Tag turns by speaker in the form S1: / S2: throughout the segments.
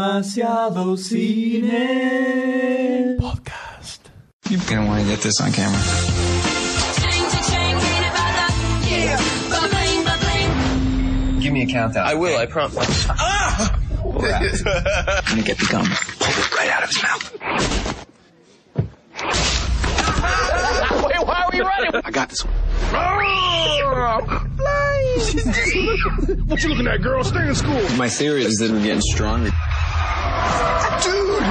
S1: Demasiado cine. Podcast.
S2: You're gonna want to get this on camera. Give me a countdown. I will. I promise. I'm gonna get the gum. Ah! Pull it right out of his mouth. Wait, why are we running? I got this one.
S3: What you looking at, girl? Stay in school.
S2: My theory is that we're getting stronger.
S3: Dude,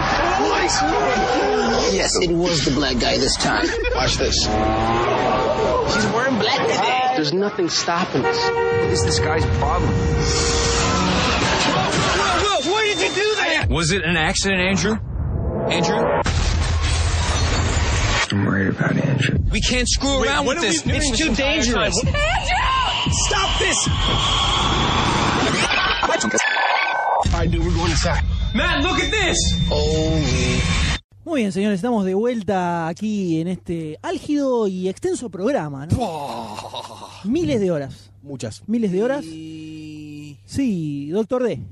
S4: Yes, it was the black guy this time.
S2: Watch this.
S4: He's wearing black today. There's nothing stopping us.
S2: It's this guy's problem.
S5: Was it an accident, Andrew? Andrew?
S2: I'm worried about Andrew.
S5: We can't screw around with this. It's too dangerous. Matt, look at this!
S6: Muy bien, señores, estamos de vuelta aquí en este álgido y extenso programa, ¿no? Miles de horas.
S7: Muchas.
S6: Miles de horas. Sí, doctor D.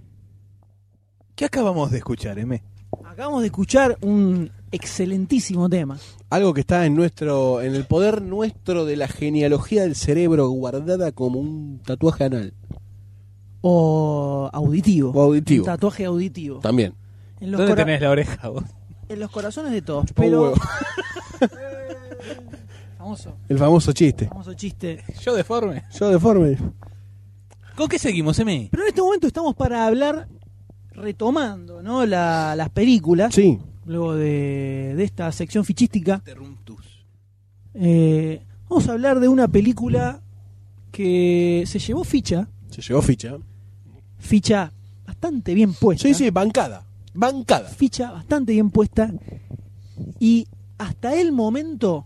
S7: ¿Qué acabamos de escuchar, M?
S6: Acabamos de escuchar un excelentísimo tema.
S7: Algo que está en nuestro, en el poder nuestro de la genealogía del cerebro guardada como un tatuaje anal.
S6: O auditivo.
S7: O auditivo.
S6: Un tatuaje auditivo.
S7: También.
S6: En los,
S8: ¿Dónde
S6: cora-
S8: tenés la oreja vos?
S6: en los corazones de todos.
S7: Chupa un
S6: Pero.
S7: huevo.
S6: famoso,
S7: El famoso chiste.
S6: famoso chiste.
S8: ¿Yo deforme?
S7: Yo deforme.
S8: ¿Con qué seguimos, Emi?
S6: Pero en este momento estamos para hablar, retomando, ¿no? La- las películas.
S7: Sí.
S6: luego de, de esta sección fichística. Eh, vamos a hablar de una película que se llevó ficha,
S7: Se llevó ficha.
S6: ficha bastante bien puesta.
S7: Sí, sí, bancada. Bancada.
S6: Ficha bastante bien puesta. Y hasta el momento,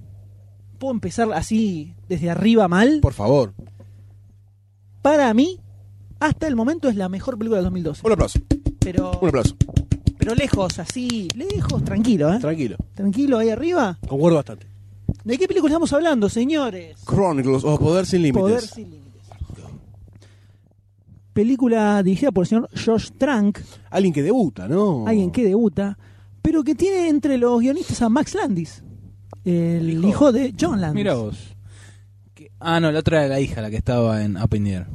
S6: puedo empezar así desde arriba mal.
S7: Por favor.
S6: Para mí, hasta el momento es la mejor película del 2012.
S7: Un aplauso.
S6: Pero,
S7: Un aplauso.
S6: pero lejos, así, lejos, tranquilo, ¿eh?
S7: Tranquilo.
S6: Tranquilo, ahí arriba.
S7: Concuerdo bastante.
S6: ¿De qué película estamos hablando, señores?
S7: Chronicles o Poder sin
S6: Poder
S7: Límites.
S6: sin límites. Película dirigida por el señor Josh Trank,
S7: Alguien que debuta,
S8: Oh.
S7: ¿no?
S6: alguien que debuta, pero que tiene entre los guionistas a Max Landis, el hijo, de John Landis.
S8: Mira vos. Que- Ah, no, la otra era la hija, la que estaba en Up in the Air.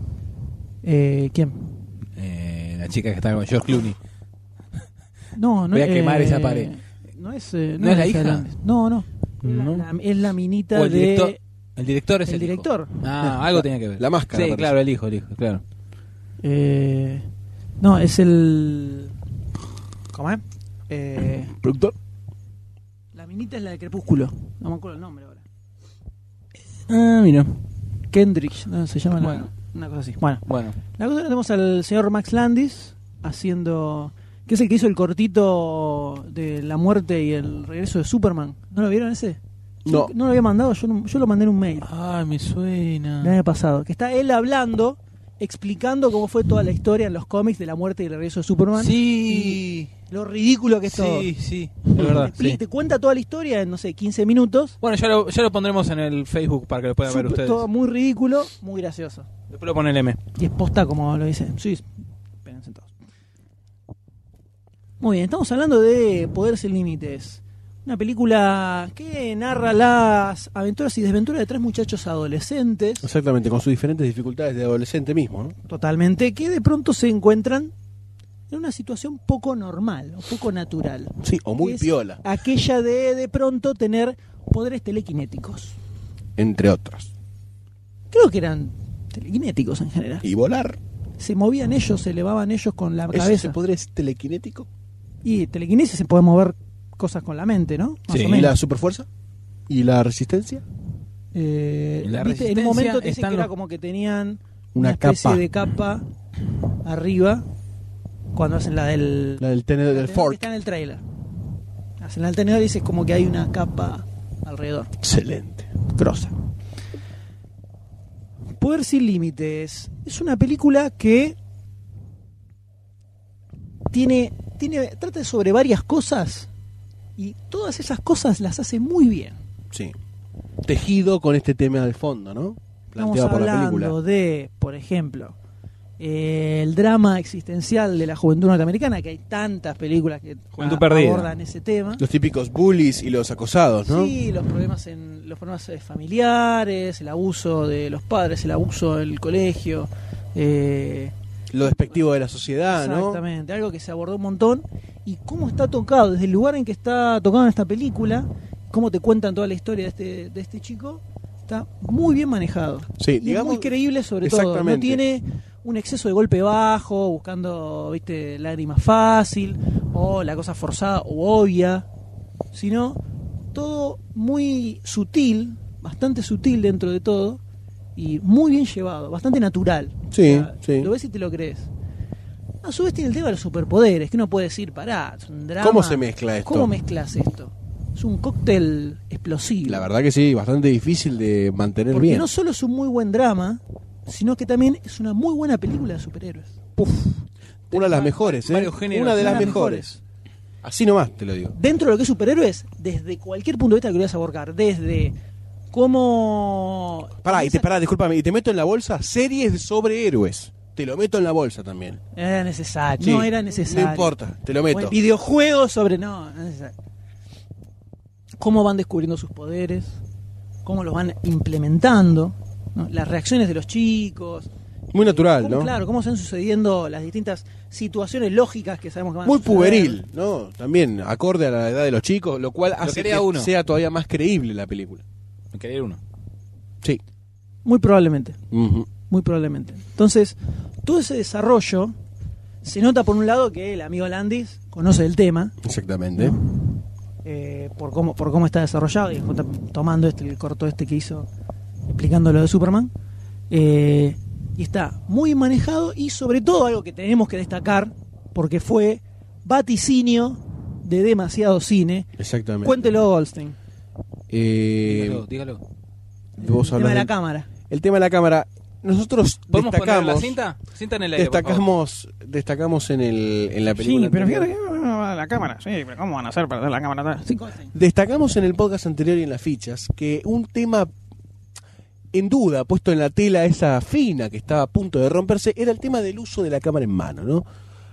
S6: Eh, ¿Quién?
S8: Eh, la chica que estaba con George Clooney.
S6: No, no
S8: Voy a
S6: eh,
S8: quemar esa pared.
S6: No es, eh,
S8: ¿No es la
S6: de
S8: hija?
S6: Landis. No, no.
S8: ¿No?
S6: La- es la minita
S8: O el
S6: de.
S8: director. El director es
S6: el
S8: el, hijo.
S6: director.
S8: Ah, algo tenía que ver.
S7: la máscara,
S8: Sí,
S7: parece.
S8: claro, el hijo, el hijo, claro.
S6: eh, no, es el. ¿Cómo es? Eh,
S7: Productor.
S6: la minita es la de Crepúsculo. No me acuerdo el nombre ahora.
S8: Ah, mira.
S6: Kendrick, ¿no? se llama la-
S8: Bueno.
S6: una cosa así. Bueno,
S8: Bueno,
S6: la cosa es que tenemos al señor Max Landis haciendo. que es el que hizo el cortito de la muerte y el regreso de Superman. ¿No lo vieron ese?
S7: No.
S6: No lo había mandado, yo, no- yo lo mandé en un mail
S8: ay, me
S6: el
S8: suena.
S6: año pasado. Que está él hablando, explicando cómo fue toda la historia en los cómics de la muerte y el regreso de Superman.
S8: Sí,
S6: Lo ridículo que es todo.
S8: sí, sí, de verdad.
S6: Te expli-
S8: sí.
S6: Te cuenta toda la historia en, no sé, 15 minutos.
S8: Bueno, ya lo, ya lo pondremos en el Facebook para que lo puedan ver
S6: Súper-
S8: ustedes.
S6: Todo muy ridículo, muy gracioso.
S8: Después lo pone el M.
S6: Y es posta, como lo dice. Sí, esperen sentados. Muy bien, estamos hablando de Poder sin Límites. Una película que narra las aventuras y desventuras de tres muchachos adolescentes,
S7: Exactamente, con sus diferentes dificultades de adolescente mismo, ¿no?
S6: totalmente, que de pronto se encuentran en una situación poco normal o poco natural.
S7: Sí, o
S6: Que
S7: muy
S6: es
S7: piola,
S6: Aquella de de pronto tener poderes telequinéticos.
S7: entre otras.
S6: Creo que eran telequinéticos en general.
S7: Y volar.
S6: Se movían ellos, se elevaban ellos con la
S7: ¿Eso
S6: cabeza.
S7: se podría decir telequinético?
S6: Y telequinesis se puede mover cosas con la mente, ¿no? Más o
S8: Sí.
S7: ¿Y la
S6: menos.
S7: superfuerza? ¿Y la resistencia?
S6: Eh,
S8: la
S6: ¿viste? En
S8: resistencia
S6: un momento te dicen
S8: están
S6: que era
S8: los-
S6: como que tenían una,
S7: Una
S6: especie
S7: capa.
S6: de capa arriba cuando hacen la del,
S7: La del tenedor
S6: la
S7: del
S6: que
S7: Ford.
S6: está en el trailer. Hacen la del tenedor y dices como que hay una capa alrededor.
S7: Excelente.
S6: Grosa. Poder sin límites. Es una película que tiene, tiene, trata sobre varias cosas y todas esas cosas las hace muy bien.
S7: Sí. Tejido con este tema de fondo, ¿no?
S6: Estamos
S7: Planteado por la
S6: hablando
S7: película.
S6: de, por ejemplo, eh, el drama existencial de la juventud norteamericana, que hay tantas películas que
S5: Juventud
S6: a-
S5: perdida.
S6: abordan ese tema.
S7: Los típicos bullies y los acosados, ¿no?
S6: Sí, los problemas en los problemas eh, familiares, el abuso de los padres, el abuso del colegio, eh,
S7: Lo despectivo de la sociedad, ¿no?
S6: Exactamente, algo que se abordó un montón. Y cómo está tocado, desde el lugar en que está tocado en esta película, cómo te cuentan toda la historia de este, de este chico, está muy bien manejado.
S7: Sí,
S6: y
S7: digamos-
S6: es muy creíble sobre todo. No
S7: Exactamente.
S6: tiene un exceso de golpe bajo, buscando, viste, lágrima fácil, o la cosa forzada o obvia, sino todo muy sutil, bastante sutil dentro de todo, y muy bien llevado, bastante natural.
S7: Sí, sí.
S6: Lo ves y te lo crees. A su vez tiene el tema de los superpoderes, que uno puede decir, pará, es un drama.
S7: ¿Cómo se mezcla esto?
S6: ¿Cómo mezclas esto? Es un cóctel explosivo.
S7: La verdad que sí, bastante difícil de mantener
S6: Porque
S7: bien.
S6: no solo es un muy buen drama, sino que también es una muy buena película de superhéroes.
S7: Una de las mejores, ¿eh?
S8: varios géneros.
S7: Una de las
S6: Una de las
S7: mejores. Así nomás te lo digo.
S6: Dentro de lo que es superhéroes, desde cualquier punto de vista que lo quieras abordar, desde cómo...
S7: Pará, y te, pará, discúlpame, y te meto en la bolsa series sobre héroes. Te lo meto en la bolsa también.
S6: Era necesario,
S7: Sí,
S6: no era necesario.
S7: No importa, te lo
S6: O
S7: meto.
S6: el videojuego sobre. No, no es necesario. Cómo van descubriendo sus poderes, cómo los van implementando, ¿no? las reacciones de los chicos.
S7: Muy natural,
S6: cómo,
S7: ¿no?
S6: Claro, cómo están sucediendo las distintas situaciones lógicas que sabemos que van a
S7: Muy
S6: suceder.
S7: puberil, ¿no? También acorde a la edad de los chicos, lo cual hace
S8: quería
S7: que
S8: uno.
S7: sea todavía más creíble la película.
S8: Me quería ir uno.
S7: Sí.
S6: Muy probablemente.
S7: Ujú.
S6: Muy probablemente. Entonces, todo ese desarrollo se nota por un lado que el amigo Landis conoce el tema,
S7: Exactamente.
S6: eh, por cómo por cómo está desarrollado y está tomando este el corto este que hizo explicando lo de Superman eh, y está muy manejado y sobre todo algo que tenemos que destacar porque fue vaticinio de demasiado cine
S7: Exactamente.
S6: cuéntelo Goldstein
S7: Eh,
S8: Dígalo, dígalo.
S7: vos
S6: el tema
S7: hablas
S6: de la
S7: del-
S6: cámara
S7: el tema de la cámara. Nosotros
S8: ¿Podemos poner la
S7: destacamos,
S8: cinta? Cinta en el aire. por favor.
S7: destacamos, destacamos en, el, en la
S1: Sí,
S7: película.
S1: pero
S7: anterior.
S1: fíjate que no va la cámara. Sí, pero ¿cómo van a hacer para hacer la cámara atrás?
S6: Sí, Goldstein.
S7: Destacamos en el podcast anterior y en las fichas que un tema en duda, puesto en la tela esa fina que estaba a punto de romperse, era el tema del uso de la cámara en mano, ¿no?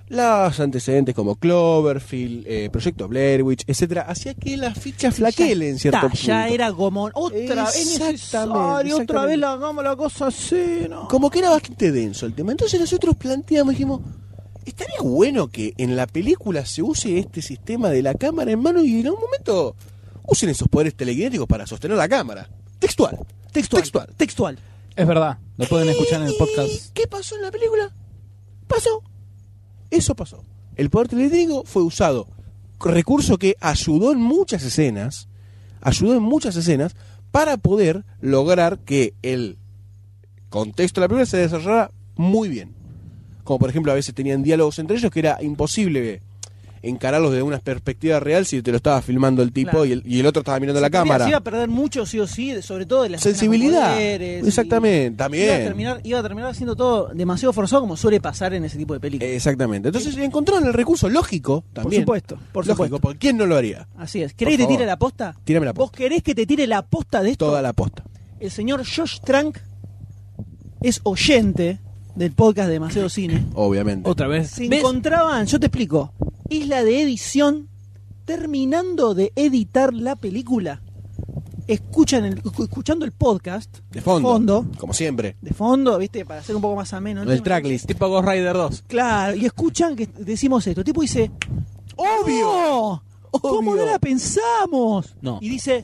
S7: Los antecedentes como Cloverfield, eh, Proyecto Blair Witch, etcétera, hacía que la ficha flaquele en cierto
S6: Está,
S7: punto.
S6: ya era como otra vez
S7: Exactamente,
S6: necesario, otra
S7: exactamente.
S6: vez la hagamos la cosa así no
S7: Como que era bastante denso el tema. Entonces nosotros planteamos, dijimos, estaría bueno que en la película se use este sistema de la cámara en mano y en algún momento usen esos poderes telequinéticos para sostener la cámara. Textual. Textual. Textual.
S6: textual
S8: Es verdad. Lo pueden escuchar en el
S7: ¿Y
S8: podcast.
S7: ¿Qué pasó en la película? Pasó. Eso pasó. El poder telequinético fue usado. Recurso que ayudó en muchas escenas. Ayudó en muchas escenas para poder lograr que el contexto de la película se desarrollara muy bien. Como por ejemplo, a veces tenían diálogos entre ellos que era imposible encararlos desde una perspectiva real si te lo estaba filmando el tipo
S6: Claro.
S7: y, el, y el otro estaba mirando la
S6: Se tenía-
S7: cámara.
S6: Se iba a perder mucho, sí o sí, de- sobre todo de las escenas
S7: Sensibilidad.
S6: con poderes y-
S7: Exactamente, también.
S6: Iba a, terminar, iba a terminar haciendo todo demasiado forzado, como suele pasar en ese tipo de películas.
S7: Exactamente. Entonces encontraron el recurso lógico también.
S6: supuesto, por
S7: lógico,
S6: supuesto.
S7: porque ¿quién no lo haría?
S6: Así es. ¿Querés que te
S7: Eh, favor.
S6: tire la posta?
S7: Tírame la
S6: ¿Vos querés que te tire la posta de esto?
S7: Toda la posta.
S6: El señor Josh Trank es oyente del podcast de Demasiado Cine.
S7: Obviamente.
S8: Otra vez.
S6: Se
S8: ¿Ves?
S6: encontraban, yo te explico, isla de edición, terminando de editar la película. Escuchan el- escuchando el podcast
S7: De fondo.
S6: fondo
S7: Como siempre.
S6: de fondo, ¿viste? Para hacer un poco más ameno.
S7: El,
S6: tema.
S7: tracklist.
S8: Tipo Ghost Rider 2.
S6: Claro, y escuchan que decimos esto. El tipo dice, ¡Obvio! ¿Cómo
S7: Obvio.
S6: no la pensamos?
S8: No.
S6: Y dice,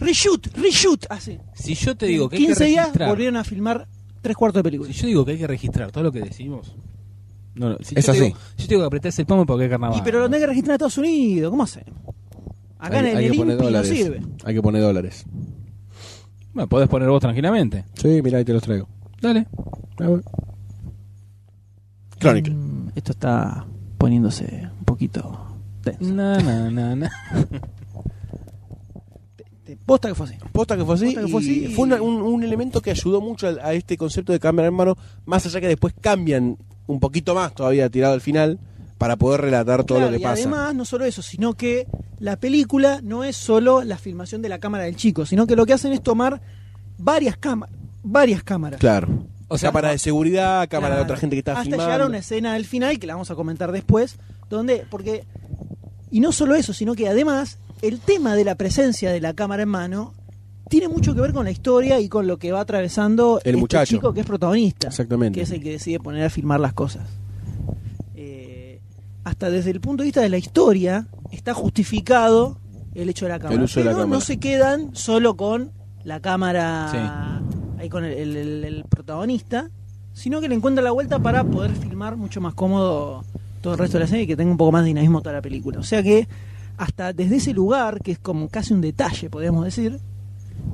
S6: reshoot, reshoot. Hace
S8: Si yo te digo que hay que
S6: 15 días
S8: registrar.
S6: volvieron a filmar tres cuartos de película.
S8: Si yo digo que hay que registrar todo lo que decimos. No, no, si
S7: Es
S8: yo te
S7: así.
S8: digo- yo te digo que apretás el pomo porque es carnaval.
S6: y pero lo tenés que registrar en Estados Unidos, ¿cómo hace? Acá en el, el INPI no sirve.
S7: Hay que poner dólares.
S8: Bueno, podés poner vos tranquilamente.
S7: Sí, mira, ahí te los traigo.
S8: Dale.
S7: Chronicle.
S6: Mm, Esto está poniéndose un poquito tenso.
S8: Na, na, na, na.
S6: Te- Posta que fue así.
S7: Posta que fue así.
S6: Posta que fue
S7: y
S6: así.
S7: fue una- un, un elemento que ayudó mucho al- a, este concepto de cámara en mano. Más allá que después cambian un poquito más todavía tirado al final para poder relatar todo
S6: Claro,
S7: lo que
S6: y
S7: pasa.
S6: además, no solo eso, sino que la película no es solo la filmación de la cámara del chico, sino que lo que hacen es tomar varias, cámaras varias cámaras.
S7: Claro.
S8: O sea,
S7: cámara de seguridad, cámara de
S6: Claro.
S7: otra gente que está
S6: Hasta
S7: filmando.
S6: llegar a una escena del final que la vamos a comentar después, donde porque y no solo eso, sino que además el tema de la presencia de la cámara en mano tiene mucho que ver con la historia y con lo que va atravesando
S7: El
S6: este
S7: muchacho.
S6: chico que es protagonista,
S7: Exactamente.
S6: que es el que decide poner a filmar las cosas. Eh, hasta desde el punto de vista de la historia está justificado el hecho de la cámara,
S7: uso de la
S6: pero no
S7: cámara.
S6: se quedan solo con la cámara ahí con el- el- el- el protagonista, sino que le encuentra la vuelta para poder filmar mucho más cómodo todo el resto de la serie y que tenga un poco más de dinamismo toda la película. O sea que hasta desde ese lugar, que es como casi un detalle, podríamos decir,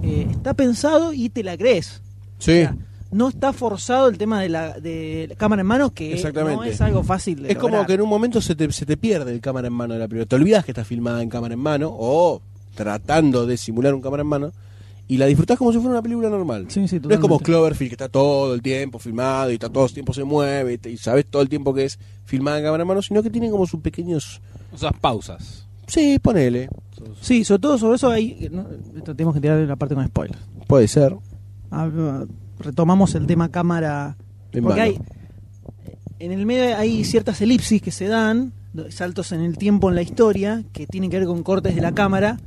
S6: eh, está pensado y te la crees. O
S7: Sí.
S6: sea, no está forzado el tema de la, de la cámara en mano, que
S7: Exactamente.
S6: no es algo fácil de
S7: Es como
S6: lograr.
S7: que en un momento se te, se te pierde el cámara en mano de la película. Te olvidas que está filmada en cámara en mano o tratando de simular un cámara en mano y la disfrutás como si fuera una película normal.
S6: Sí, sí,
S7: no es como
S6: totalmente.
S7: Cloverfield que está todo el tiempo filmado y está todo el tiempo se mueve y, te- y sabes todo el tiempo que es filmada en cámara en mano, sino que tiene como sus pequeños.
S8: esas pausas.
S7: Sí, ponele.
S6: Sí, sobre todo sobre eso hay... no, esto tenemos que tirar la parte con spoilers.
S7: Puede ser.
S6: Ah, retomamos el tema cámara
S7: En
S6: porque
S7: mano.
S6: hay en el medio hay ciertas elipsis que se dan do- saltos en el tiempo en la historia que tienen que ver con cortes de la cámara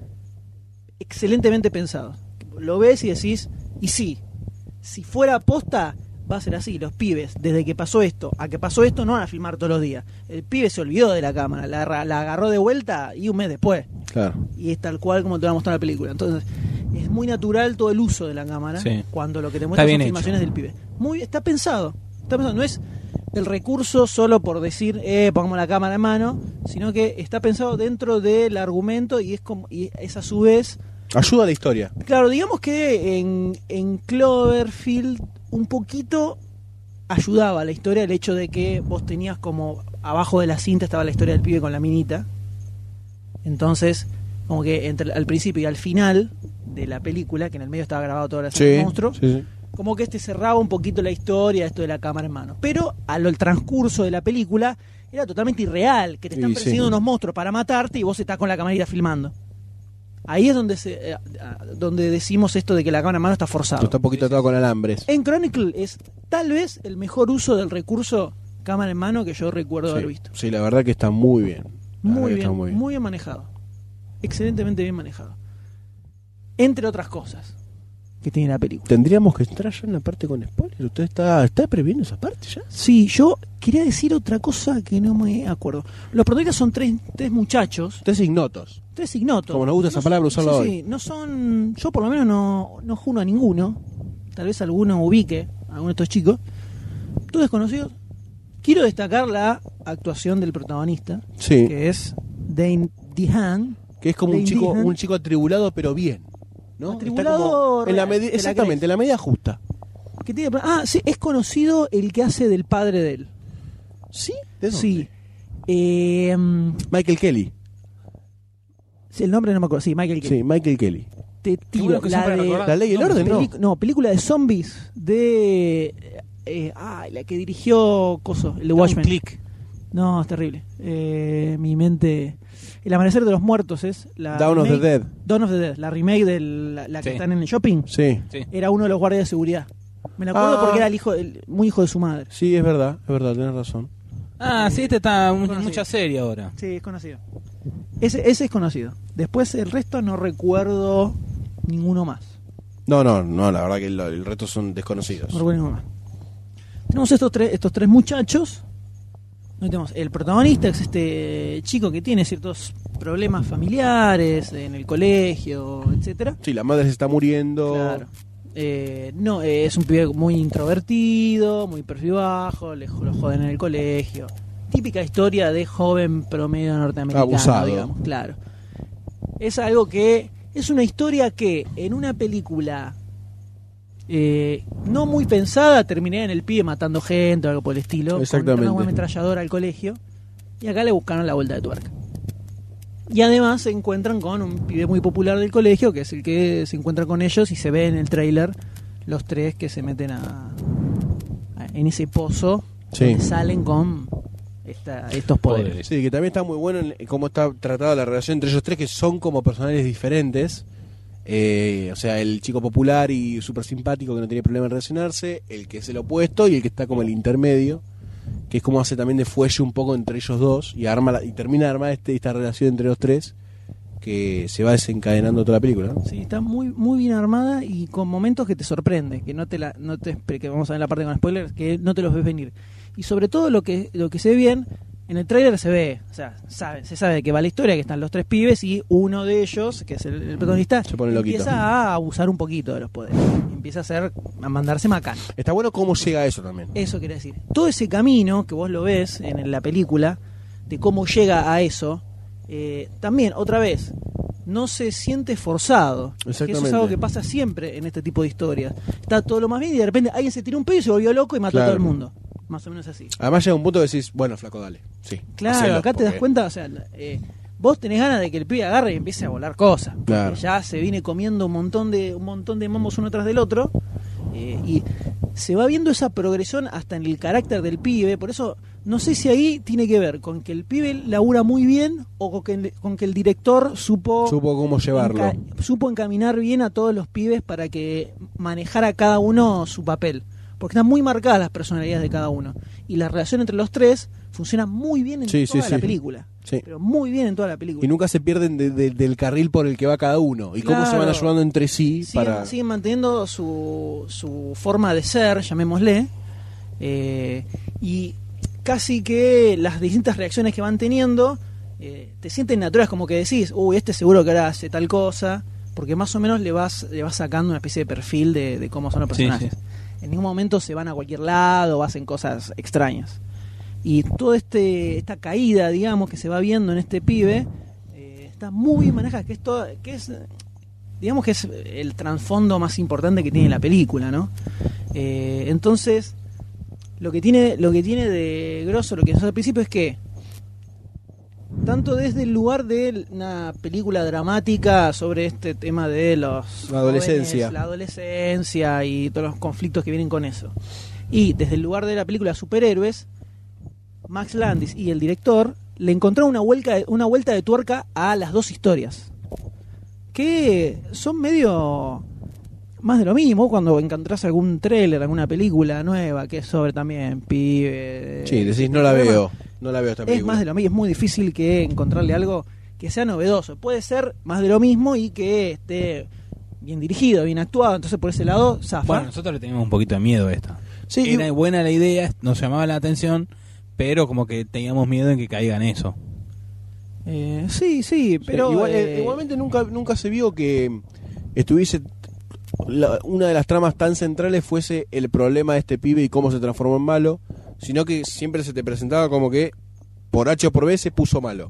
S6: excelentemente pensados lo ves y decís y sí si fuera posta va a ser así los pibes desde que pasó esto a que pasó esto no van a filmar todos los días el pibe se olvidó de la cámara la, arra- la agarró de vuelta y un mes después
S7: Claro.
S6: y es tal cual como te lo ha mostrado la película. Entonces, es muy natural todo el uso de la cámara
S8: Sí.
S6: cuando lo que te muestra son
S8: bien hecho.
S6: filmaciones del pibe. Muy, está pensado, está pensado, no es el recurso solo por decir eh, pongamos la cámara en mano, sino que está pensado dentro del argumento y es como y es a su vez
S7: Ayuda a la historia.
S6: Claro, digamos que en, en Cloverfield un poquito ayudaba la historia el hecho de que vos tenías como abajo de la cinta estaba la historia del pibe con la minita. Entonces, como que entre, al principio y al final de la película, que en el medio estaba grabado toda la escena del monstruo,
S7: sí, sí.
S6: como que este cerraba un poquito la historia, esto de la cámara en mano. Pero al al transcurso de la película era totalmente irreal, que te están
S7: Y sí.
S6: persiguiendo unos monstruos para matarte y vos estás con la camarita filmando. Ahí es donde se, eh, ah, donde decimos esto de que la cámara en mano está forzada.
S7: Está un poquito atado con alambres.
S6: En Chronicle es tal vez el mejor uso del recurso cámara en mano que yo recuerdo haber
S7: Sí,
S6: visto.
S7: sí, la verdad que está muy bien. La verdad
S6: Muy
S7: que
S6: bien,
S7: está
S6: muy bien, manejado. Excelentemente bien manejado. Entre otras cosas que tiene la película.
S7: Tendríamos que entrar ya en la parte con spoiler. ¿Usted está, está previendo esa parte ya?
S6: Sí, yo quería decir otra cosa que no me acuerdo. Los protagonistas son tres, tres muchachos,
S7: Tres ignotos.
S6: tres ignotos.
S7: Como nos gusta esa palabra, usarla
S6: sí,
S7: hoy.
S6: sí, no son. Yo por lo menos no, no juno a ninguno. Tal vez alguno ubique, a alguno de estos chicos. Todos desconocidos. Quiero destacar la actuación del protagonista,
S7: Sí.
S6: que es Dane DeHaan.
S7: Que es como un
S6: Lady
S7: chico,
S6: Hand.
S7: un chico atribulado, pero bien. ¿no? Está
S6: Atribulado
S7: como en la
S6: real,
S7: medi-
S6: te la
S7: exactamente,
S6: crees.
S7: en la medida justa.
S6: Que tiene, ah, sí, es conocido el que hace del padre de él.
S7: ¿Sí? ¿De dónde?
S6: Sí. Eh,
S7: Michael Kelly.
S6: el nombre no me acuerdo. Sí, Michael Caine.
S7: Sí, Michael Kelly.
S6: te tiro
S8: bueno que son
S6: la
S8: para
S6: de
S8: recordar.
S7: La ley y el
S6: no,
S7: orden, ¿no?
S6: pelic- no, película de zombies de eh, ay, la que dirigió Coso, el de Watchmen.
S8: clic.
S6: No, es terrible. Eh, mi mente El amanecer de los muertos es la
S7: Dawn of the
S6: remake-
S7: Dead.
S6: Dawn of the Dead, la remake de la, la que
S8: Sí.
S6: están en el shopping.
S7: Sí.
S6: Era uno de los guardias de seguridad. Me la acuerdo
S7: Ah.
S6: porque era el hijo el- muy hijo de su madre.
S7: Sí, es verdad, es verdad, tenés razón.
S8: Ah, sí, esta está en
S6: Bueno, sí.
S8: mucha serie ahora.
S6: Sí, es conocido. Ese, ese es conocido. Después el resto no recuerdo ninguno más.
S7: No, no, no, la verdad que lo- el resto son desconocidos.
S6: No recuerdo ninguno más. Tenemos estos tres, estos tres muchachos. Ahí Tenemos el protagonista, que es este chico que tiene ciertos problemas familiares en el colegio, etcétera.
S7: Sí, la madre se está muriendo.
S6: Claro. Eh, no, eh, es un pibe muy introvertido, muy perfil bajo, le jo- lo joden en el colegio. Típica historia de joven promedio norteamericano,
S7: Abusado.
S6: digamos, claro. Es algo que es una historia que en una película eh, no muy pensada terminaría en el pibe matando gente o algo por el estilo, con
S7: Exactamente.
S6: una ametralladora al colegio y acá le buscaron la vuelta de tuerca. Y además se encuentran con un pibe muy popular del colegio, que es el que se encuentra con ellos y se ve en el tráiler los tres que se meten a, a- en ese pozo
S7: Sí.
S6: donde salen con esta- estos poderes.
S7: Sí, que también está muy bueno en cómo está tratada la relación entre ellos tres, que son como personajes diferentes. Eh, o sea, el chico popular y súper simpático que no tiene problema en relacionarse, el que es el opuesto y el que está como el intermedio, que es como hace también de fuelle un poco entre ellos dos y arma la- y termina de armar este, esta relación entre los tres que se va desencadenando toda la película. ¿no?
S6: Sí, está muy, muy bien armada y con momentos que te sorprende, que no te la, no te espe- que vamos a ver la parte con spoilers, que no te los ves venir. Y sobre todo lo que, lo que se ve bien, en el tráiler se ve, o sea, sabe, se sabe que va la historia, que están los tres pibes y uno de ellos, que es el, el protagonista,
S7: Mm, Se pone loquito.
S6: empieza a abusar un poquito de los poderes, empieza a hacer, a mandarse macán.
S7: Está bueno cómo llega a eso también.
S6: Eso quería decir. Todo ese camino que vos lo ves en la película, de cómo llega a eso, eh, también, otra vez, no se siente forzado. Que Eso es
S7: Exactamente.
S6: algo que pasa siempre en este tipo de historias. Está todo lo más bien y de repente alguien se tiró un pedo y se volvió loco y mató a
S7: Claro.
S6: todo el mundo. Más o menos así.
S7: Además llega un punto que decís, bueno, flaco, dale. Sí.
S6: Claro,
S7: hacelo,
S6: acá te das
S7: porque-
S6: cuenta, o sea, eh, vos tenés ganas de que el pibe agarre y empiece a volar cosas. porque
S7: Claro.
S6: Ya se viene comiendo un montón de un montón de mambos uno tras del otro eh, y se va viendo esa progresión hasta en el carácter del pibe. Por eso no sé si ahí tiene que ver con que el pibe labura muy bien o con que, el- con que el director supo
S7: Supo cómo llevarlo.
S6: enca- supo encaminar bien a todos los pibes para que manejara cada uno su papel. Porque están muy marcadas las personalidades de cada uno. Y la relación entre los tres funciona muy bien en
S7: Sí,
S6: toda
S7: sí,
S6: la
S7: sí.
S6: película.
S7: Sí.
S6: Pero muy bien en toda la película.
S7: Y nunca se pierden de- de- del carril por el que va cada uno y cómo se van
S6: Claro.
S7: ayudando entre sí
S6: siguen,
S7: para...
S6: siguen manteniendo su, su forma de ser, llamémosle, eh, y casi que las distintas reacciones que van teniendo eh, te sienten naturales, como que decís, uy, este seguro que ahora hace tal cosa, porque más o menos le vas, le vas sacando una especie de perfil de, de cómo son los
S8: Sí,
S6: personajes. En ningún momento se van a cualquier lado o hacen cosas extrañas. Y toda este, esta caída, digamos, que se va viendo en este pibe, eh, está muy bien manejada, que es, todo, que es digamos que es el trasfondo más importante que tiene la película, ¿no? Eh, entonces, lo que tiene, lo que tiene de grosso, lo que nos hace al principio es que tanto desde el lugar de una película dramática sobre este tema de los
S7: La adolescencia.
S6: jóvenes, la adolescencia y todos los conflictos que vienen con eso. Y desde el lugar de la película Superhéroes, Max Landis y el director le encontraron una vuelta, una vuelta de tuerca a las dos historias. Que son medio más de lo mismo cuando encontrás algún tráiler, alguna película nueva que es sobre también pibe.
S7: Sí, decís, no la
S6: Pero
S7: veo. No la veo esta
S6: Es
S7: película.
S6: más de lo mismo, es muy difícil que encontrarle algo que sea novedoso. Puede ser más de lo mismo y que esté bien dirigido, bien actuado, entonces por ese lado zafa.
S8: Bueno, nosotros le teníamos un poquito de miedo a esta.
S7: Sí,
S8: Era
S7: y-
S8: buena la idea, nos llamaba la atención, pero como que teníamos miedo en que caigan eso.
S6: Eh, sí, sí, pero
S7: Igual-
S6: eh,
S7: igualmente nunca, nunca se vio que estuviese la- una de las tramas tan centrales fuese el problema de este pibe y cómo se transformó en malo, sino que siempre se te presentaba como que por H o por B se puso malo.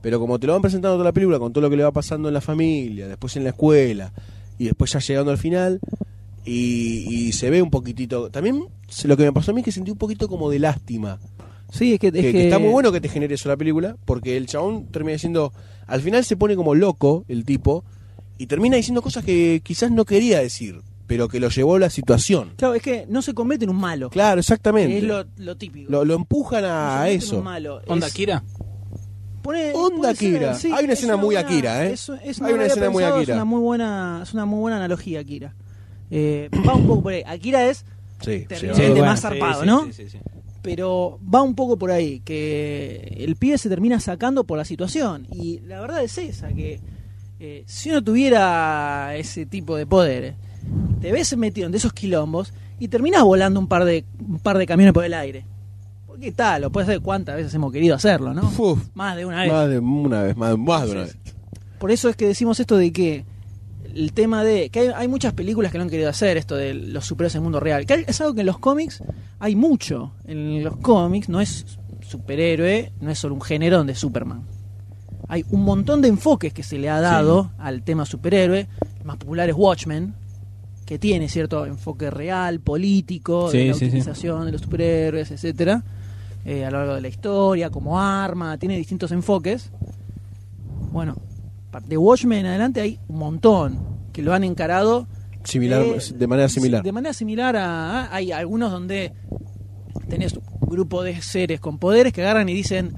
S7: Pero como te lo van presentando toda la película, con todo lo que le va pasando en la familia, después en la escuela, y después ya llegando al final, y, y se ve un poquitito. También se- lo que me pasó a mí es que sentí un poquito como de lástima
S6: sí, es que, es
S7: que, que
S6: que-
S7: está muy bueno que te genere eso la película, porque el chabón termina diciendo, al final se pone como loco el tipo, y termina diciendo cosas que quizás no quería decir, pero que lo llevó la situación.
S6: Claro, es que no se convierte en un malo.
S7: Claro, exactamente.
S6: es lo, lo típico.
S7: Lo, lo empujan
S6: No se
S7: a,
S6: convierte en
S7: eso.
S6: un malo,
S8: ¿Onda
S6: es-
S8: Kira?
S6: Pone- puede
S7: Onda
S6: ser,
S7: Akira. Hay una
S6: es
S7: escena muy
S6: buena-
S7: Akira, ¿eh?
S6: es- es-
S7: Hay
S6: no lo
S7: una
S6: había
S7: escena muy
S6: pensado,
S7: Akira.
S6: Es una muy buena, es una muy buena analogía, Akira. Eh, va un poco por ahí. Akira es
S7: Sí, sí,
S6: Terrible.
S7: sí.
S6: Gente
S8: bueno,
S6: más
S8: sí,
S6: zarpado,
S8: sí,
S6: ¿no?
S8: sí, sí, sí.
S6: pero va un poco por ahí, que el pibe se termina sacando por la situación. Y la verdad es esa, que eh, si uno tuviera ese tipo de poder, te ves metido en de esos quilombos y terminás volando un par de, un par de camiones por el aire. Porque tal, lo puedes hacer cuántas veces hemos querido hacerlo, ¿no?
S7: Uf,
S6: Más de una vez.
S7: más de una vez, más de, más de una vez.
S6: Por eso es que decimos esto de que el tema de que hay, hay muchas películas que no han querido hacer esto de los superhéroes en el mundo real. Que hay- es algo que en los cómics hay mucho. En los cómics no es superhéroe, no es solo un género donde es Superman. Hay un montón de enfoques que se le ha dado al tema superhéroe. El más popular es Watchmen, que tiene cierto enfoque real, político, de
S8: Sí,
S6: la
S8: sí, sí.
S6: utilización de los superhéroes, etcétera, eh, a lo largo de la historia, como arma, tiene distintos enfoques. Bueno, pa- de Watchmen en adelante hay un montón que lo han encarado
S7: Similar,
S6: eh,
S7: de manera similar.
S6: De manera similar a, a- hay algunos donde tenés un grupo de seres con poderes que agarran y dicen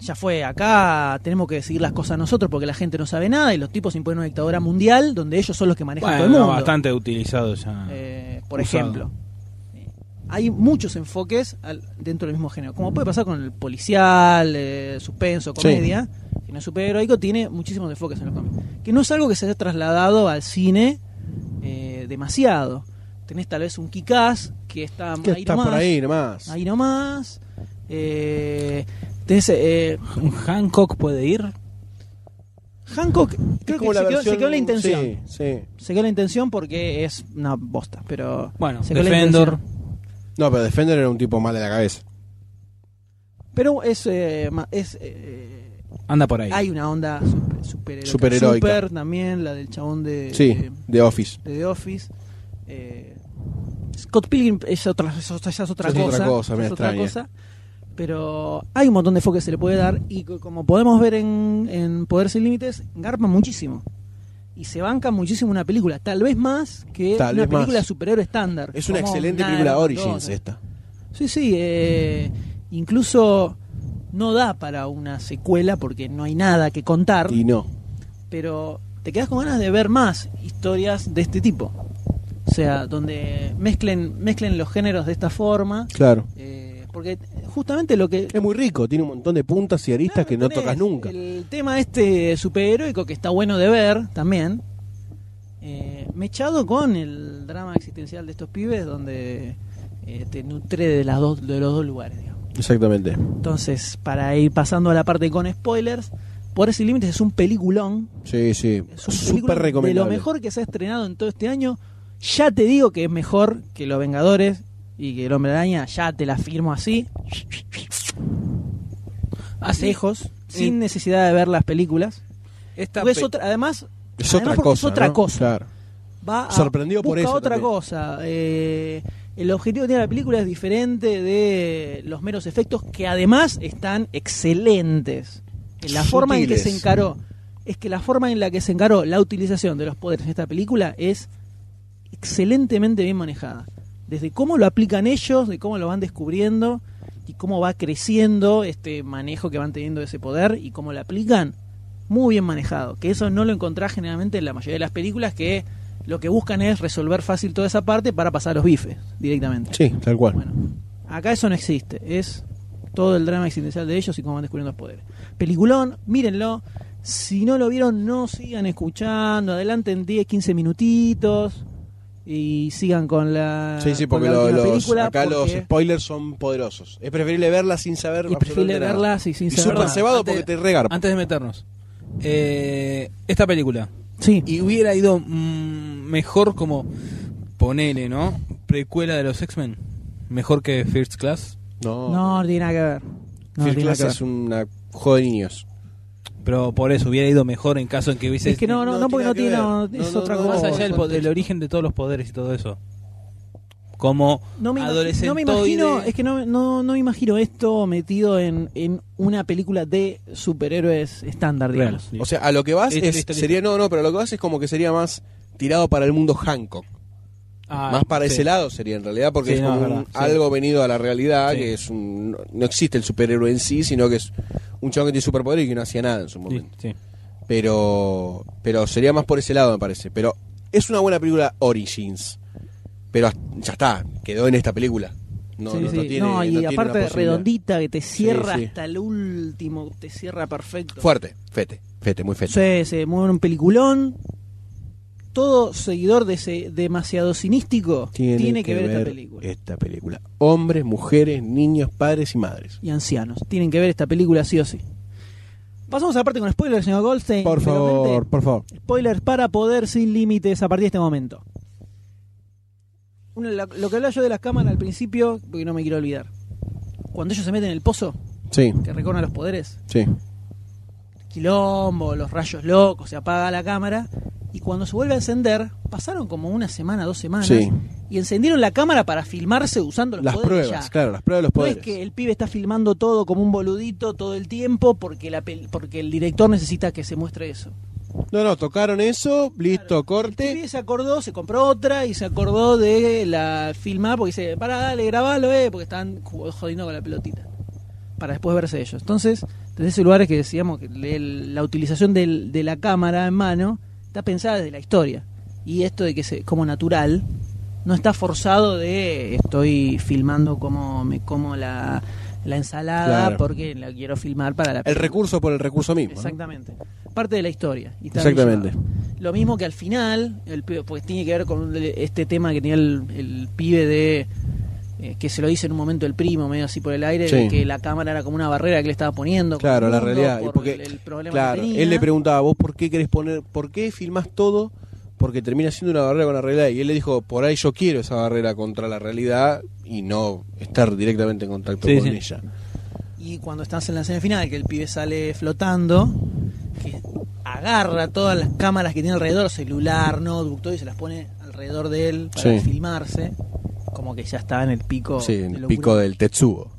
S6: ya fue, acá tenemos que decidir las cosas nosotros porque la gente no sabe nada y los tipos imponen una dictadura mundial donde ellos son los que manejan todo el
S8: Bueno,
S6: mundo.
S8: bastante utilizado
S7: Ah,
S8: ya.
S6: eh, por
S8: Usado.
S6: ejemplo. Eh, Hay muchos enfoques al- dentro del mismo género. Como puede pasar con el policial, eh, suspenso,
S7: Sí.
S6: comedia. Que no es superheroico, tiene muchísimos enfoques en los cómics. Que no es algo que se haya trasladado al cine eh, demasiado. Tenés tal vez un Kikaz que está,
S7: que
S6: ahí
S7: está
S6: nomás.
S7: por ahí nomás.
S6: Ahí nomás. Eh, tenés, eh,
S8: ¿Un Hancock puede ir?
S6: Hancock, creo
S7: como
S6: que se quedó, se quedó en la
S7: versión-
S6: intención.
S7: Sí, sí.
S6: Se quedó en la intención porque es una bosta, pero.
S8: Bueno,
S6: se quedó en la
S8: Defender.
S6: intención.
S7: No, pero Defender era un tipo mal de la cabeza.
S6: Pero es. eh, ma- es eh,
S8: Anda por ahí.
S6: hay una onda super, superheroica.
S7: Superheroica.
S6: Super también, la del chabón de,
S7: Sí,
S6: de,
S7: de Office.
S6: de The Office. Eh, Scott Pilgrim es otra, es otra, ya es otra
S7: Es
S6: cosa.
S7: otra cosa, me
S6: es otra
S7: extraña.
S6: cosa. Pero hay un montón de enfoque que se le puede dar y co- como podemos ver en, en Poder Sin Límites, garpa muchísimo. Y se banca muchísimo una película, tal vez más que
S7: Tal
S6: una
S7: vez más.
S6: película superhéroe estándar.
S7: Es una
S6: como
S7: excelente
S6: Knives,
S7: película Origins
S6: Ghost.
S7: esta.
S6: Sí, sí. eh, incluso no da para una secuela porque no hay nada que contar,
S7: Y no.
S6: pero te quedas con ganas de ver más historias de este tipo. O sea, donde mezclen, mezclen los géneros de esta forma.
S7: Claro.
S6: eh, porque justamente lo que.
S7: Es muy rico, tiene un montón de puntas y aristas que no
S6: tenés
S7: tocas nunca.
S6: El tema este superheroico que está bueno de ver también. eh, mechado con el drama existencial de estos pibes, donde eh, te nutre de, las dos, de los dos lugares, digamos.
S7: Exactamente.
S6: Entonces, para ir pasando a la parte con spoilers, Poder sin Límites es un peliculón.
S7: Sí, sí.
S6: Es un
S7: Súper
S6: peliculón De lo
S7: recomendable.
S6: mejor que se ha estrenado en todo este año. Ya te digo que es mejor que Los Vengadores y que El Hombre Araña. Ya te la firmo así. A lejos. Sin necesidad de ver las películas.
S8: Esta
S6: Porque es
S8: pe-
S6: otra, además,
S7: Es
S6: además
S7: otra
S6: porque
S7: cosa.
S6: es otra
S7: ¿no?
S6: cosa.
S7: Claro.
S6: Va a-
S7: Sorprendido por
S6: busca
S7: eso
S6: otra
S7: también.
S6: cosa. Eh, el objetivo que tiene la película es diferente de los meros efectos, que además están excelentes. En la forma en que se
S7: Sutiles.
S6: encaró, es que la forma en la que se encaró la utilización de los poderes en esta película es excelentemente bien manejada. Desde cómo lo aplican ellos, de cómo lo van descubriendo y cómo va creciendo este manejo que van teniendo de ese poder y cómo lo aplican, muy bien manejado. Que eso no lo encontrás generalmente en la mayoría de las películas que lo que buscan es resolver fácil toda esa parte para pasar a los bifes directamente.
S7: Sí, tal cual.
S6: Bueno, acá eso no existe. Es todo el drama existencial de ellos y cómo van descubriendo los poderes. Peliculón, mírenlo. Si no lo vieron, no sigan escuchando. Adelante en 10, 15 minutitos. Y sigan con la.
S7: sí, sí,
S6: con
S7: porque
S6: la
S7: lo-
S6: última
S7: los-
S6: película,
S7: acá los
S6: porque-
S7: spoilers son poderosos. Es preferible verlas sin saber
S6: Y preferible
S7: absolutamente nada.
S6: verlas y sin
S7: Y
S6: saber
S7: súper
S6: nada.
S7: cebado
S8: Antes-
S7: porque te regarpa.
S8: Antes de meternos. eh, esta película.
S6: Sí.
S8: Y hubiera ido mm, mejor como, ponele, ¿no? Precuela de los X-Men. Mejor que First Class.
S7: No.
S6: No, no tiene nada que ver. No,
S7: First
S6: tiene nada
S7: Class
S6: que ver.
S7: es una juego de niños.
S8: Pero por eso hubiera ido mejor en caso en que hubiese...
S6: Es que no, no,
S7: no
S6: no, porque no
S7: tiene
S6: tiene.
S7: nada
S6: no,
S7: que ver.
S6: es
S7: No, no,
S6: otra
S7: no,
S6: cosa.
S8: Más allá del
S6: el
S8: po- del origen de todos los poderes y todo eso. Como
S6: No me, imagi-
S8: adolescente.
S6: no me imagino, es que no, no, no me imagino esto metido en, en una película de superhéroes estándar, digamos.
S7: O sea, a lo que vas
S8: Listo,
S7: es,
S8: listo, listo.
S7: sería no, no, pero a lo que vas es como que sería más tirado para el mundo Hancock.
S8: ah,
S6: Ah,
S7: más para ese lado sería en realidad, porque
S8: Sí,
S7: es
S8: no,
S7: como
S8: es
S7: un-
S8: verdad, sí.
S7: algo venido a la realidad,
S8: Sí.
S7: que es un, no, no existe el superhéroe en sí, sino que es un chabón que tiene superpoder y que no hacía nada en su
S8: Sí,
S7: momento.
S8: sí.
S7: Pero pero sería más por ese lado, me parece. Pero es una buena película Origins. Pero hasta- ya está, quedó en esta película. No,
S6: Sí,
S7: no,
S6: sí.
S7: no tiene,
S6: No,
S7: no
S6: y
S7: tiene una
S6: aparte
S7: posibilidad.
S6: redondita que te cierra
S7: sí.
S6: hasta el último, te cierra perfecto.
S7: Fuerte, fete, fete, muy fete.
S6: Sí, sí, muy un peliculón. Todo seguidor de ese demasiado cinístico tiene, que, ver, esta película.
S7: Esta película. Hombres, mujeres, niños, padres y madres.
S6: Y ancianos, tienen que ver esta película sí o sí. Pasamos a la parte con spoilers, señor Goldstein.
S7: Por favor,
S6: Velozmente,
S7: por favor.
S6: spoilers para poder sin límites a partir de este momento. Uno, la- lo que hablaba yo de las cámaras al principio, porque no me quiero olvidar. Cuando ellos se meten en el pozo,
S7: Sí,
S6: que recorren los poderes,
S7: sí.
S6: quilombo, los rayos locos, se apaga la cámara. Y cuando se vuelve a encender, pasaron como una semana, dos semanas,
S7: Sí.
S6: y encendieron la cámara para filmarse usando los
S7: Las
S6: poderes
S7: pruebas,
S6: ya.
S7: claro, las pruebas de los
S6: No
S7: poderes.
S6: es que el pibe está filmando todo como un boludito todo el tiempo porque, la pel- porque el director necesita que se muestre eso.
S7: No, no, tocaron eso, listo,
S6: El
S7: corte.
S6: pibe se acordó, se compró otra y se acordó de la filmar porque dice, para, dale, grabalo, eh, porque están jug- jodiendo con la pelotita. Para después verse ellos. Entonces, desde ese lugar que decíamos que el- la utilización del- de la cámara en mano está pensada desde la historia. Y esto de que es como natural, no está forzado de estoy filmando como me como la, la ensalada
S7: Claro.
S6: porque la quiero filmar para la
S7: El
S6: película.
S7: recurso por el recurso mismo. ¿no?
S6: Exactamente. Parte de la historia. y está
S7: Exactamente.
S6: bien llevado. Lo mismo que al final, el pibe- porque tiene que ver con este tema que tenía el, el pibe de. eh, que se lo dice en un momento el primo, medio así por el aire, de
S7: Sí.
S6: que la cámara era como una barrera que le estaba poniendo. con
S7: Claro,
S6: el
S7: la
S6: mundo
S7: realidad. y
S6: por
S7: porque,
S6: el, el problema
S7: claro,
S6: que tenía.
S7: él le preguntaba, ¿vos por qué querés poner, por qué filmás todo? Porque termina siendo una barrera con la realidad. Y él le dijo, por ahí yo quiero esa barrera contra la realidad y no estar directamente en contacto
S8: Sí,
S7: con
S8: sí.
S7: ella.
S6: Y cuando estás en la escena final, que el pibe sale flotando, que agarra todas las cámaras que tiene alrededor, celular, notebook, todo, y se las pone alrededor de él para
S7: Sí.
S6: filmarse. Como que ya estaba en el pico.
S7: Sí,
S6: de
S7: en el
S6: locura.
S7: pico del Tetsuo.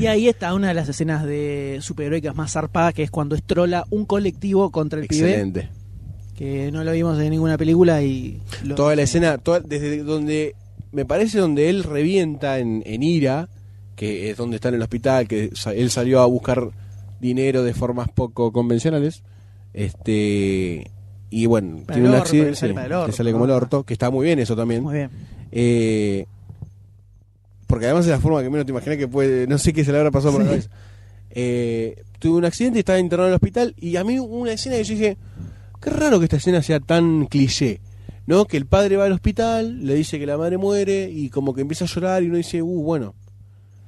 S6: Y ahí está una de las escenas de superheroicas más zarpadas, que es cuando estrola un colectivo contra el
S7: Excelente.
S6: pibe, que no lo vimos en ninguna película y... lo-
S7: Toda la escena, toda- desde donde, me parece donde él revienta en, en ira, que es donde está en el hospital, que sa- él salió a buscar dinero de formas poco convencionales, este y bueno,
S6: Para
S7: tiene
S6: el
S7: un
S6: orto,
S7: accidente,
S6: le sale
S7: sí,
S6: para el orto,
S7: le sale como el
S6: ¿no?
S7: orto, que está muy bien eso también.
S6: Muy bien.
S7: Eh, porque además es la forma que menos te imaginas que puede. No sé qué se le habrá pasado por la cabeza. Eh, tuve un accidente, estaba internado en el hospital. Y a mí hubo una escena que yo dije: Qué raro que esta escena sea tan cliché. ¿No? Que el padre va al hospital, le dice que la madre muere. Y como que empieza a llorar. Y uno dice: Uh, bueno,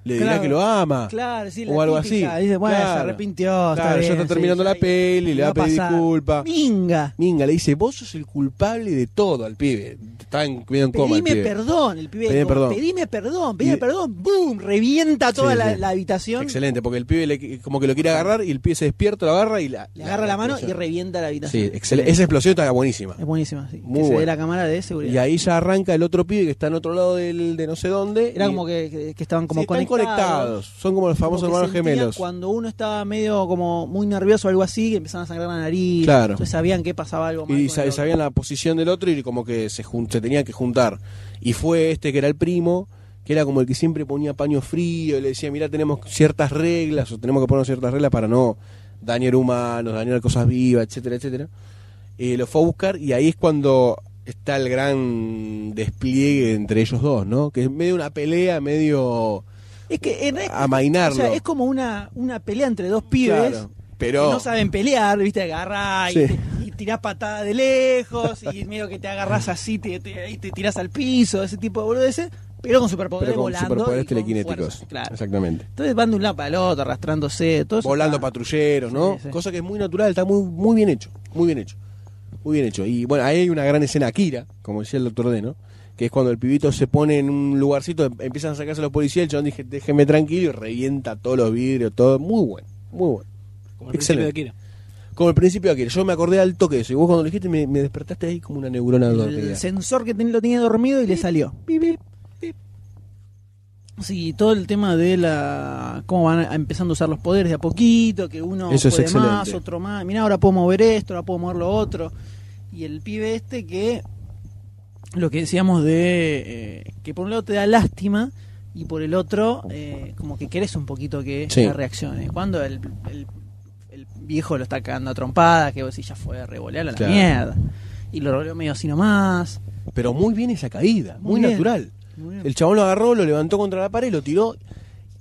S7: le dirá
S6: Claro.
S7: que lo ama.
S6: Claro, sí,
S7: o algo así.
S6: Dice, bueno, se
S7: Claro.
S6: arrepintió.
S7: Claro, ya está terminando la peli, le va a pedir disculpa.
S6: Minga.
S7: Minga le dice: Vos sos el culpable de todo al pibe. Está en, medio en coma. el
S6: Pedime
S7: pibe.
S6: perdón, el pibe.
S7: Pedime
S6: como,
S7: perdón.
S6: Pedime perdón, pedime
S7: Y-
S6: perdón. ¡Boom! Revienta toda
S7: Sí,
S6: la,
S7: sí.
S6: la habitación.
S7: Excelente, porque el pibe le- como que lo quiere agarrar y el pibe se despierta, lo agarra y la,
S6: Le agarra la mano y
S7: explosión.
S6: revienta la habitación.
S7: Sí, excelente. Esa explosión está buenísima.
S6: Es buenísima, sí.
S7: Muy
S6: que se ve
S7: buena.
S6: la cámara de seguridad.
S7: Y ahí ya arranca el otro pibe que está en otro lado del, de no sé dónde.
S6: Era
S7: y-
S6: como que, que- que estaban como
S7: Sí, están
S6: conectados.
S7: conectados. Son como los famosos
S6: Como que
S7: hermanos
S6: sentían
S7: gemelos.
S6: Cuando uno estaba medio como muy nervioso o algo así, que empezaban a sangrar la nariz.
S7: Claro.
S6: Entonces sabían que pasaba algo mal.
S7: Y
S6: con
S7: sa-
S6: el otro.
S7: sabían la posición del otro y como que se, jun- se tenían que juntar. Y fue este que era el primo, que era como el que siempre ponía paño frío y le decía, mira, tenemos ciertas reglas o tenemos que poner ciertas reglas para no dañar humanos, dañar cosas vivas, etcétera, etcétera. Eh, lo fue a buscar y ahí es cuando está el gran despliegue entre ellos dos, ¿no? Que es medio una pelea, medio
S6: Es que en realidad- o
S7: amainarlo.
S6: sea, es como una, una pelea entre dos pibes.
S7: Claro,
S6: que
S7: pero
S6: no saben pelear, viste, agarrás y,
S7: Sí.
S6: te- y tirás patada de lejos, y medio que te agarrás así te, te- y te tirás al piso, ese tipo de boludeces, pero con superpoderes
S7: pero con
S6: volando.
S7: superpoderes
S6: y con
S7: telequinéticos.
S6: fuerza, claro.
S7: Exactamente.
S6: Entonces van de un lado para el otro, arrastrándose, todo eso
S7: volando
S6: está-
S7: patrulleros, ¿no?
S6: Sí, sí.
S7: Cosa que es muy natural, está muy, muy bien hecho, muy bien hecho, muy bien hecho. Y bueno, ahí hay una gran escena Akira, como decía el doctor D, ¿no? Que es cuando el pibito se pone en un lugarcito, em- empiezan a sacarse los policías, el chabón dije, déjeme tranquilo y revienta todos los vidrios, todo. Muy bueno, muy bueno.
S8: Como
S7: el
S8: el
S7: principio de
S8: principio de Akira.
S7: Como el principio de Akira, yo me acordé al toque de eso. Y vos cuando lo dijiste me, me despertaste ahí como una neurona. dormida.
S6: El sensor que ten- lo tenía dormido y le salió. Sí, todo el tema de la cómo van a- empezando a usar los poderes de a poquito, que uno
S7: Eso es
S6: puede
S7: excelente.
S6: más, otro más. Mira, ahora puedo mover esto, ahora puedo mover lo otro. Y el pibe este que lo que decíamos de eh, que por un lado te da lástima y por el otro eh, como que querés un poquito que
S7: Sí.
S6: la reaccione. Cuando el, el- el viejo lo está cagando a trompadas, que vos decís ya fue a revolear a la
S7: Claro.
S6: mierda. Y lo roleó medio así nomás.
S7: Pero muy bien esa caída, muy,
S6: Muy bien.
S7: natural. El chabón lo agarró, lo levantó contra la pared, lo tiró.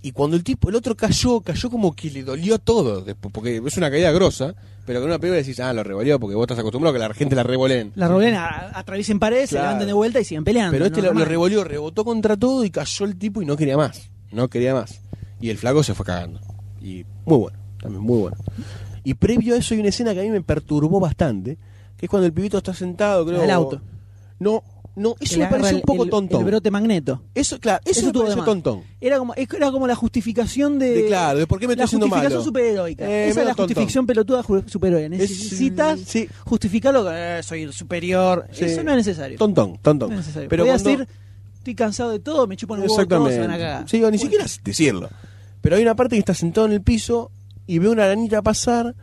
S7: Y cuando el tipo, el otro cayó, cayó como que le dolió todo. después, Porque es una caída grosa, pero con una película decís, ah, lo revoleó porque vos estás acostumbrado a que la gente la revoleen.
S6: La rolen, a- atraviesen paredes, se
S7: Claro.
S6: levanten de vuelta y siguen peleando.
S7: Pero este
S6: ¿no?
S7: lo, lo
S6: Normal.
S7: revoleó, rebotó contra todo y cayó el tipo y no quería más. No quería más. Y el flaco se fue cagando. Y muy bueno, también muy bueno. Y previo a eso hay una escena que a mí me perturbó bastante, que es cuando el pibito está sentado, creo.
S6: El auto.
S7: No, no, eso
S6: Que le
S7: me parece
S6: agarra
S7: un poco
S6: el,
S7: tontón.
S6: El brote magneto.
S7: Eso, claro, eso, me
S6: estuvo de
S7: pareció
S6: más.
S7: tontón.
S6: Era como, es- era como la justificación de.
S7: De claro, de por qué me
S6: la
S7: estoy haciendo
S6: justificación
S7: malo.
S6: superheroica.
S7: Eh,
S6: Esa es
S7: medio
S6: la
S7: tontón.
S6: justificación pelotuda ju- superheroica.
S7: Es-
S6: Necesitas
S7: sí.
S6: justificarlo con, eh, soy el superior.
S7: Sí.
S6: Eso no es necesario.
S7: Tontón, tontón.
S6: No es necesario.
S7: Pero
S6: Podías
S7: cuando-
S6: decir, estoy cansado de todo, me chupan el huevo, todos se van a cagar.
S7: Sí, o ni
S6: Bueno,
S7: siquiera decirlo. Pero hay una parte que está sentado en el piso y ve una aranita pasar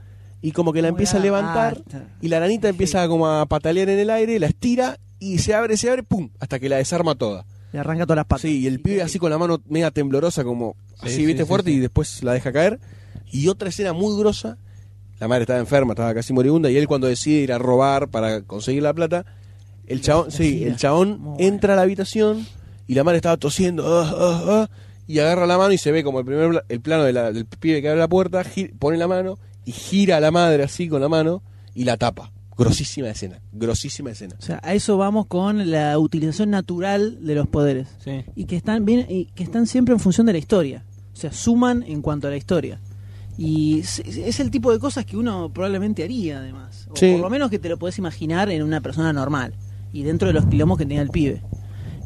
S7: y como que la
S6: Como
S7: empieza a
S6: la-
S7: levantar
S6: ah, está.
S7: y la aranita empieza como a patalear en el aire, la estira y se abre, se abre, pum, hasta que la desarma toda.
S6: Le arranca todas las patas.
S7: Sí, y el pibe así con la mano media temblorosa como así,
S8: sí,
S7: viste
S8: sí,
S7: fuerte
S8: sí.
S7: y después la deja caer. Y otra escena muy grosa, la madre estaba enferma, estaba casi moribunda, y él cuando decide ir a robar para conseguir la plata, el chabón, sí,
S6: gira.
S7: el chabón
S6: Muy bueno.
S7: entra a la habitación y la madre estaba tosiendo, ah, ah, ah, y agarra la mano y se ve como el primer pla- el plano de la- del pibe que abre la puerta, gi- pone la mano y gira a la madre así con la mano y la tapa. Grosísima escena, grosísima escena.
S6: O sea, a eso vamos con la utilización natural de los poderes.
S8: Sí.
S6: Y que están bien, y que están siempre en función de la historia. O sea, suman en cuanto a la historia. Y es- es el tipo de cosas que uno probablemente haría, además. O
S7: Sí.
S6: por lo menos que te lo podés imaginar en una persona normal. Y dentro de los quilombos que tenía el pibe.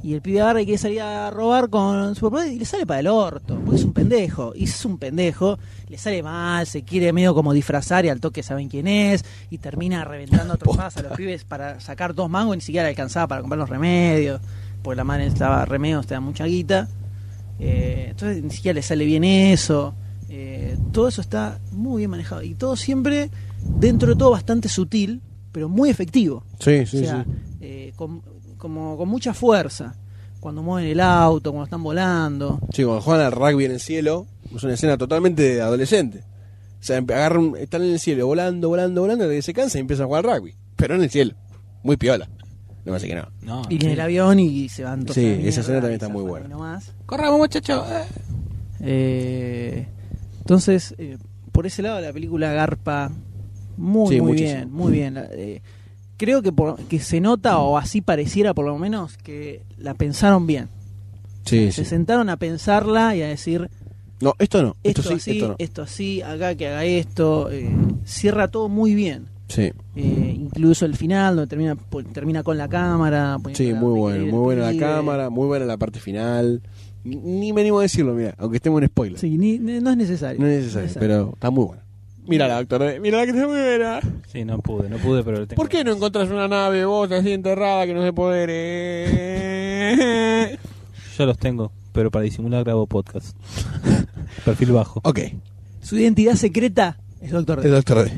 S6: Y el pibe agarra y quiere salir a robar con superpoder y le sale para el orto. Porque es un pendejo. Y es un pendejo. Le sale mal, se quiere medio como disfrazar y al toque saben quién es. Y termina reventando a trompadas a los pibes para sacar dos mangos y ni siquiera le alcanzaba para comprar los remedios. Porque la madre estaba remedios, te da mucha guita. Eh, entonces ni siquiera le sale bien eso. Eh, todo eso está muy bien manejado. Y todo siempre, dentro de todo, bastante sutil, pero muy efectivo
S7: Sí,
S6: o sea, eh, con, como con mucha fuerza. Cuando mueven el auto, cuando están volando.
S7: Sí, cuando juegan al rugby en el cielo, es una escena totalmente de adolescente. O sea, empe- agarran, están en el cielo volando, volando, volando, hasta que se cansan y empiezan a jugar al rugby. Pero en el cielo, muy piola. No me sé que no.
S8: No,
S6: y
S8: Ah, sí.
S6: en el avión y se van todos. a
S7: Sí,
S6: la
S7: esa
S6: mierda
S7: escena también
S6: y
S7: está muy
S6: zafan
S7: buena.
S6: y no más.
S8: Corramos, muchachos. eh.
S6: Eh, entonces, eh, por ese lado la película garpa muy,
S7: Sí,
S6: muy
S7: muchísimo.
S6: bien, muy bien. La- eh, creo que, por- que se nota, o así pareciera por lo menos, que la pensaron bien.
S7: Sí,
S6: Se sentaron a pensarla y a decir,
S7: No, esto no. Esto,
S6: esto,
S7: sí,
S6: así,
S7: esto no.
S6: esto así, acá que haga esto. eh, cierra todo muy bien.
S7: Sí,
S6: Eh, incluso el final, donde termina, po- termina con la cámara. poniendo
S7: sí,
S6: la
S7: muy
S6: piel
S7: bueno.
S6: del
S7: Muy buena la
S6: pibe.
S7: cámara, muy buena la parte final. Ni- Ni me animo a decirlo, mira, aunque estemos en spoiler.
S6: Sí, ni- ni- no es necesario.
S7: No es necesario, pero está muy buena. Mira la doctora, eh, mira la que está muy buena.
S8: Sí, no pude, no pude, pero lo tengo.
S7: ¿Por qué no encontrás una nave vos así enterrada que no se poderes?
S8: Yo los tengo, pero para disimular grabo podcast. Perfil bajo.
S7: Ok,
S6: Su identidad secreta es Doctor
S7: el
S6: D.
S7: Doctor D.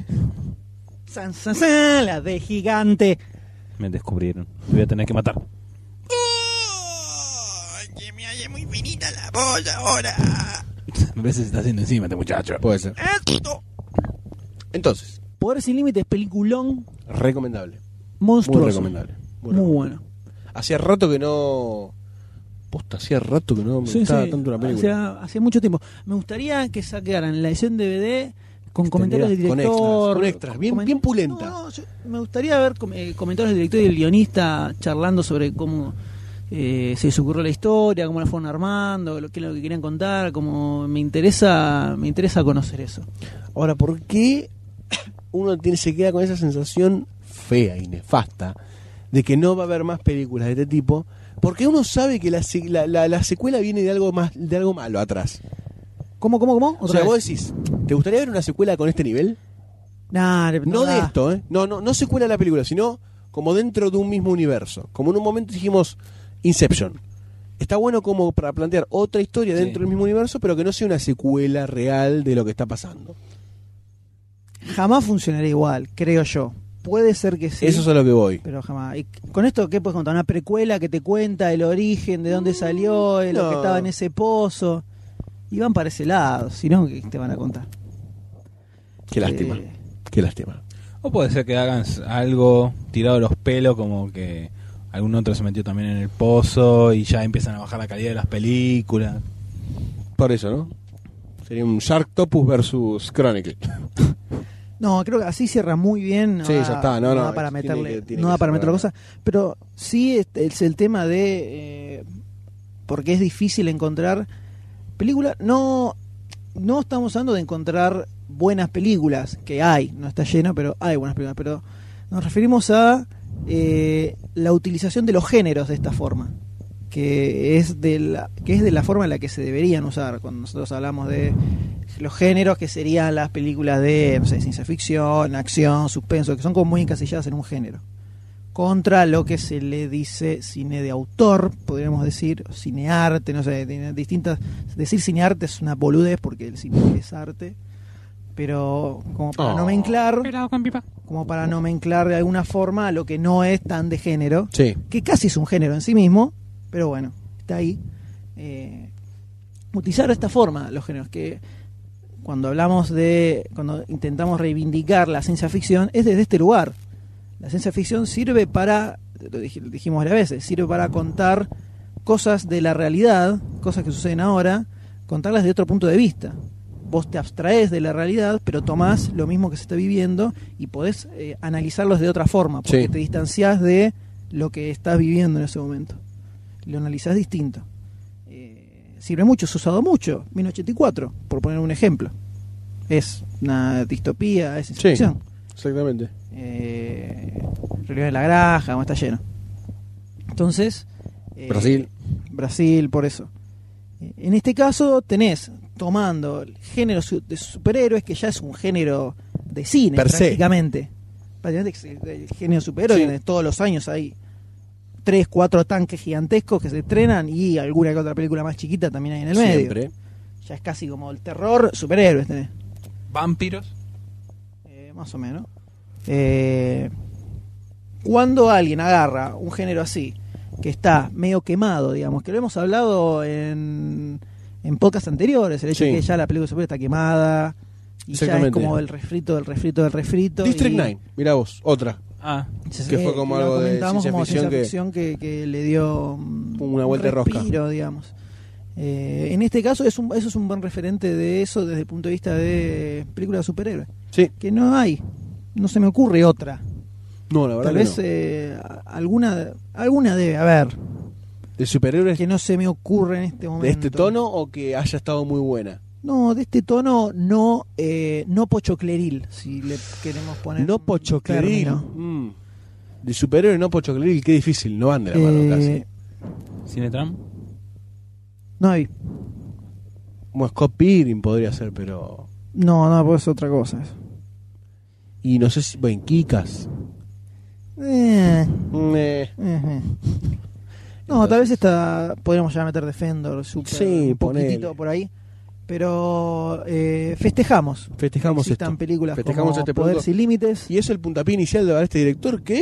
S6: San, san, san, la de gigante.
S8: Me descubrieron. Te voy a tener que matar.
S1: Que me haya muy finita la voz ahora.
S8: Me parece que se está haciendo encima este muchacho.
S7: Puede ser.
S1: Esto.
S7: Entonces,
S6: Poder sin límites, peliculón
S7: recomendable.
S6: monstruoso.
S7: Muy recomendable.
S6: Muy, bueno.
S7: Hacía rato que no. Posta, hacía rato que no me
S6: Sí,
S7: gustaba
S6: sí.
S7: tanto una
S6: O
S7: película.
S6: sea, hace mucho tiempo. Me gustaría que sacaran la edición DVD con
S7: Extendida,
S6: comentarios del director.
S7: con extras, con extras, bien-
S6: comen-
S7: bien pulenta.
S6: No, no, yo- me gustaría ver com- eh, comentarios del director y del guionista charlando sobre cómo eh, se les ocurrió la historia, cómo la fueron armando, lo, qué es lo que querían contar. Como me interesa, me interesa conocer eso.
S7: Ahora, ¿por qué uno tiene, se queda con esa sensación fea y nefasta de que no va a haber más películas de este tipo? Porque uno sabe que la, se- la, la- la secuela viene de algo más de algo malo atrás.
S6: ¿Cómo, cómo, cómo?
S7: O sea, vos decís, ¿te gustaría ver una secuela con este nivel?
S6: Nah, de-
S7: No
S6: nah.
S7: de esto, ¿eh? No, no, no secuela de la película, sino como dentro de un mismo universo. Como en un momento dijimos Inception. Está bueno como para plantear otra historia dentro
S8: Sí.
S7: del mismo universo, pero que no sea una secuela real de lo que está pasando.
S6: Jamás funcionaría igual, creo yo. Puede ser que sí.
S7: Eso es a lo que voy.
S6: Pero jamás. ¿Y ¿Con esto qué puedes contar? ¿Una precuela que te cuenta el origen, de dónde salió, de lo que
S7: no.
S6: estaba en ese pozo? Y van para ese lado, si no, ¿qué te van a contar?
S7: Qué lástima.
S6: Eh,
S7: Qué lástima.
S8: O puede ser que hagan algo tirado de los pelos, como que algún otro se metió también en el pozo y ya empiezan a bajar la calidad de las películas.
S7: Por eso, ¿no? Sería un Sharktopus versus Chronicle.
S6: No, creo que así cierra muy bien. no
S7: Sí,
S6: da-
S7: ya está, no, no,
S6: da para
S7: tiene que-
S6: meterle,
S7: tiene
S6: no
S7: que
S6: da para meterle
S7: cerrar.
S6: cosas. Pero sí este, es el tema de. eh, porque es difícil encontrar películas. No, no estamos hablando de encontrar buenas películas, que hay, no está lleno, pero hay buenas películas. Pero nos referimos a eh, la utilización de los géneros de esta forma. Que es, de la, que es de la forma en la que se deberían usar cuando nosotros hablamos de los géneros que serían las películas de no sé, ciencia ficción, acción, suspenso, que son como muy encasilladas en un género. Contra lo que se le dice cine de autor, podríamos decir, o cinearte, no sé, tiene distintas. Decir cinearte es una boludez porque el cine es arte, pero como para
S7: Oh.
S6: nomenclar. Como para nomenclar de alguna forma lo que no es tan de género,
S7: Sí.
S6: que casi es un género en sí mismo, pero bueno, está ahí. Eh, utilizar de esta forma los géneros, que cuando hablamos de, cuando intentamos reivindicar la ciencia ficción, es desde este lugar. La ciencia ficción sirve para, lo dij- lo dijimos varias veces, sirve para contar cosas de la realidad, cosas que suceden ahora, contarlas de otro punto de vista. Vos te abstraes de la realidad, pero tomás lo mismo que se está viviendo y podés eh, analizarlos de otra forma, porque
S7: Sí.
S6: te distanciás de lo que estás viviendo en ese momento. Lo analizás distinto. Eh, sirve mucho, es usado mucho. 1984, por poner un ejemplo. Es una distopía, es ciencia
S7: Sí.
S6: ficción.
S7: Exactamente.
S6: Eh, Rebelión de la Granja, como está lleno. Entonces. eh,
S7: Brasil.
S6: Brasil, por eso. Eh, En este caso tenés tomando el género su- de superhéroes, que ya es un género de cine
S7: Per se.
S6: prácticamente. Prácticamente el el género superhéroe,
S7: Sí.
S6: donde todos los años hay tres, cuatro tanques gigantescos que se estrenan y alguna que otra película más chiquita también hay en el medio.
S7: Siempre. ¿eh?
S6: Ya es casi como el terror superhéroes tenés.
S5: Vampiros.
S6: Eh, más o menos. Eh, cuando alguien agarra un género así, que está medio quemado, digamos, que lo hemos hablado en, en podcasts anteriores, el hecho
S7: Sí.
S6: de que ya la película de superhéroe está quemada, y ya es
S7: Exactamente.
S6: como el refrito del refrito del refrito.
S7: District
S6: y-
S7: 9. Mirá vos, otra.
S5: Ah,
S6: se-
S7: que fue
S6: eh,
S7: como
S6: lo
S7: algo de
S6: comentamos
S7: ciencia
S6: como
S7: ficción
S6: ciencia
S7: que-
S6: ficción que, que le dio mm,
S7: Una vuelta
S6: un
S7: de rosca.
S6: respiro, digamos. Eh, en este caso, es un, eso es un buen referente de eso desde el punto de vista de películas de superhéroes
S7: Sí.
S6: que no hay. No se me ocurre otra.
S7: No, la
S6: Tal
S7: verdad que
S6: vez
S7: no.
S6: eh, a- alguna alguna debe haber
S7: De superhéroes
S6: que no se me ocurre en este momento.
S7: de este tono o que haya estado muy buena.
S6: No, de este tono no eh, no pochocleril, si le queremos poner.
S7: No
S6: un
S7: pochocleril.
S6: término.
S7: Mm. De superhéroes no pochocleril, qué difícil, no van de la mano
S6: Eh,
S7: casi.
S8: Cinetram.
S6: no hay.
S7: Bueno, Scott Pilgrim podría ser, pero...
S6: No, no, pues es otra cosa. eso.
S7: Y no sé si... Bueno, Kikas.
S6: Eh,
S7: Mm, eh.
S6: eh, eh. No, tal vez esta podríamos ya meter Defender, Super,
S7: Sí,
S6: un poquitito
S7: ponele.
S6: por ahí. Pero eh, festejamos.
S7: Festejamos
S6: que existan
S7: esto.
S6: películas
S7: Festejamos
S6: como
S7: este
S6: Poder
S7: producto.
S6: sin Límites.
S7: Y es el puntapié inicial de este director que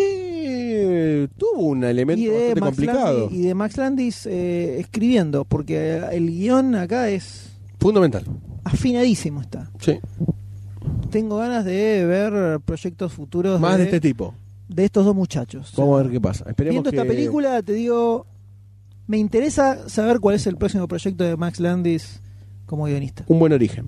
S7: eh, tuvo un elemento
S6: y de,
S7: bastante
S6: Max
S7: complicado.
S6: Landis, y de Max Landis eh, escribiendo, porque el guión acá es
S7: Fundamental.
S6: afinadísimo está.
S7: Sí.
S6: Tengo ganas de ver proyectos futuros
S7: Más
S6: de,
S7: de este tipo.
S6: de estos dos muchachos.
S7: Vamos a ver qué pasa. Esperemos
S6: Viendo
S7: que...
S6: esta película, te digo, me interesa saber cuál es el próximo proyecto de Max Landis como guionista.
S7: Un buen origen.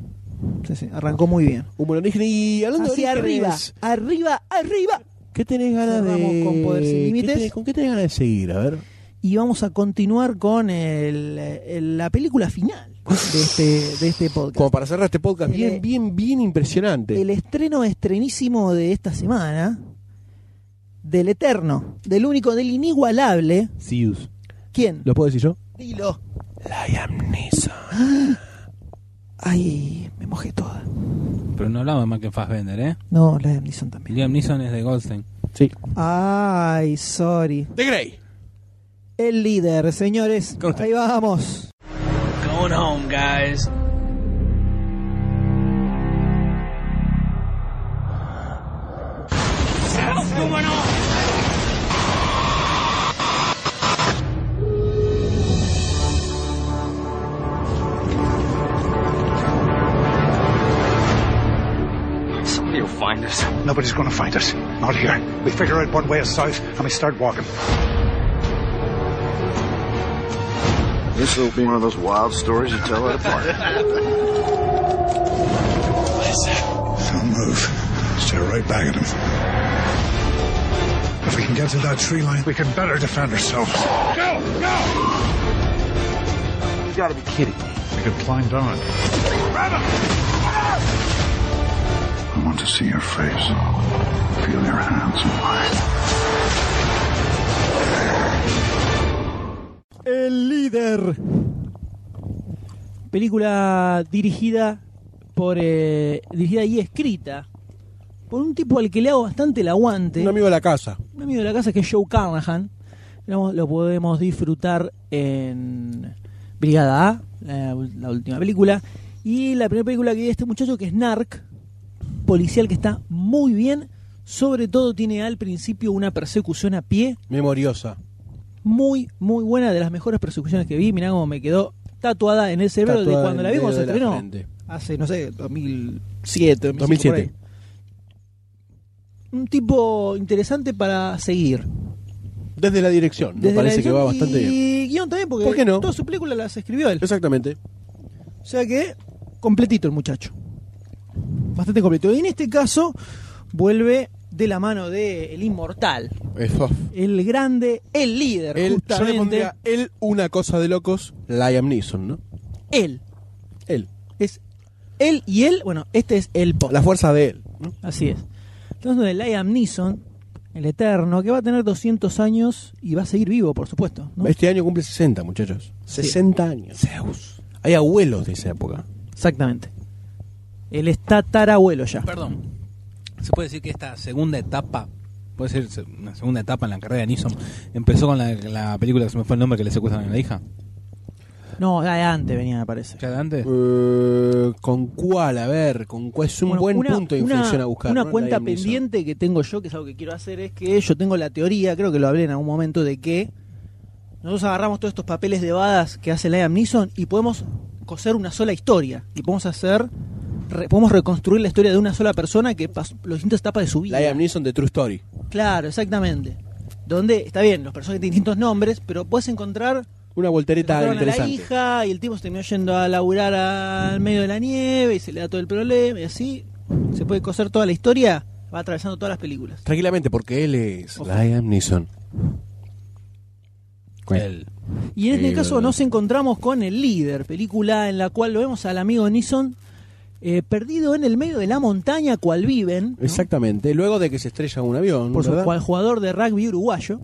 S6: Sí, sí, arrancó muy bien.
S7: Un buen origen. Y hablando
S6: Hacia
S7: de
S6: arriba,
S7: orígenes,
S6: arriba, arriba.
S7: ¿Qué tenés ganas
S6: Cerramos
S7: de...?
S6: con Poder Sin
S7: ¿Qué
S6: Límites.
S7: tenés- ¿Con qué tenés ganas de seguir? A ver.
S6: Y vamos a continuar con el- el- la película final de este, de este podcast.
S7: Como para cerrar este podcast.
S6: Eh,
S7: Bien, bien, bien impresionante.
S6: El estreno estrenísimo de esta semana, del eterno, del único, del inigualable.
S8: Sius.
S6: ¿Quién?
S7: ¿Lo puedo decir yo?
S6: Dilo.
S7: Liam Neeson.
S6: Ay, me mojé toda.
S8: Pero no hablamos de Michael Fassbender, ¿eh?
S6: No, la de Nixon también.
S8: Liam Neeson es de Goldstein.
S7: Sí.
S6: Ay, sorry.
S7: De Grey.
S6: El líder, señores.
S8: Con usted.
S6: Ahí vamos.
S5: going home, guys.
S2: Somebody will find us.
S9: Nobody's gonna find us. Not here. We figure out one way is south and we start walking.
S2: This will be one of those wild stories you tell at a party.
S9: Don't move. Stare right back at him. If we can get to that tree line, we can better defend ourselves. Go! Go!
S2: You gotta be kidding.
S9: We could climb down it. I want to see your face. Feel your hands in mine.
S6: El líder. Película dirigida por eh, dirigida y escrita por un tipo al que le hago bastante el aguante.
S7: Un amigo de la casa.
S6: un amigo de la casa que es Joe Carnahan. Lo, lo podemos disfrutar en Brigada A, la, la última película. Y la primera película que vi de este muchacho que es Narc, policial que está muy bien. Sobre todo tiene al principio una persecución a pie
S7: Memoriosa.
S6: muy, muy buena, de las mejores persecuciones que vi. Mirá cómo me quedó tatuada en el cerebro
S7: Tatuada
S6: de cuando
S7: en
S6: la
S7: el
S6: vimos se
S7: dedo de la
S6: estrenó.
S7: frente.
S6: hace, no sé, 2007, 2005,
S7: 2007.
S6: por ahí. Un tipo interesante para seguir.
S7: Desde la dirección,
S6: Desde
S7: me parece
S6: la
S7: que va
S6: edición
S7: bastante
S6: y
S7: bien.
S6: guión también, porque
S7: ¿Por qué no?
S6: todas sus películas las escribió él.
S7: Exactamente.
S6: O sea que, completito el muchacho. Bastante completo. Y en este caso, vuelve de la mano de el inmortal, el grande, el líder,
S7: Él, yo le
S6: justamente.
S7: pondría él una cosa de locos, Liam Neeson, ¿no?
S6: Él.
S7: Él.
S6: Es él y él. Bueno, este es el pop.
S7: La fuerza de él. ¿no?
S6: Así es. Entonces, de Liam Neeson, el eterno, que va a tener 200 años y va a seguir vivo, por supuesto. ¿no?
S7: Este año cumple 60, muchachos. 60 años. Zeus. Hay abuelos de esa época.
S6: Exactamente. Él es tatarabuelo ya.
S5: Perdón. ¿Se puede decir que esta segunda etapa, puede ser se- una segunda etapa en la carrera de Nixon, empezó con la, la película que se me fue el nombre que le secuestran a la hija?
S6: No, de antes venía, me parece.
S5: ¿Ya de antes?
S7: Eh, ¿Con cuál? A ver, ¿con cuál? Es un
S6: Bueno,
S7: buen
S6: una-
S7: punto de
S6: una-
S7: inflexión a buscar.
S6: Una
S7: ¿no?
S6: cuenta
S7: Liam Neeson.
S6: pendiente que tengo yo, que es algo que quiero hacer, es que yo tengo la teoría, creo que lo hablé en algún momento, de que nosotros agarramos todos estos papeles de badas que hace Liam Neeson y podemos coser una sola historia. Y podemos hacer, re- podemos reconstruir la historia de una sola persona que pasó las distintas etapas de su vida.
S7: Liam Neeson de True Story.
S6: Claro, exactamente. Donde, está bien, los personajes tienen distintos nombres, pero puedes encontrar
S7: Una voltereta
S6: Mataron a la
S7: interesante.
S6: hija y el tipo se terminó yendo a laburar al medio de la nieve y se le da todo el problema y así se puede coser toda la historia, va atravesando todas las películas.
S7: Tranquilamente, porque él es
S6: Ojo.
S7: Liam Neeson.
S5: Él.
S6: Y en este
S7: Sí,
S6: caso
S7: verdad.
S6: nos encontramos con El Líder, película en la cual lo vemos al amigo Nison eh, perdido en el medio de la montaña cual viven, ¿no?
S7: Exactamente. Luego de que se estrella un avión,
S6: por su
S7: ¿verdad?
S6: cual jugador de rugby uruguayo.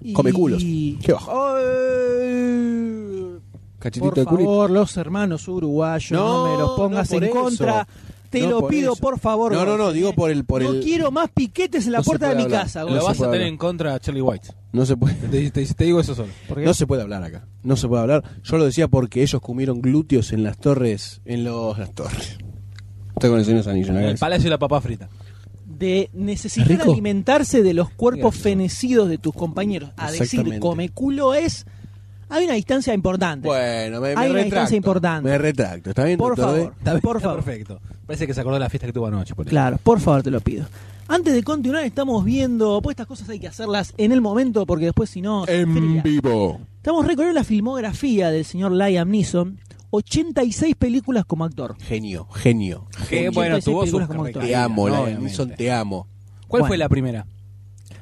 S6: Y-
S7: Come culos.
S6: y-
S7: Qué bajo.
S6: ¡Ay!
S7: Cachetito
S6: Por
S7: de culito.
S6: favor, los hermanos uruguayos, no,
S7: No,
S6: me los pongas
S7: no por
S6: en
S7: eso.
S6: contra. Te
S7: No
S6: lo
S7: por
S6: pido,
S7: eso.
S6: por favor.
S7: No, no, no,
S6: Gonza,
S7: digo
S6: ¿eh?
S7: por el- por
S6: no
S7: el-
S6: quiero más piquetes en la
S7: No se
S6: puerta de
S7: puede
S6: mi
S7: hablar.
S6: casa.
S7: No
S5: Lo
S7: se
S6: Gonza.
S5: vas a
S7: puede
S5: tener
S7: hablar.
S5: en contra a Charlie White.
S7: No se puede.
S5: Te, te- te digo eso solo.
S6: Porque-
S7: No se puede hablar acá. No se puede hablar. Yo lo decía porque ellos comieron glúteos en las torres. En los, las torres. Estoy con el señor Sanillo en la
S5: El
S7: cabeza.
S5: palacio de la papa frita.
S6: de necesitar
S7: Rico.
S6: alimentarse de los cuerpos
S5: Rico.
S6: fenecidos de tus compañeros. A decir
S7: Exactamente.
S6: come culo es. Hay una distancia importante.
S7: Bueno, me, me
S6: Hay una
S7: retracto.
S6: distancia importante.
S7: Me retracto. ¿Está bien,
S6: Por
S7: doctor D?
S6: favor.
S5: Está bien,
S6: Por
S5: está
S6: favor.
S5: Perfecto. Parece que se acordó de la fiesta que tuvo anoche. por ejemplo.
S6: Claro, por favor, te lo pido. Antes de continuar, estamos viendo. Pues estas cosas hay que hacerlas en el momento porque después, si no. se enfría.
S7: En vivo.
S6: Estamos recorriendo la filmografía del señor Liam Neeson. 86 películas como actor.
S7: Genio, genio.
S5: Qué bueno,
S6: 86
S5: tuvo sus
S6: películas como actor.
S7: Te
S5: recaídas,
S7: amo,
S5: ¿no?
S7: Liam
S5: Obviamente.
S7: Neeson, te amo.
S5: ¿Cuál fue
S6: Bueno.
S5: la primera?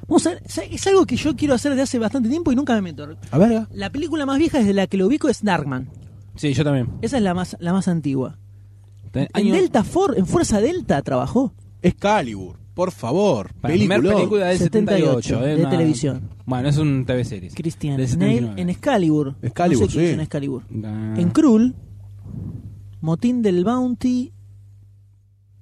S6: Vamos a ver, es algo que yo quiero hacer desde hace bastante tiempo y nunca me meto.
S7: A ver, ah.
S6: La película más vieja desde la que lo ubico es Darkman.
S5: Sí, yo también.
S6: Esa es la más, la más antigua.
S5: Ten-
S6: En
S5: año-
S6: Delta Force, en Fuerza Delta trabajó.
S7: Excalibur, por favor.
S5: Para la primera
S7: Peliculón.
S5: película del
S6: 78,
S5: 78,
S6: de
S5: eh, una-
S6: televisión.
S5: Bueno, es un TV series.
S6: Christian
S5: Del
S6: Nail
S5: 79.
S6: en Excalibur.
S7: Excalibur,
S6: No sé quién
S7: sí.
S6: es en Excalibur.
S5: Ah.
S6: En Krull, Motín del Bounty.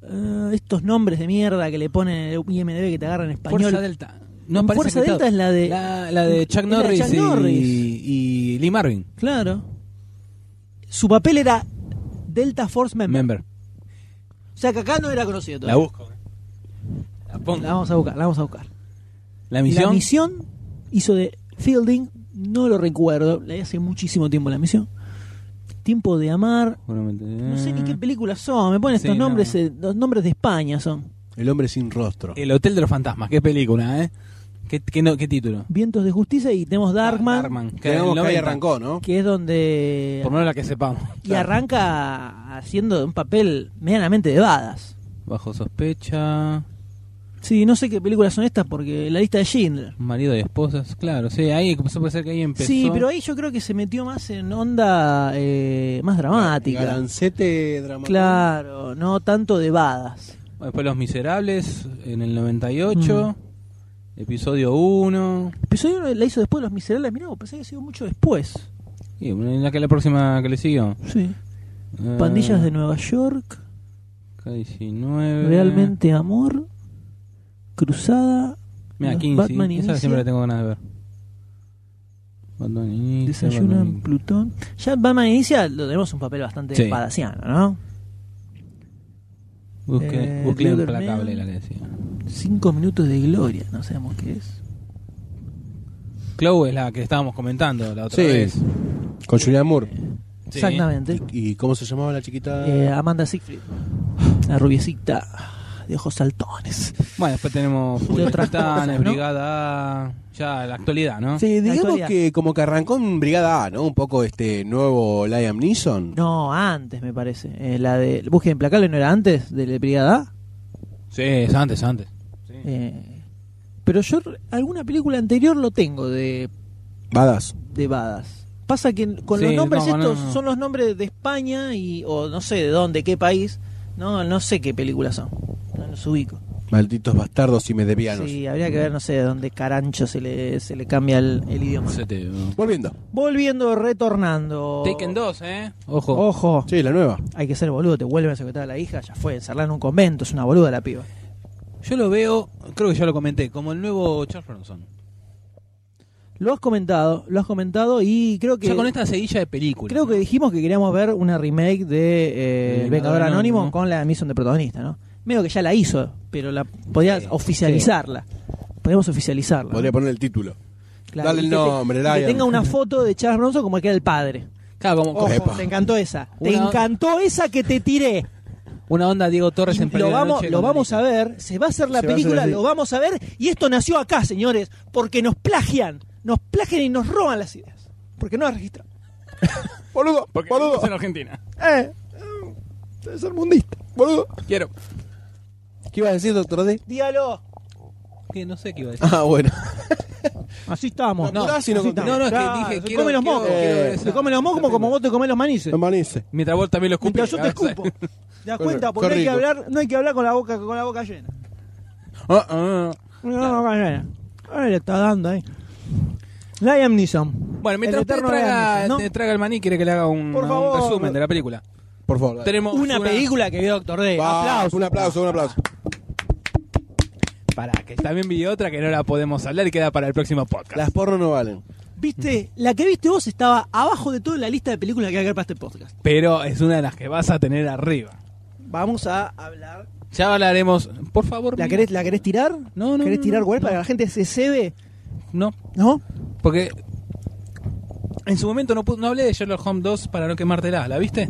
S6: eh, estos nombres de mierda que le ponen en el IMDB que te agarran en español.
S5: Fuerza Delta.
S6: En
S5: parece
S6: Fuerza
S5: que está-
S6: Delta es la de-
S5: La, la de Chuck
S6: es la de
S5: Norris,
S6: Chuck
S5: y,
S6: Norris.
S5: y Lee Marvin.
S6: Claro. Su papel era Delta Force Member.
S5: Member.
S6: O sea que acá no era conocido
S5: La
S6: todavía.
S5: busco. eh. La pongo.
S6: La vamos a buscar, la vamos a buscar.
S5: La misión.
S6: La misión hizo de Fielding, no lo recuerdo, la vi hace muchísimo tiempo la misión. Tiempo de amar, no sé ni qué películas son, me ponen
S5: Mm. Sí,
S6: estos
S5: no.
S6: nombres, eh, los nombres de España son.
S7: El hombre sin rostro.
S5: El Hotel de los Fantasmas. Qué película, ¿eh? ¿Qué, qué, no- qué título?
S6: Vientos de Justicia y
S5: Ah,
S6: tenemos Darkman,
S5: Que era el
S7: Digamos que ahí
S5: 90.
S7: arrancó, ¿no?
S6: que es donde
S5: Por lo menos la que sepamos.
S6: y arranca haciendo un papel medianamente de badas.
S5: Bajo sospecha.
S6: Sí, no sé qué películas son estas porque la lista de Schindler.
S5: Marido y esposas. Claro, sí. Ahí empezó, puede ser que ahí empezó.
S6: Sí, pero ahí yo creo que se metió más en onda eh, más dramática.
S7: Galancete dramático.
S6: Claro, no tanto de badas.
S5: Después Los Miserables en el 98.
S6: Mm.
S5: Episodio 1.
S6: Episodio uno la hizo después de Los Miserables. Mirá, vos, pensé que ha sido mucho después.
S5: Y bueno, la, que, la próxima que le siguió.
S6: Sí.
S5: Eh,
S6: Pandillas de Nueva York,
S5: K-19.
S6: Realmente Amor, Cruzada,
S5: Mira,
S6: Los
S5: 15.
S6: Batman
S5: esa
S6: inicia.
S5: siempre la tengo ganas de ver. Batman inicia, Batman
S6: Desayunan
S5: inicia.
S6: Plutón. Ya Batman Inicia lo tenemos un papel bastante
S5: Sí.
S6: espadaciano, ¿no?
S5: Busque,
S6: Eh,
S5: bucle
S6: Leatherman.
S5: implacable la que decía.
S6: Cinco minutos de gloria, no sabemos qué es.
S5: Chloe es la que estábamos comentando la otra
S7: Sí.
S5: vez.
S7: Con Julian Moore.
S5: Sí.
S6: Exactamente.
S7: ¿Y, y cómo se llamaba la chiquita?
S6: Eh,
S5: ah,
S6: Amanda Siegfried. La rubiecita de ojos saltones.
S5: Bueno, después tenemos
S6: Y
S5: Julio
S6: otras
S5: Tratanes,
S6: cosas, ¿no?
S5: Brigada A, ya la actualidad, ¿no?
S7: Sí, digamos
S6: actualidad.
S7: que como que arrancó en Brigada A, ¿no? Un poco este nuevo Liam Neeson.
S6: No, antes me parece. Eh, la de el Búsqueda Implacable no era antes de la Brigada A.
S5: Sí, es antes, antes.
S6: Eh, pero yo r- alguna película anterior lo tengo de,
S7: Badass.
S6: de Badas. Pasa que con
S5: Sí,
S6: los nombres
S5: no, no,
S6: estos
S5: no.
S6: son los nombres de España y o no sé de dónde, qué país. No, no sé qué películas son. No los ubico.
S7: Malditos bastardos y medianos.
S5: ah.
S6: Sí, habría que ver, no sé, de dónde carancho se le, se le cambia el, el idioma.
S5: Se te-
S7: Volviendo.
S6: Volviendo, retornando.
S10: Taken 2, ¿eh?
S5: Ojo.
S6: Ojo,
S7: Sí, la nueva.
S6: hay que ser boludo, te vuelven a secuestrar a la hija, ya fue, encerrarla en un convento, es una boluda la piba.
S5: Yo lo veo, creo que ya lo comenté, como el nuevo Charles Bronson.
S6: Lo has comentado, lo has comentado y creo que...
S5: Ya con esta seguilla de películas.
S6: Creo que dijimos que queríamos ver una remake de eh, El Vengador Anónimo
S5: Anónimo.
S6: con la Mison de protagonista, ¿no? Medio que ya la hizo, pero la podías oficializarla. Podríamos oficializarla.
S7: Podría
S6: ¿no?
S7: poner el título.
S6: Claro,
S7: Dale
S6: y
S7: el
S6: que te-
S7: nombre,
S6: y Que
S7: Ryan.
S6: tenga una foto de Charles Bronson como el que era el padre.
S5: Claro, como, como
S7: Epa.
S6: Te encantó esa. Te
S5: Una-
S6: encantó esa que te tiré.
S5: una onda Diego Torres
S6: Y
S5: en
S6: lo
S5: Pelea de
S6: vamos,
S5: Noche
S6: lo
S5: con
S6: vamos
S5: Dalí.
S6: a ver, se va a hacer la
S7: Se va a hacer
S6: película,
S7: así.
S6: lo vamos a ver, y esto nació acá, señores, porque nos plagian, nos plagian y nos roban las ideas, porque no las registramos.
S7: Boludo, boludo, eh,
S10: en Argentina.
S6: Eh, ser mundista.
S7: boludo.
S10: Quiero.
S7: ¿Qué ibas a decir, doctor D?
S6: Dígalo,
S5: Que no sé qué iba a decir.
S7: Ah, bueno.
S6: así estamos.
S7: No, no, si no
S6: así
S7: conté.
S6: estamos.
S5: No, no, es que
S6: Claro,
S5: dije,
S6: se
S5: quiero-
S6: comen los
S5: quiero-
S6: mocos.
S7: quiero
S6: Eh,
S5: esa-
S6: se comen los mocos como, como vos te comés los manices.
S7: Manice.
S5: Mientras vos también lo escupís.
S6: Mientras yo te
S5: a ver,
S6: escupo. ¿Te das
S7: Qué
S6: cuenta?
S7: rico.
S6: Porque no hay, que
S7: Qué rico.
S6: hablar, no hay que hablar con la boca, con la boca llena.
S5: Ah, ah.
S6: Con la boca llena. Ahora le está dando ahí. Liam Neeson.
S5: Bueno, mientras
S6: El
S5: usted este
S6: eterno Liam
S5: traga,
S6: Neeson, ¿no?
S5: te traga el maní, quiere que le haga un,
S6: Por
S5: un
S6: favor.
S5: resumen de la película.
S7: Por favor. dale.
S5: Tenemos
S6: una película que vio Doctor D.
S7: Va,
S6: Aplausos.
S7: Un aplauso, un aplauso.
S5: Pará, que también vi otra que no la podemos hablar y queda para el próximo podcast.
S7: Las porno no valen.
S5: Eh,
S6: Viste, la que viste vos estaba abajo de toda la lista de películas que hay que ver para este podcast.
S5: Pero es una de las que vas a tener arriba.
S6: Vamos a hablar.
S5: Ya hablaremos. Por favor,
S6: ¿La
S5: mira.
S6: querés, la querés tirar?
S5: No, no,
S6: ¿Querés
S5: no,
S6: tirar
S5: no,
S6: cuál?
S5: no.
S6: Para que la gente se cebe.
S5: No,
S6: ¿No?
S5: porque en su momento no, pu- no hablé de Sherlock Holmes 2 para no quemártela. ¿La viste?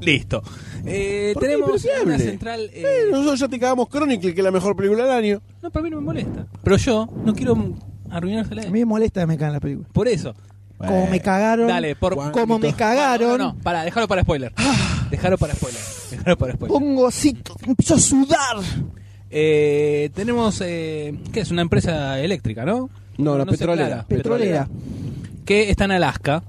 S5: Listo. Eh,
S7: ¿Por qué? Pero
S5: tenemos
S7: que
S5: una
S7: hable.
S5: central. eh,
S7: Eh, nosotros ya te cagamos Chronicle, que es la mejor película del año.
S5: No, para mí no me molesta. Pero yo no quiero arruinársela.
S6: A mí me molesta que me cagan las películas.
S5: Por eso.
S6: Como me cagaron.
S5: Dale, por.
S6: Como me cagaron. Ah.
S5: No, no, no, pará, déjalo para spoiler. Déjalo para spoiler. Déjalo para spoiler.
S6: Pongo así, empiezo a sudar.
S5: Eh, tenemos. Eh, ¿Qué es? Una empresa eléctrica, ¿no?
S7: No, la
S5: se
S7: petrolera.
S5: aclara.
S6: Petrolera.
S5: Que está en Alaska.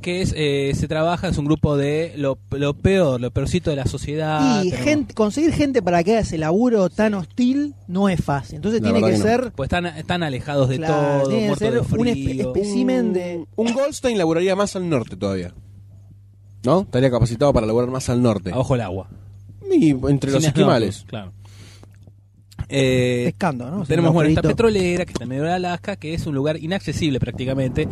S5: Que es, eh, se trabaja, es un grupo de lo, lo peor, lo peorcito de la sociedad.
S6: y
S5: Ah, tenemos-
S6: gente, conseguir gente para que haga ese laburo tan hostil no es fácil. Entonces
S7: La
S6: tiene que,
S7: verdad que no.
S6: ser,
S5: Pues están, están alejados de
S6: Claro,
S5: todo,
S6: tiene que
S5: muertos
S6: ser
S5: de
S6: un espe-
S5: frío.
S6: espe- Simen de-
S7: Un Goldstein laburaría más al norte todavía. ¿No? Estaría capacitado para laburar más al norte.
S5: a Abajo el agua.
S7: Y entre los
S5: Sin
S7: esquimales.
S5: esnorcles, Claro. Eh,
S6: Pescando, ¿no?
S5: Tenemos
S6: Sin
S5: bueno, esta
S6: agujeritos.
S5: petrolera que está en medio de Alaska, que es un lugar inaccesible prácticamente.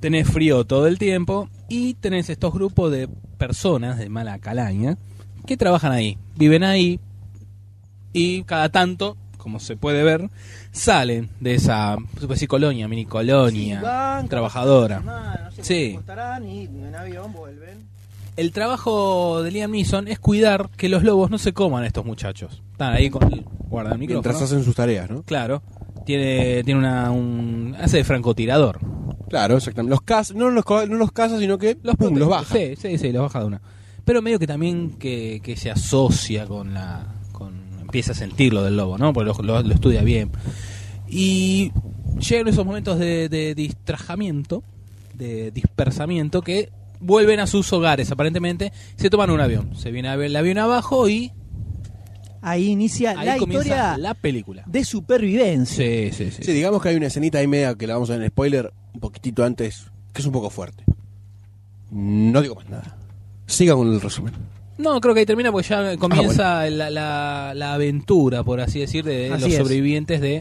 S5: Tenés frío todo el tiempo y tenés estos grupos de personas de mala calaña que trabajan ahí, viven ahí y cada tanto, como se puede ver, salen de esa se puede decir, colonia, mini
S6: Sí,
S5: colonia
S6: van,
S5: trabajadora.
S6: Ah, no sé
S5: Sí.
S6: cuánto costarán y en avión vuelven.
S5: El trabajo de Liam Neeson es cuidar que los lobos no se coman a estos muchachos. Están ahí con el guarda el micrófono.
S7: Mientras hacen sus tareas, ¿no?
S5: Claro. Tiene, tiene una, un... Hace de francotirador.
S7: Claro, exactamente. Los cazas, no los, co- no los cazas, sino que
S5: Los,
S7: pum,
S5: protege.
S7: los baja.
S5: Sí, sí, sí, los baja de una. Pero medio que también que, que se asocia con la... Con, empieza a sentir lo del lobo, ¿no? Porque lo, lo- lo estudia bien. Y llegan esos momentos de, de distrajamiento, de dispersamiento, que vuelven a sus hogares, aparentemente. Se toman un avión. Se viene a ver el avión abajo y
S6: Ahí inicia
S5: ahí
S6: la
S5: comienza
S6: historia
S5: la película.
S6: de supervivencia.
S5: Sí, sí, sí.
S7: Sí, digamos que hay una escenita ahí media que la vamos a ver en spoiler un poquitito antes, que es un poco fuerte. No digo más nada. Siga con el resumen.
S5: No, creo que ahí termina porque ya comienza
S7: Ah,
S5: la, la- la aventura, por así decir, de
S6: Así
S5: los
S6: es.
S5: sobrevivientes de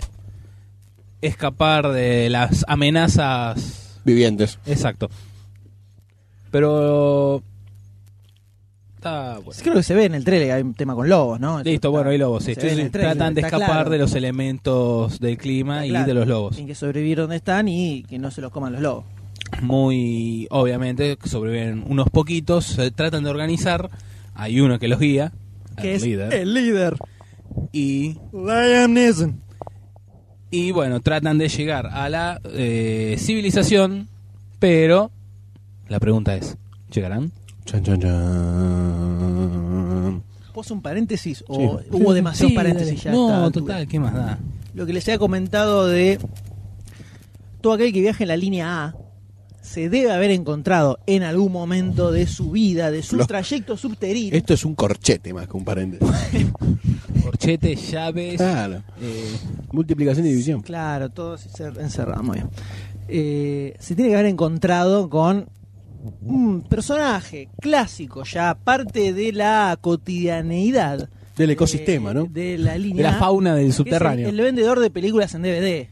S5: escapar de las amenazas.
S7: Vivientes.
S5: Exacto. Pero. Está bueno.
S6: Creo que se ve en el trailer que hay un tema con lobos, ¿no?
S5: Listo, bueno, hay lobos, sí.
S6: Se ve en el trailer,
S5: Tratan de
S6: está
S5: escapar
S6: claro.
S5: de los elementos del clima
S6: Está
S5: y
S6: claro.
S5: de los lobos.
S6: Tienen que sobrevivir donde están y que no se los coman los lobos.
S8: muy obviamente sobreviven unos poquitos, se tratan de organizar, hay uno que los guía,
S6: que
S8: el
S6: es
S8: líder,
S6: el líder.
S8: y
S6: Liam Neeson.
S8: y bueno, tratan de llegar a la eh, civilización, pero la pregunta es, ¿llegarán?
S7: Chan, chan, chan.
S6: Puso un paréntesis o
S7: Sí.
S6: hubo demasiados
S8: Sí,
S6: paréntesis ya. a
S8: dale.
S6: esta
S8: No,
S6: altura?
S8: total, ¿qué más da?
S6: Lo que les he comentado de todo aquel que viaja en la línea A se debe haber encontrado en algún momento de su vida, de su
S7: Lo-
S6: trayecto subterráneo.
S7: Esto es un corchete más que un paréntesis.
S8: Corchete, llaves,
S6: Ah.
S7: Claro.
S8: eh,
S7: Multiplicación y división.
S6: Claro, todos encerrados, muy bien. Eh, se tiene que haber encontrado con un personaje clásico, ya parte de la cotidianeidad.
S7: Del ecosistema,
S6: eh,
S7: ¿no?
S6: De la
S8: de
S6: línea.
S8: la
S6: A,
S8: fauna del
S6: que es
S8: subterráneo.
S6: El, el vendedor de películas en DVD.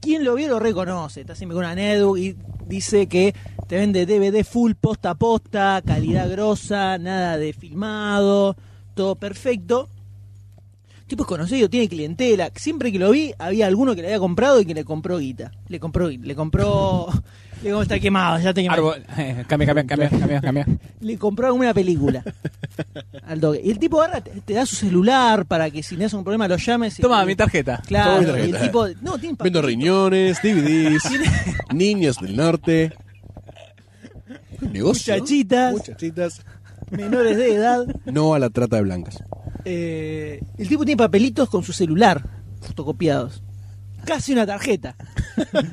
S6: Quien lo vio lo reconoce. Está siempre con una Nedu y dice que te vende DVD full, posta a posta, calidad grosa, nada de filmado, todo perfecto. Tipo es conocido, tiene clientela. Siempre que lo vi, había alguno que le había comprado y que le compró guita. Le compró guita, le compró. le digo, está quemado, ya te quemaste".
S8: Árbol. Eh, cambia, cambia, cambia, cambia, cambia.
S6: Le compró alguna película al dogue. Y el tipo ahora te, te da su celular para que si tienes un problema lo llames. y-
S8: Toma mi tarjeta.
S6: Claro,
S7: Toma mi
S6: y el
S7: tarjeta.
S6: tipo. No, tiene pa-
S7: Vendo riñones, DVDs, niños del norte. Un negocio. ¿no?
S6: Muchachitas.
S7: Muchachitas.
S6: menores de edad.
S7: No a la trata de blancas.
S6: Eh, el tipo tiene papelitos con su celular fotocopiados. Casi una tarjeta.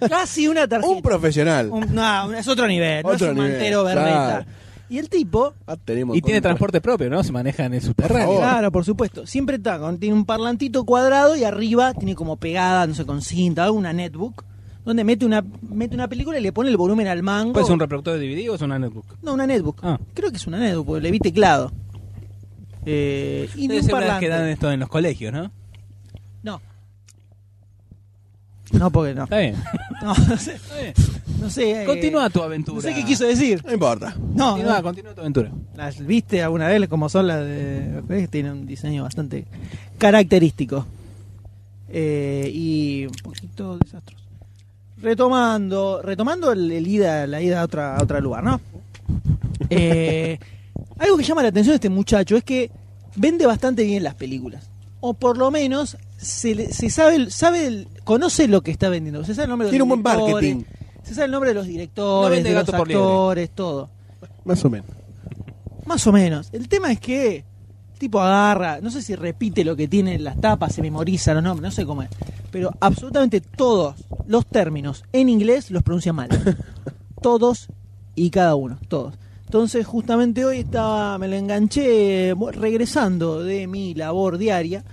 S6: Casi una tarjeta.
S7: Un profesional.
S6: Un- no, es otro nivel, no
S7: Otro
S6: es un
S7: nivel,
S6: mantero berreta.
S7: claro.
S6: Y el tipo,
S7: Ah, tenemos
S8: Y
S6: pues.
S8: tiene
S7: contra-
S8: transporte propio, ¿no? Se maneja en el subterráneo.
S7: favor.
S6: claro, por supuesto, siempre está con, tiene un parlantito cuadrado y arriba tiene como pegada, no sé, con cinta, una netbook, donde mete una, mete una película y le pone el volumen al mango.
S8: ¿Pues es un reproductor de DVD o es una netbook?
S6: No, una netbook.
S8: Ah.
S6: Creo que es una netbook, porque le vi teclado. Eh, y ni
S8: Debe
S6: un
S8: ser las que
S6: parlante.
S8: dan esto en los colegios, ¿no?
S6: No. No, porque no.
S8: Está bien.
S6: No, no sé.
S8: Está bien.
S6: No sé eh,
S8: Continúa tu
S6: No
S8: aventura.
S6: sé qué quiso decir.
S7: No importa.
S6: No,
S8: Continúa,
S6: no.
S8: continúa tu aventura.
S6: ¿Las viste alguna vez como son las de... ves que Tienen un diseño bastante característico. Eh, y un poquito desastroso. Retomando, retomando el, el ida, la ida a, otra, a otro lugar, ¿no? Eh, algo que llama la atención de este muchacho es que vende bastante bien las películas. O por lo menos se, le- se sabe, el- sabe el- conoce lo que está vendiendo. Se sabe el nombre de
S7: Tiene
S6: los
S7: un buen
S6: directores,
S7: marketing.
S6: Se sabe el nombre de los
S8: No
S6: directores,
S8: vende
S6: de los
S8: gato por liebre.
S6: actores, todo.
S7: Más o menos.
S6: Más o menos. El tema es que el tipo agarra, no sé si repite lo que tiene en las tapas, se memoriza los nombres, no sé cómo es. Pero absolutamente todos los términos en inglés los pronuncia mal. todos y cada uno, todos. Entonces justamente hoy estaba, me la enganché bu- regresando de mi labor diaria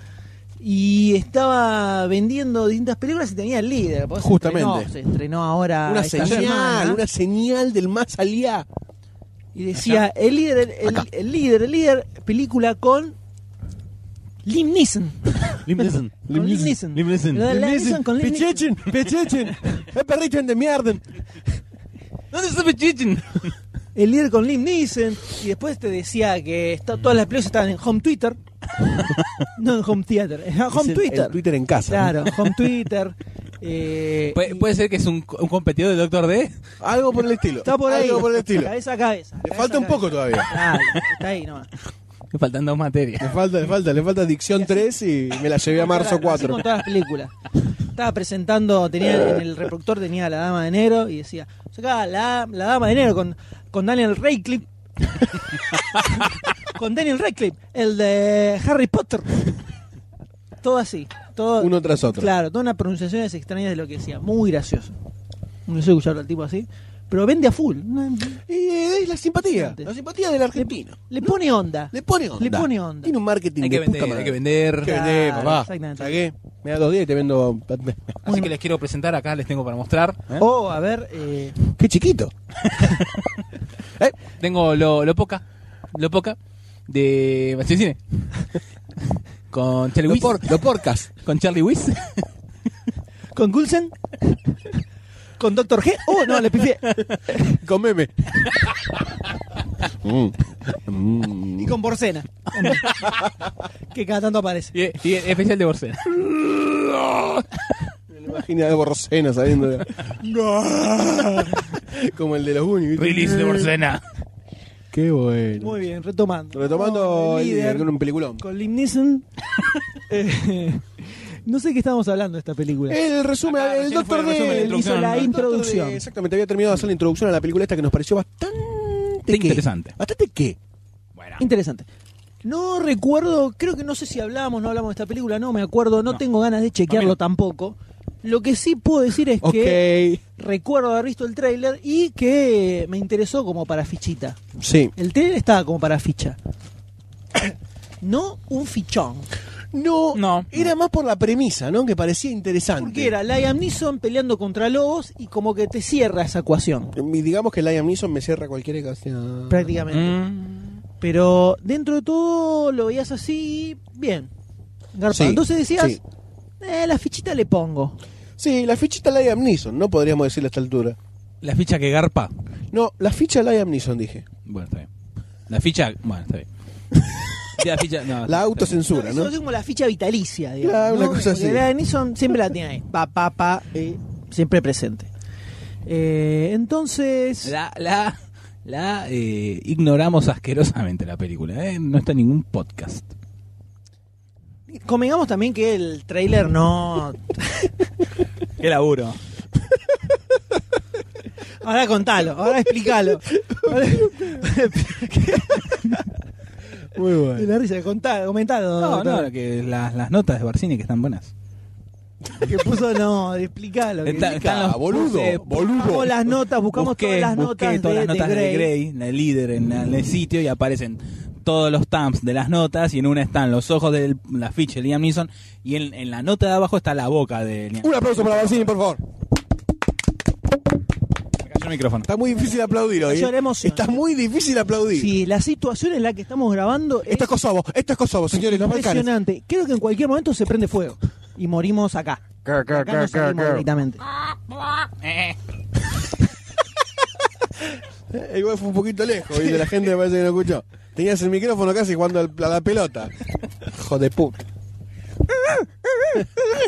S6: y estaba vendiendo distintas películas y tenía el líder. porque se
S7: Justamente.
S6: estrenó- Se estrenó ahora.
S7: Una
S6: esta
S7: señal,
S6: semana.
S7: una señal del más allá.
S6: Y decía, el líder, el, el- el líder, el líder, película con Lim Neeson.
S8: Lim Neeson.
S6: Con Lim Neeson.
S8: Liam Neeson.
S6: Lo de Liam Neeson con Lim Neeson.
S7: Pichichen, pichichen. El perrito de mierda.
S8: ¿Dónde está Pichichen?
S6: El líder con Lim Neeson. Y después te decía que está, todas las películas estaban en Home Twitter. no en Home Theater, en Home
S7: Es el-
S6: Twitter.
S7: el Twitter en casa,
S6: Claro, Home Twitter. eh,
S8: Pu-
S6: y
S8: ¿Puede ser que es un, co- un competidor de Doctor D?
S7: Algo por el estilo.
S6: Está por ahí.
S7: Algo por el estilo.
S6: Cabeza a cabeza.
S7: Le
S6: cabeza
S7: falta
S6: a
S7: un poco
S6: cabeza.
S7: todavía.
S6: Claro, está ahí nomás.
S8: Me faltan dos materias.
S7: Le falta, le falta, le falta Dicción 3 y me la llevé a marzo
S6: Claro, así
S7: 4.
S6: Con todas las películas. Estaba presentando, tenía en el reproductor tenía a la Dama de Negro y decía, sacaba la, la Dama de Negro con, con Daniel Radcliffe. con Daniel Radcliffe, el de Harry Potter. Todo así. Todo,
S7: Uno tras otro.
S6: Claro, todas unas pronunciaciones extrañas de lo que decía. Muy gracioso. No sé escucharlo al tipo así. Pero vende a full. No,
S7: Y es la simpatía. La simpatía del argentino.
S6: Le pone onda.
S7: Le pone onda.
S6: Le pone onda.
S7: Tiene un marketing
S8: Hay que
S7: de
S8: vender,
S7: puta madre.
S8: hay que vender.
S7: Hay que vender,
S6: Claro,
S7: papá.
S6: exactamente.
S7: Saqué. Me da dos días y te vendo.
S8: Así que les quiero presentar, acá les tengo para mostrar.
S6: O, a ver, eh,
S7: Qué chiquito.
S8: Eh, Tengo lo, lo poca, lo poca de Machin Cine. Con Charlie
S7: Lo,
S8: Wiss.
S7: por, lo porcas.
S8: Con Charlie Wiss.
S6: con Gulsen. Con Doctor G. Oh, no, le pifié.
S7: Con meme. Mm.
S6: Y con Borcena. que cada tanto aparece.
S8: y, y especial de Borsena.
S7: página de Borcena saliendo de- Como el de los Goonies. ¿viste?
S5: Release de Borsena.
S7: Qué bueno.
S6: Muy bien, retomando.
S7: Retomando
S6: Con
S7: el
S6: el
S7: líder
S6: líder,
S7: con un peliculón.
S6: Con Liam Neeson. Eh, no sé qué estábamos hablando de esta película.
S7: El resumen,
S5: Acá
S7: el
S5: recién fue
S7: doctor
S5: el resumen de
S7: D.
S5: la introducción, ¿no?
S6: hizo la
S7: El Doctor
S6: introducción.
S7: D, Exactamente, había terminado de hacer la introducción a la película esta que nos pareció bastante. ¿qué?
S8: interesante.
S7: ¿Bastante qué?
S8: Bueno.
S6: Interesante. No recuerdo, creo que no sé si hablábamos, no hablamos de esta película, no me acuerdo, no,
S8: No.
S6: tengo ganas de chequearlo
S8: A mí no.
S6: tampoco. Lo que sí puedo decir es
S7: Ok.
S6: que recuerdo haber visto el tráiler y que me interesó como para fichita.
S7: Sí.
S6: El tráiler estaba como para ficha. No un fichón.
S7: No,
S8: No.
S7: Era más por la premisa, ¿no? Que parecía interesante.
S6: Porque era Liam Neeson peleando contra lobos y como que te cierra esa ecuación.
S7: Y Digamos que Liam Neeson me cierra cualquier ocasión. Mm.
S6: Prácticamente.
S8: Mm.
S6: Pero dentro de todo lo veías así, bien. Garpado.
S7: Sí,
S6: Entonces decías,
S7: sí.
S6: "Eh, la fichita le pongo.
S7: Sí, la fichita Liam Neeson, no podríamos decirle a esta altura.
S8: La ficha que garpa.
S7: No, la ficha Liam Neeson, dije.
S8: Bueno, está bien. La ficha. Bueno, está bien. La ficha. No,
S7: La
S8: está bien.
S7: autocensura,
S6: Eso
S7: ¿no?
S6: es como la ficha vitalicia, digamos.
S7: Claro, una
S6: ¿no?
S7: cosa
S6: Porque
S7: así.
S6: Liam Neeson siempre la tiene ahí. Pa, pa, pa, eh, siempre presente. Eh, entonces...
S8: La. la la eh, ignoramos asquerosamente la película, ¿eh? no está en ningún podcast.
S6: Convengamos también que el trailer no.
S8: Qué laburo.
S6: Ahora contalo, ahora explícalo. Ahora-
S7: Muy
S6: De
S7: bueno.
S6: la risa, contalo, comentalo.
S8: No,
S6: doctor.
S8: no, que las, las notas de Barcini que están buenas.
S6: Que puso no, explícalo. que-
S8: Está- están
S7: Ah,
S8: los-
S7: boludo,
S8: eh,
S7: boludo.
S6: Buscamos las notas, buscamos
S8: Busqué-
S6: todas las
S8: busqué
S6: notas,
S8: todas
S6: de,
S8: las notas de,
S6: Grey.
S8: Grey, la líder en, la- en el sitio y aparecen todos los thumbs de las notas y en una están los ojos de la ficha de Liam Neeson y en, en la nota de abajo está la boca de Liam.
S7: Un aplauso para Barcini, por favor.
S8: Me cayó el micrófono.
S7: Está muy difícil aplaudir hoy.
S6: Yo
S7: ¿eh?
S6: la emoción.
S7: Está muy difícil aplaudir.
S6: Sí, la situación en la que estamos grabando es
S7: Esto es Kosovo, esto es Kosovo, señores, los Balcanes.
S6: impresionante. Creo que en cualquier momento se prende fuego y morimos acá. Acá no salimos directamente.
S7: Eh, Igual fue un poquito lejos, ¿viste? la gente me parece que no escuchó. Tenías el micrófono casi jugando al- a la pelota. Hijo de puta.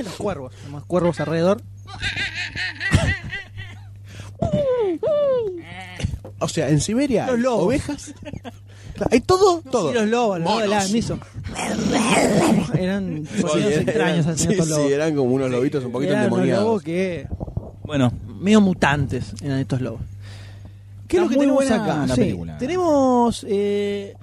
S6: Los cuervos, tenemos cuervos alrededor.
S7: O sea, en Siberia,
S6: Los
S7: hay
S6: lobos.
S7: ovejas. Hay todo, todo.
S6: Y los lobos, los lobos de
S7: Monos.
S6: Liam Neeson. Eran
S7: Sí,
S6: sonidos
S7: eran-
S6: extraños al
S7: sí,
S6: señor
S7: sí, eran como unos lobitos un poquito
S6: Eran unos lobos
S7: endemoniados.
S6: que
S8: Bueno,
S6: medio mutantes eran estos lobos. ¿Qué es
S8: Está
S6: lo que
S8: muy
S6: tenemos
S8: buena
S6: acá?
S8: la
S6: Sí,
S8: película.
S6: Tenemos. eh,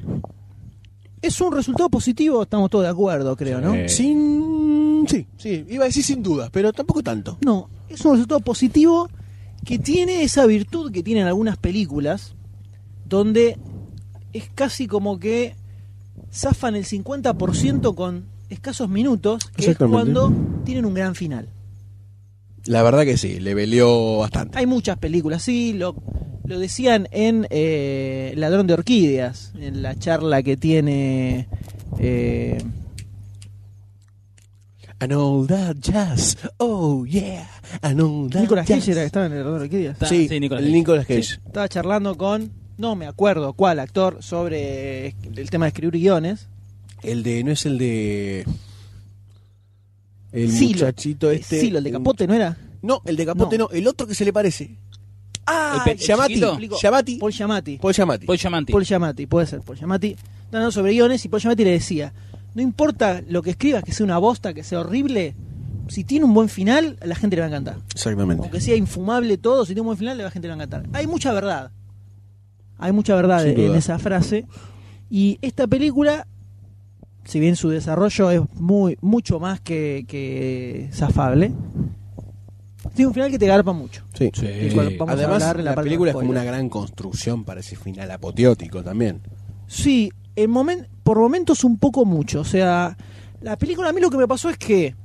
S6: es un resultado positivo, estamos todos de acuerdo, creo, ¿no?
S7: Eh.
S8: Sí.
S7: Sin. Sí, sí, iba a decir sin dudas, pero tampoco tanto.
S6: No, es un resultado positivo que tiene esa virtud que tienen algunas películas, donde es casi como que zafan el 50% con escasos minutos, que es
S7: Exactamente.
S6: cuando tienen un gran final.
S7: La verdad que sí, le veleó bastante.
S6: Hay muchas películas, sí, lo, lo decían en eh, Ladrón de Orquídeas, en la charla que tiene... eh,
S7: And all that jazz, oh yeah, and all that
S6: Nicolas
S7: jazz.
S6: Cage era que estaba en Ladrón de Orquídeas.
S8: está-
S7: Sí,
S8: sí, Nicolas
S7: el
S8: Cage.
S7: Nicolas Cage.
S6: Sí, estaba charlando con, no me acuerdo cuál actor, sobre eh, el tema de escribir guiones.
S7: El de, no es el de. El
S6: Silo.
S7: muchachito este.
S6: Sí, el de Capote, ¿no era?
S7: No, el de Capote no. el otro que se le parece.
S6: Ah,
S8: pe- el
S7: Yamati,
S8: chiquito?
S7: Yamati,
S6: Paul Giamatti.
S7: Paul Yamati.
S8: Paul Giamatti.
S6: Paul Giamatti, puede ser Paul Giamatti. Hablando sobre guiones y Paul Giamatti le decía, no importa lo que escribas, que sea una bosta, que sea horrible, si tiene un buen final, a la gente le va a encantar.
S7: Exactamente.
S6: Aunque sea infumable todo, si tiene un buen final, a la gente le va a encantar. Hay mucha verdad. Hay mucha verdad
S7: Sin
S6: en
S7: duda.
S6: esa frase. Y esta película, si bien su desarrollo es muy mucho más que, que zafable, tiene un final que te garpa mucho.
S7: Sí.
S8: Sí.
S6: Y cuando- vamos a
S7: Además,
S6: hablar en la
S7: la
S6: parte
S7: película es
S6: de
S7: como
S6: spoiler.
S7: una gran construcción para ese final apoteótico también.
S6: Sí, en momen- por momentos un poco mucho. O sea, la película, a mí lo que me pasó es que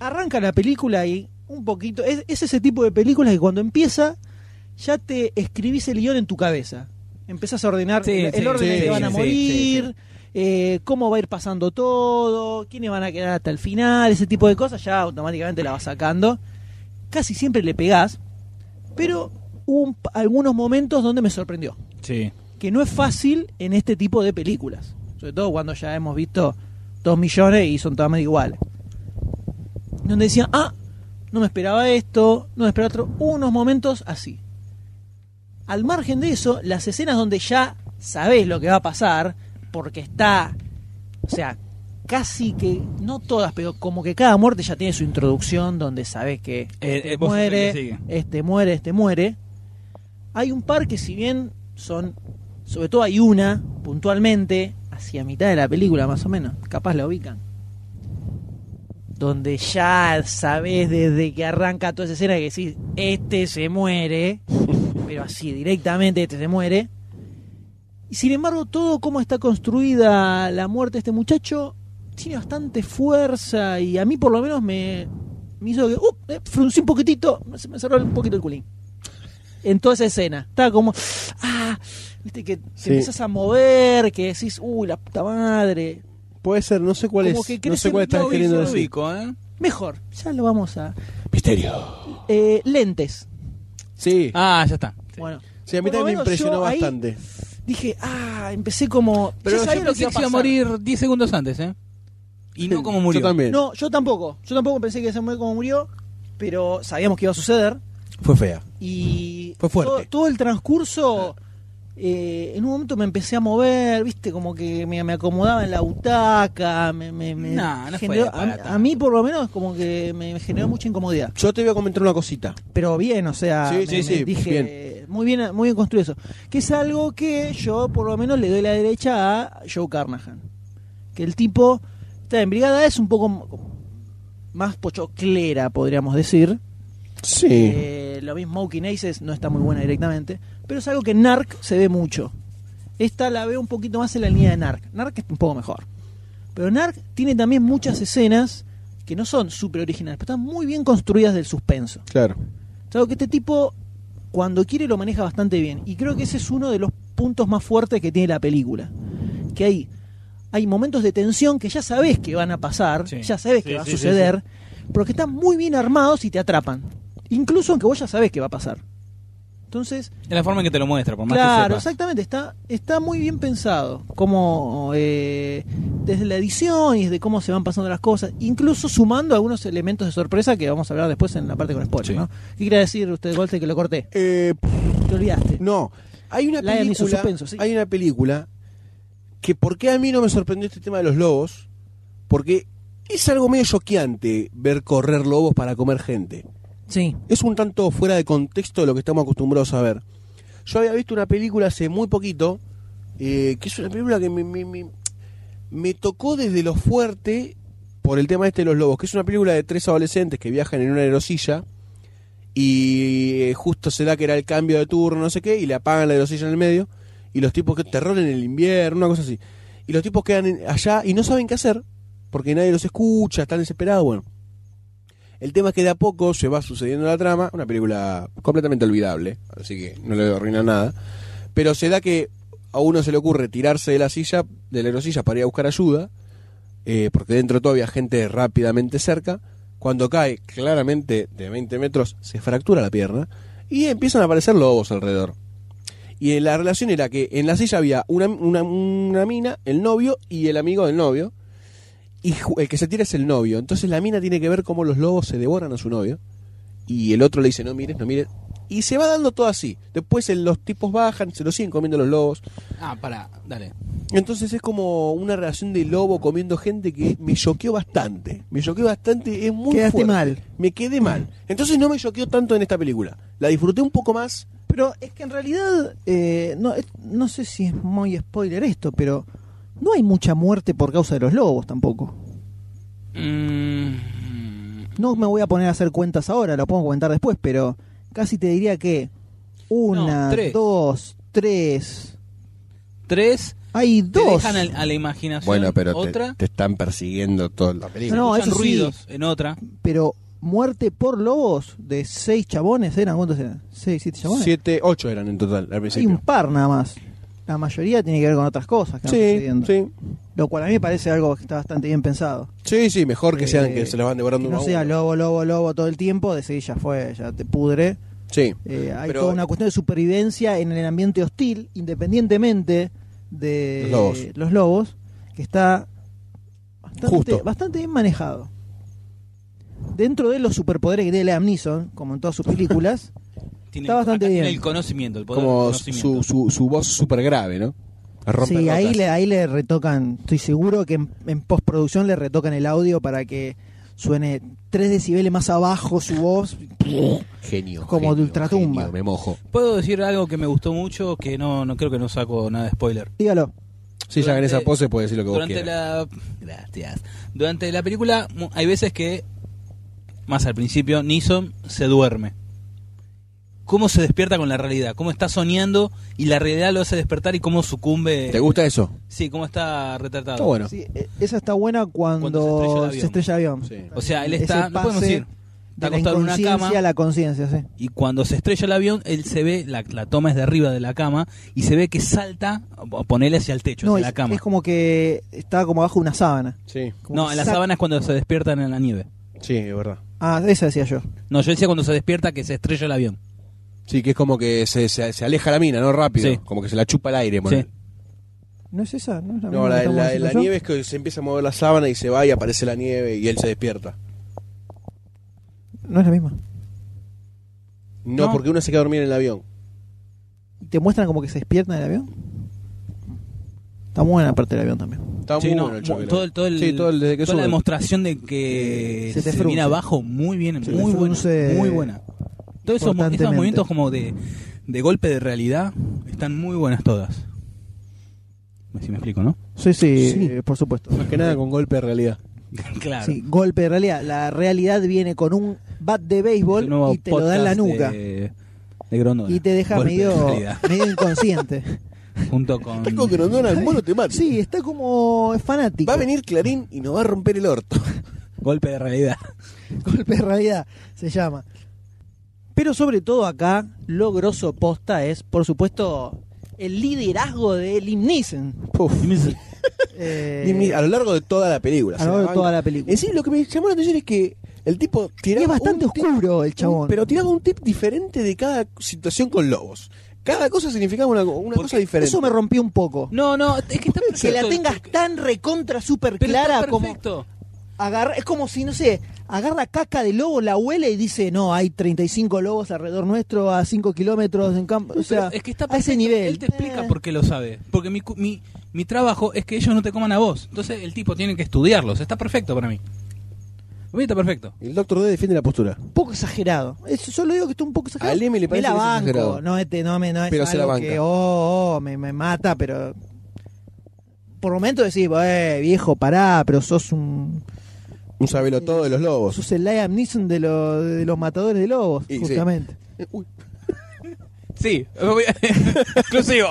S6: arranca la película y un poquito. Es, es ese tipo de películas que cuando empieza ya te escribís el guión en tu cabeza. Empezás a ordenar
S8: Sí,
S6: el, el
S8: sí,
S6: orden en
S7: sí,
S6: que van a
S8: sí,
S6: morir, eh, cómo va a ir pasando todo, quiénes van a quedar hasta el final, ese tipo de cosas. Ya automáticamente la vas sacando. Casi siempre le pegás, pero hubo un- algunos momentos donde me sorprendió
S8: Sí.
S6: que no es fácil en este tipo de películas. Sobre todo cuando ya hemos visto dos millones y son todas medio iguales. Donde decía, ah, no me esperaba esto, no me esperaba otro, unos momentos así. Al margen de eso, las escenas donde ya sabés lo que va a pasar, porque está, o sea, casi que, no todas, pero como que cada muerte ya tiene su introducción donde sabés que
S5: Eh,
S6: este
S5: eh, vos sos el que
S6: muere,
S5: sigue.
S6: este muere, este muere. Hay un par que si bien son, sobre todo hay una, puntualmente, hacia mitad de la película más o menos, capaz la ubican donde ya sabes desde que arranca toda esa escena que decís, este se muere, pero así directamente este se muere. Y sin embargo, todo cómo está construida la muerte de este muchacho tiene bastante fuerza y a mí por lo menos me, me hizo que, uh, eh, fruncí un poquitito, se me cerró un poquito el culín. En toda esa escena, estaba como, ah, viste que te
S7: Sí.
S6: empezás a mover, que decís, uy, la puta madre,
S7: Puede ser, no sé cuál
S6: Como
S7: es.
S6: que
S7: no
S6: crece
S7: sé
S6: un
S7: cuál estás
S6: novio
S7: queriendo
S5: Lo
S7: decir.
S5: ubico, ¿eh?
S6: mejor, ya lo vamos a...
S7: Misterio.
S6: Eh, lentes.
S7: Sí.
S5: Ah, ya está. Sí.
S6: Bueno,
S7: sí, a mí
S6: por lo
S7: también me
S6: menos yo
S7: impresionó
S6: ahí
S7: bastante.
S6: Dije, ah, empecé como.
S5: Pero
S6: ya
S5: yo
S6: sabía lo
S5: pensé que,
S6: iba
S5: se iba a
S6: pasar.
S5: morir 10 segundos antes, ¿eh? Y no como murió.
S7: Yo también.
S6: No, yo tampoco. Yo tampoco pensé que se murió como murió, pero sabíamos que iba a suceder.
S7: Fue fea.
S6: Y.
S7: Fue fuerte.
S6: Todo, todo el transcurso. eh, en un momento me empecé a mover, viste, como que me, me acomodaba en la butaca. Me, me- me
S5: No, no fue
S6: generó-
S5: para tanto.
S6: a, a mí, por lo menos, como que me generó mucha incomodidad.
S7: Yo te voy a comentar una cosita.
S6: pero bien, o sea,
S7: Sí,
S6: me-
S7: sí,
S6: me
S7: sí,
S6: dije
S7: bien.
S6: muy bien, muy bien construido eso. Que es algo que yo por lo menos le doy la derecha a Joe Carnahan. Que el tipo está en brigada es un poco m- más pochoclera, podríamos decir.
S7: Sí.
S6: Eh, lo mismo Smoking Aces no está muy buena directamente, pero es algo que en Narc se ve mucho. Esta la veo un poquito más en la línea de Narc. Narc es un poco mejor. Pero Narc tiene también muchas escenas que no son súper originales, pero están muy bien construidas del suspenso.
S7: Claro.
S6: Es algo que este tipo, cuando quiere, lo maneja bastante bien. Y creo que ese es uno de los puntos más fuertes que tiene la película. Que hay, hay momentos de tensión que ya sabes que van a pasar,
S5: Sí.
S6: ya sabes que
S5: Sí,
S6: va a
S5: sí, sí,
S6: suceder, pero que están muy bien armados y te atrapan. Incluso aunque vos ya sabes que va a pasar. Entonces,
S5: Es la forma en que te lo muestra, por más
S6: claro,
S5: que sepas.
S6: exactamente, está, está muy bien pensado. Como eh, desde la edición y desde cómo se van pasando las cosas, incluso sumando algunos elementos de sorpresa que vamos a hablar después en la parte con spoilers.
S5: Sí.
S6: ¿no? ¿Qué quiere decir usted, Golte, que lo corté?
S7: Eh,
S6: Te olvidaste.
S7: No, hay una
S6: Lion hizo
S7: película.
S6: suspenso, sí.
S7: Hay una película que por qué a mí no me sorprendió este tema de los lobos, porque es algo medio choqueante ver correr lobos para comer gente.
S6: Sí.
S7: Es un tanto fuera de contexto de lo que estamos acostumbrados a ver. Yo había visto una película hace muy poquito, eh, que es una película que me, me- me- me tocó desde lo fuerte por el tema este de los lobos, que es una película de tres adolescentes que viajan en una aerosilla y eh, justo se da que era el cambio de turno, no sé qué, y le apagan la aerosilla en el medio, y los tipos que terror en el invierno, una cosa así. Y los tipos quedan en- allá y no saben qué hacer, porque nadie los escucha, están desesperados, bueno. El tema es que de a poco se va sucediendo la trama, una película completamente olvidable, así que no le arruina nada, pero se da que a uno se le ocurre tirarse de la silla, de la aerosilla para ir a buscar ayuda, eh, porque dentro todavía gente rápidamente cerca. Cuando cae claramente de 20 metros, se fractura la pierna y empiezan a aparecer lobos alrededor. Y la relación era que en la silla había una, una- una mina, el novio y el amigo del novio. Y ju- el que se tira es el novio. Entonces la mina tiene que ver cómo los lobos se devoran a su novio. Y el otro le dice, no mires, no mires. Y se va dando todo así. Después el- los tipos bajan, se los siguen comiendo los lobos.
S5: Ah, pará, dale.
S7: Entonces es como una relación de lobo comiendo gente que me choqueó bastante. Me choqueó bastante, es muy
S6: Quedaste
S7: fuerte.
S6: mal.
S7: Me quedé mal. Entonces no me choqueó tanto en esta película. La disfruté un poco más.
S6: Pero es que en realidad, eh, no, es- no sé si es muy spoiler esto, pero no hay mucha muerte por causa de los lobos tampoco.
S5: Mm,
S6: No me voy a poner a hacer cuentas ahora, lo podemos comentar después, pero casi te diría que una,
S5: No, tres.
S6: dos, tres.
S5: tres.
S6: Hay
S5: Te
S6: dos.
S5: dejan al- a la imaginación. otra.
S7: están persiguiendo toda la película.
S6: No,
S5: escuchan
S6: eso sí.
S5: ruidos en otra.
S6: Pero muerte por lobos de seis chabones, ¿eran cuántos eran? ¿Seis, siete chabones?
S7: Siete, ocho eran en total al
S6: Hay un
S7: principio.
S6: par nada más. La mayoría tiene que ver con otras cosas que van
S7: Sí,
S6: sucediendo.
S7: sí.
S6: Lo cual a mí me parece algo que está bastante bien pensado.
S7: Sí, sí, mejor que sean
S6: Eh,
S7: que se los van devorando
S6: que
S7: uno
S6: No
S7: a
S6: sea
S7: uno.
S6: lobo, lobo, lobo todo el tiempo, de sí, ya fue, ya te pudre.
S7: Sí.
S6: Eh, hay
S7: Pero-
S6: toda una cuestión de supervivencia en el ambiente hostil, independientemente de
S7: Los lobos.
S6: los lobos, que está bastante,
S7: Justo.
S6: bastante bien manejado. dentro de los superpoderes que tiene Liam Neeson, como en todas sus películas,
S5: Tiene-
S6: Está bastante
S5: acá tiene
S6: bien.
S5: el conocimiento, el poder del
S7: Como
S5: conocimiento.
S7: su, su, su voz súper grave, ¿no? A romper
S6: sí, ahí
S7: rocas.
S6: le, ahí le retocan, estoy seguro que en, en postproducción le retocan el audio para que suene 3 decibeles más abajo su voz.
S7: Genio.
S6: como
S7: genio,
S6: de ultratumba.
S7: genio, me mojo.
S5: Puedo decir algo que me gustó mucho, que no, no creo que no saco nada de spoiler.
S6: Dígalo.
S7: Sí, ya en
S5: Durante-
S7: esa pose puedes decir lo que vos
S5: Durante
S7: quieras.
S5: la. Gracias. Durante la película mu- hay veces que, más al principio, Nison se duerme. ¿Cómo se despierta con la realidad? ¿Cómo está soñando y la realidad lo hace despertar y cómo sucumbe?
S7: ¿Te gusta eso?
S5: Sí, cómo está retratado.
S7: Está bueno.
S6: Sí, e- esa está buena cuando
S5: Cuando
S6: se
S5: se estrella el avión.
S6: estrella el avión.
S7: Sí.
S5: O sea, él
S6: Ese
S5: está. No podemos
S6: pase
S5: decir. Está
S6: De la
S5: acostado en una
S6: inconsciencia
S5: cama.
S6: a la conciencia, sí.
S5: Y cuando se estrella el avión, él se ve, la, la toma es de arriba de la cama, y se ve que salta, o ponele hacia el techo,
S6: No,
S5: hacia
S6: es,
S5: la cama.
S6: es como que está como abajo de una sábana.
S7: Sí,
S6: Como
S5: No,
S6: que
S5: en la
S6: saca-
S5: sábana es cuando se despiertan en la nieve.
S7: sí, es verdad.
S6: Ah, esa decía yo.
S5: No, yo decía cuando se despierta que se estrella el avión.
S7: Sí, que es como que se, se, se aleja la mina, ¿no? Rápido.
S5: Sí.
S7: Como que se la chupa el aire.
S5: Sí.
S7: ponele.
S6: No es esa, no es la,
S7: No,
S6: misma que
S7: la,
S6: estamos
S7: la-
S6: haciendo
S7: la
S6: yo?
S7: nieve es que se empieza a mover la sábana y se va y aparece la nieve y él se despierta.
S6: No es la misma.
S7: No,
S6: No.
S7: porque uno se queda a dormir en el avión.
S6: ¿Te muestran como que se despierta del avión? Está buena la parte del avión también.
S7: Está
S5: Sí,
S7: muy
S5: no,
S7: bueno el
S5: mu-
S7: chocolate.
S5: todo el- todo el-
S7: Sí, todo el desde que
S5: Toda la
S7: sube.
S5: demostración de que
S6: Eh, se
S5: se,
S6: te frunce.
S5: viene abajo, muy bien,
S6: Se te
S5: muy buena,
S6: frunce
S5: muy buena. Todos esos, mo- esos
S6: importantemente.
S5: movimientos como de, de golpe de realidad están muy buenas todas. Si me explico, ¿no?
S6: Sí, sí,
S7: Sí.
S6: eh, por supuesto.
S7: Más que nada con golpe de realidad.
S5: claro.
S6: Sí, golpe de realidad. La realidad viene con un bat de béisbol
S5: Este nuevo
S6: y te lo da en la
S5: podcast
S6: nuca.
S5: De, de Grondona.
S6: Y te deja
S5: Golpe de
S6: medio,
S5: realidad.
S6: medio inconsciente.
S5: Junto con.
S7: Grondona el mono
S6: Sí, está como fanático.
S7: Va a venir Clarín y nos va a romper el orto.
S5: Golpe de realidad.
S6: Golpe de realidad se llama. Pero sobre todo acá, lo grosso posta es, por supuesto, el liderazgo de Lim Neeson. Eh,
S7: Ni- A lo largo de toda la película.
S6: a lo largo de toda la película.
S7: Es decir, lo que me llamó la atención es que el tipo
S6: Y
S7: tiraba
S6: es bastante
S7: un tip-
S6: oscuro el chabón.
S7: Pero tiraba un tip diferente de cada situación con lobos. Cada cosa significaba una, una cosa diferente.
S6: Eso me rompió un poco.
S5: No, no, es que está
S6: que la
S5: perfecto.
S6: tengas tan recontra super
S5: Pero está
S6: clara como
S5: perfecto.
S6: agarra, es como si no sé, agarra caca de lobo, la huele y dice, "No, hay 35 lobos alrededor nuestro a 5 kilómetros en campo", o sea,
S5: Pero es que está
S6: a ese
S5: perfecto.
S6: nivel.
S5: Él te explica
S6: Eh,
S5: por qué lo sabe. Porque mi, cu- mi, mi trabajo es que ellos no te coman a vos. Entonces el tipo tiene que estudiarlos. Está perfecto para mí. Para mí está perfecto.
S7: El Doctor D defiende la postura.
S6: un poco exagerado. Eso yo lo digo que está un poco exagerado.
S7: A Lemmy le parece
S6: me la
S7: que es
S6: banco,
S7: exagerado.
S6: no este no me no es
S7: Pero se la
S6: algo
S7: banca.
S6: que oh, oh, me, me mata, pero por momento decís, "Eh, viejo, pará, pero sos un
S7: Un sabelo todo de los lobos.
S6: sos el Liam Neeson de, los- de los matadores de lobos",
S7: Y sí.
S6: justamente.
S7: Uy,
S5: Sí, exclusivo.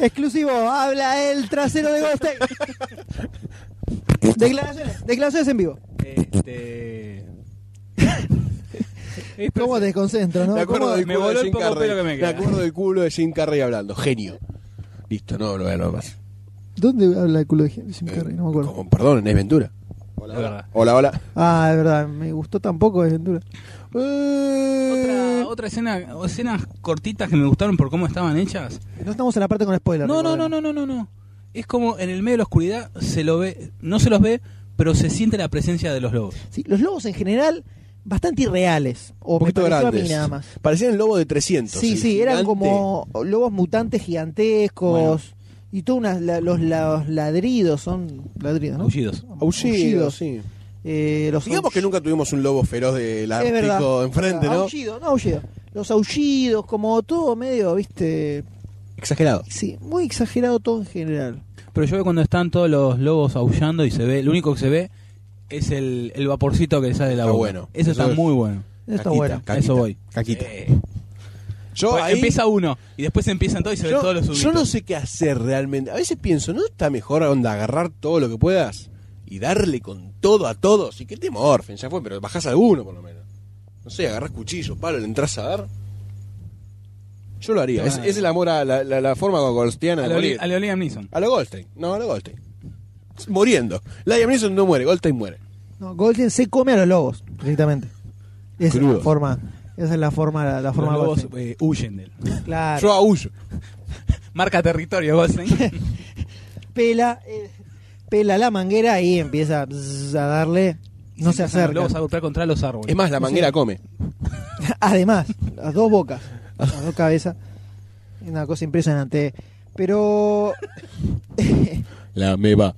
S6: Exclusivo, habla el trasero de Ghostay. declaraciones, declaraciones en vivo.
S5: Este... Es
S6: ¿Cómo
S5: perfecto.
S6: te desconcentro, no?
S7: me acuerdo
S6: ¿Cómo-
S7: del
S5: me
S7: culo
S5: voló
S7: de
S5: el
S7: Jim
S5: poco
S7: Carrey.
S5: pelo que me
S7: Me
S5: queda.
S7: acuerdo del culo de Jim Carrey hablando. Genio. Listo, no lo voy a hablar más.
S6: ¿Dónde habla el culo de Jim Carrey? No me acuerdo.
S7: Como- perdón, en Ventura.
S5: Es verdad.
S7: Hola, hola.
S6: Ah, es verdad, me gustó tampoco es Ventura.
S7: Eh,
S5: Otra, otra escena, escenas cortitas que me gustaron por cómo estaban hechas.
S6: No estamos en la parte con spoiler.
S5: No, no, no, no, no, no, no. Es como en el medio de la oscuridad se lo ve, no se los ve, pero se siente la presencia de los lobos.
S6: Sí, los lobos en general, bastante irreales. O
S7: Un poquito
S6: me pareció a mí
S7: grandes.
S6: nada más.
S7: Parecían el lobo de 300.
S6: Sí,
S7: el
S6: sí, eran
S7: gigante.
S6: como lobos mutantes gigantescos. Y todos los, los ladridos son ladridos, ¿no?
S5: Aullidos.
S7: Aullidos,
S6: Aullidos.
S7: sí.
S6: Eh, los
S7: Digamos que nunca tuvimos un lobo feroz del
S6: Es verdad.
S7: Ártico enfrente, ¿no?
S6: Aullido, no aullido. Los aullidos, como todo medio, viste.
S7: Exagerado.
S6: Sí, muy exagerado todo en general.
S5: Pero yo veo cuando están todos los lobos aullando y se ve, lo único que se ve es el, el vaporcito que le sale de la
S7: Está
S5: boca.
S7: bueno.
S5: Eso,
S7: Eso
S5: está
S7: es-
S5: muy bueno.
S6: Eso está
S7: Caquita,
S6: bueno.
S7: caquita,
S5: A eso voy.
S7: Caquita.
S5: Eh,
S7: Yo
S5: pues
S7: ahí-
S5: Empieza uno y después empiezan todos y se ven todos los
S7: yo, yo
S5: subitos.
S7: no sé qué hacer realmente. A veces pienso, ¿no está mejor onda agarrar todo lo que puedas y darle con todo a todos? Y que te morfen, ya fue, pero bajás alguno por lo menos. No sé, agarrás cuchillo, palo, le entras a dar. Yo lo haría. Es, es el amor a la, la- la forma golstiana
S5: Ah. A
S7: de
S5: lo Li-
S7: morir.
S5: a lo Liam Neeson.
S7: A lo Goldstein. No, a lo Goldstein. Muriendo. Liam Neeson no muere, Goldstein muere.
S6: No, Golden se come a los lobos, directamente. Esa es
S7: Crudo.
S6: la forma. Esa es la forma, la, la forma
S5: Los lobos
S6: Goldstein.
S5: eh, huyen de él.
S6: Claro.
S7: Yo aullo.
S5: Marca territorio, Goldstein.
S6: Pela, eh, pela la manguera y empieza bzz, a darle No se
S5: empiezan los
S6: acerca.
S5: lobos a golpear contra los árboles.
S7: Es más, la manguera come.
S6: Además, las dos bocas, las dos cabezas. Es una cosa impresionante. Pero
S7: La meba.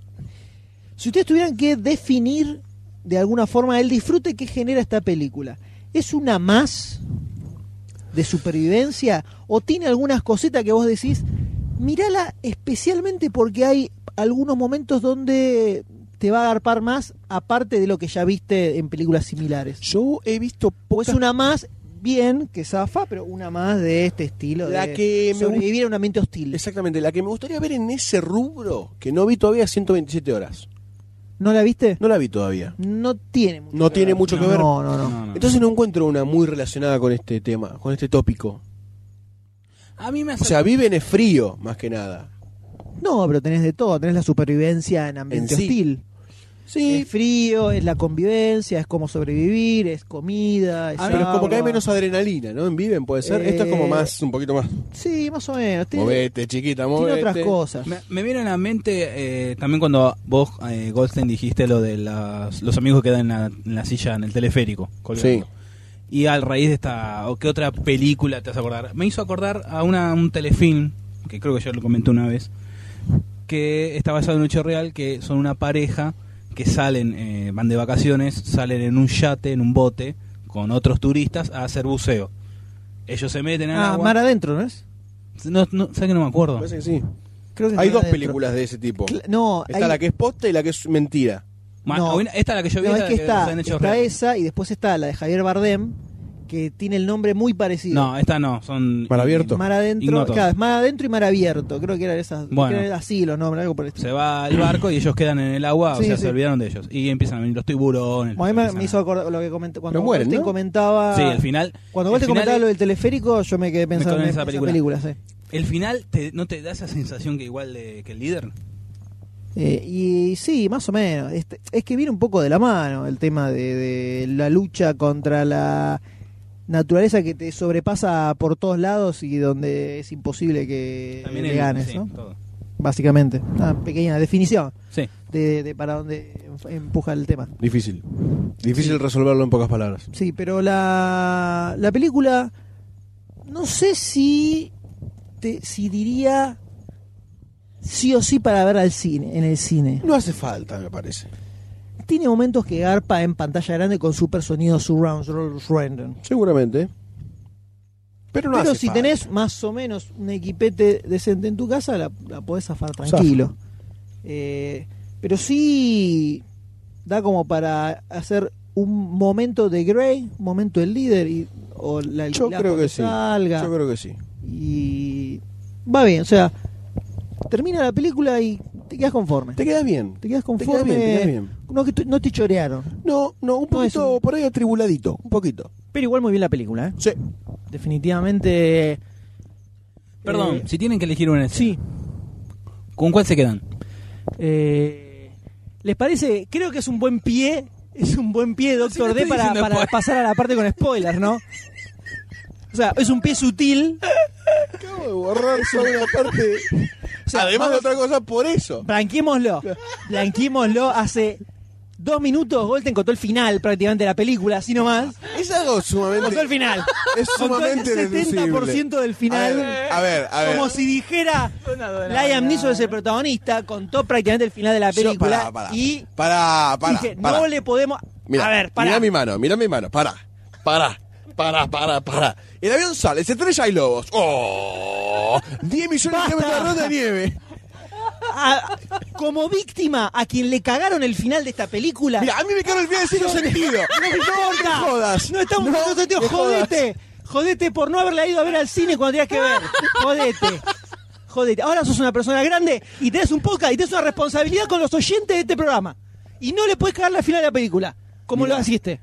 S6: si ustedes tuvieran que definir de alguna forma el disfrute que genera esta película, ¿es una más de supervivencia o tiene algunas cositas que vos decís, mirala especialmente porque hay algunos momentos donde te va a agarpar más, aparte de lo que ya viste en películas similares?
S7: Yo he visto
S6: O Pues es
S7: pocas
S6: una más bien que zafa, pero una más de este estilo.
S7: La
S6: de
S7: que me
S6: sobrevivir a un ambiente hostil.
S7: Exactamente, la que me gustaría ver en ese rubro, que no vi todavía 127 horas.
S6: ¿No la viste?
S7: No la vi todavía.
S6: No tiene mucho
S7: No tiene mucho que ver.
S6: No, no, no.
S5: No, no.
S7: Entonces no encuentro una muy relacionada con este tema, con este tópico.
S5: a mí me
S7: O sea, viven es frío, más que nada.
S6: No, pero tenés de todo. Tenés la supervivencia en ambiente
S7: En sí.
S6: hostil.
S7: Sí,
S6: Es frío, es la convivencia, es cómo sobrevivir, es comida. Es
S7: Ah, pero es como
S6: agua.
S7: que hay menos adrenalina, ¿no? En Viven puede ser. Esto es como
S6: Eh,
S7: más, un poquito más.
S6: Sí, más o menos. Tiene,
S7: Movete, chiquita,
S6: tiene
S7: movete.
S6: otras cosas.
S5: Me, me viene a la mente eh, también cuando vos, eh, Goldstein, dijiste lo de las- los amigos que quedan en la, en la silla en el teleférico.
S7: Sí.
S5: colgando. Y al raíz de esta, o qué otra película te vas a acordar. Me hizo acordar a una, un telefilm, que creo que yo lo comenté una vez, que está basado en un hecho real, que son una pareja que salen, eh, van de vacaciones, salen en un yate, en un bote, con otros turistas a hacer buceo. Ellos se meten al
S6: Ah,
S5: agua.
S6: mar adentro, ¿no es?
S5: No, no, ¿sabes que no me acuerdo?
S7: Parece que sí.
S6: Creo que es
S7: Hay
S6: Mar
S7: dos
S6: Adentro.
S7: películas de ese tipo.
S6: Cla- No,
S7: Está
S6: hay-
S7: la que es posta y la que es mentira.
S5: Ma-
S6: No.
S5: Esta es la que yo vi,
S6: No,
S5: es
S6: es
S5: la
S6: que
S5: se
S6: está,
S5: han hecho
S6: está
S5: real.
S6: esa y después está la de Javier Bardem, que tiene el nombre muy parecido.
S5: No, esta no, son...
S7: Mar abierto.
S6: Mar adentro,
S5: Ignoto.
S6: claro, es mar adentro y mar abierto, creo que eran esas,
S5: Bueno.
S6: creo que era así los nombres, algo por el estilo.
S5: Se va al barco y ellos quedan en el agua, o
S6: Sí,
S5: sea,
S6: sí.
S5: se olvidaron de ellos. Y empiezan a venir los tiburones.
S6: Bueno, a mí me,
S5: empiezan
S6: me
S5: a-
S6: hizo acordar lo que comentó cuando
S7: Pero mueren,
S6: Goldstein
S7: ¿no?
S6: comentaba
S5: Sí, al final...
S6: cuando
S5: el
S6: vos te
S5: final-
S6: comentabas lo del teleférico, yo me quedé pensando
S5: quedo
S6: en
S5: en
S6: esa
S5: esa
S6: película, sí.
S5: El final te- no te da esa sensación que igual de, que el líder.
S6: Eh, y sí, más o menos, Este, es que viene un poco de la mano el tema de, de la lucha contra la naturaleza que te sobrepasa por todos lados y donde es imposible que Eh, le
S5: el-
S6: ganes,
S5: sí,
S6: ¿no?
S5: todo.
S6: Básicamente, una pequeña definición
S5: Sí.
S6: de, de para dónde empuja el tema.
S7: Difícil. Difícil resolverlo en pocas palabras.
S6: Sí, pero la, la película, no sé si, te, si diría sí o sí para ver al cine, en el cine.
S7: No hace falta, me parece.
S6: Tiene momentos que garpa en pantalla grande con super sonido surround, surround, surround.
S7: Seguramente. Pero no
S6: Pero
S7: hace
S6: si
S7: falta.
S6: tenés más o menos un equipete decente en tu casa, la, la podés zafar tranquilo. Eh, pero sí da como para hacer un momento de Grey, un momento del líder y, o la
S7: Yo
S6: la
S7: creo
S6: cuando
S7: que sí.
S6: salga.
S7: Yo creo que sí.
S6: Y va bien, o sea, termina la película y te quedas conforme.
S7: Te quedas bien.
S6: Te quedas
S7: quedas
S6: conforme.
S7: bien, te quedas bien.
S6: No, que tu- no te chorearon.
S7: No, no, un
S6: No es
S7: poquito, por ahí atribuladito. Un poquito.
S6: Pero igual muy bien la película, ¿eh?
S7: Sí.
S6: Definitivamente.
S5: Perdón,
S6: eh,
S5: si tienen que elegir una escena,
S6: sí.
S5: ¿con cuál se quedan?
S6: Eh, ¿Les parece? Creo que es un buen pie. Es un buen pie, Doctor D,
S5: estoy
S6: para,
S5: diciendo
S6: para
S5: spoiler.
S6: pasar a la parte con spoilers, ¿no? O sea, es un pie sutil.
S7: Acabo de borrar solo una parte.
S6: O sea,
S7: Además de
S6: vamos-
S7: otra cosa, por eso.
S6: Blanquémoslo. Blanquémoslo. Hace dos minutos Golden contó el final prácticamente de la película, así nomás.
S7: Es algo
S6: Contó el
S7: sumamente.
S6: final.
S7: Es
S6: Contó el
S7: sumamente
S6: 70% del final.
S7: A ver, a ver, a ver.
S6: Como si dijera Liam Neeson es el protagonista, contó prácticamente el final de la
S7: Yo-
S6: película
S7: pará, pará.
S6: y
S7: Pará, pará,
S6: dije,
S7: pará.
S6: no le podemos...
S7: Mira,
S6: a ver, pará.
S7: Mira mi mano, mira mi mano. Pará, pará, pará, pará, pará. El avión sale, se estrella hay lobos. ¡Oh! 10 millones de kilómetros de ronda de nieve.
S6: A- como víctima a quien le cagaron el final de esta película.
S7: Mira, a mí me quedó el pie de cero sentido. No me
S6: importa.
S7: jodas.
S6: No estamos no, sentido,
S7: me jodas.
S6: jodete. Jodete por no haberla ido a ver al cine cuando tenías que ver. Jodete. Jodete. Ahora sos una persona grande y tenés un podcast y tenés una responsabilidad con los oyentes de este programa. Y no le puedes cagar la final de la película, como lo hiciste.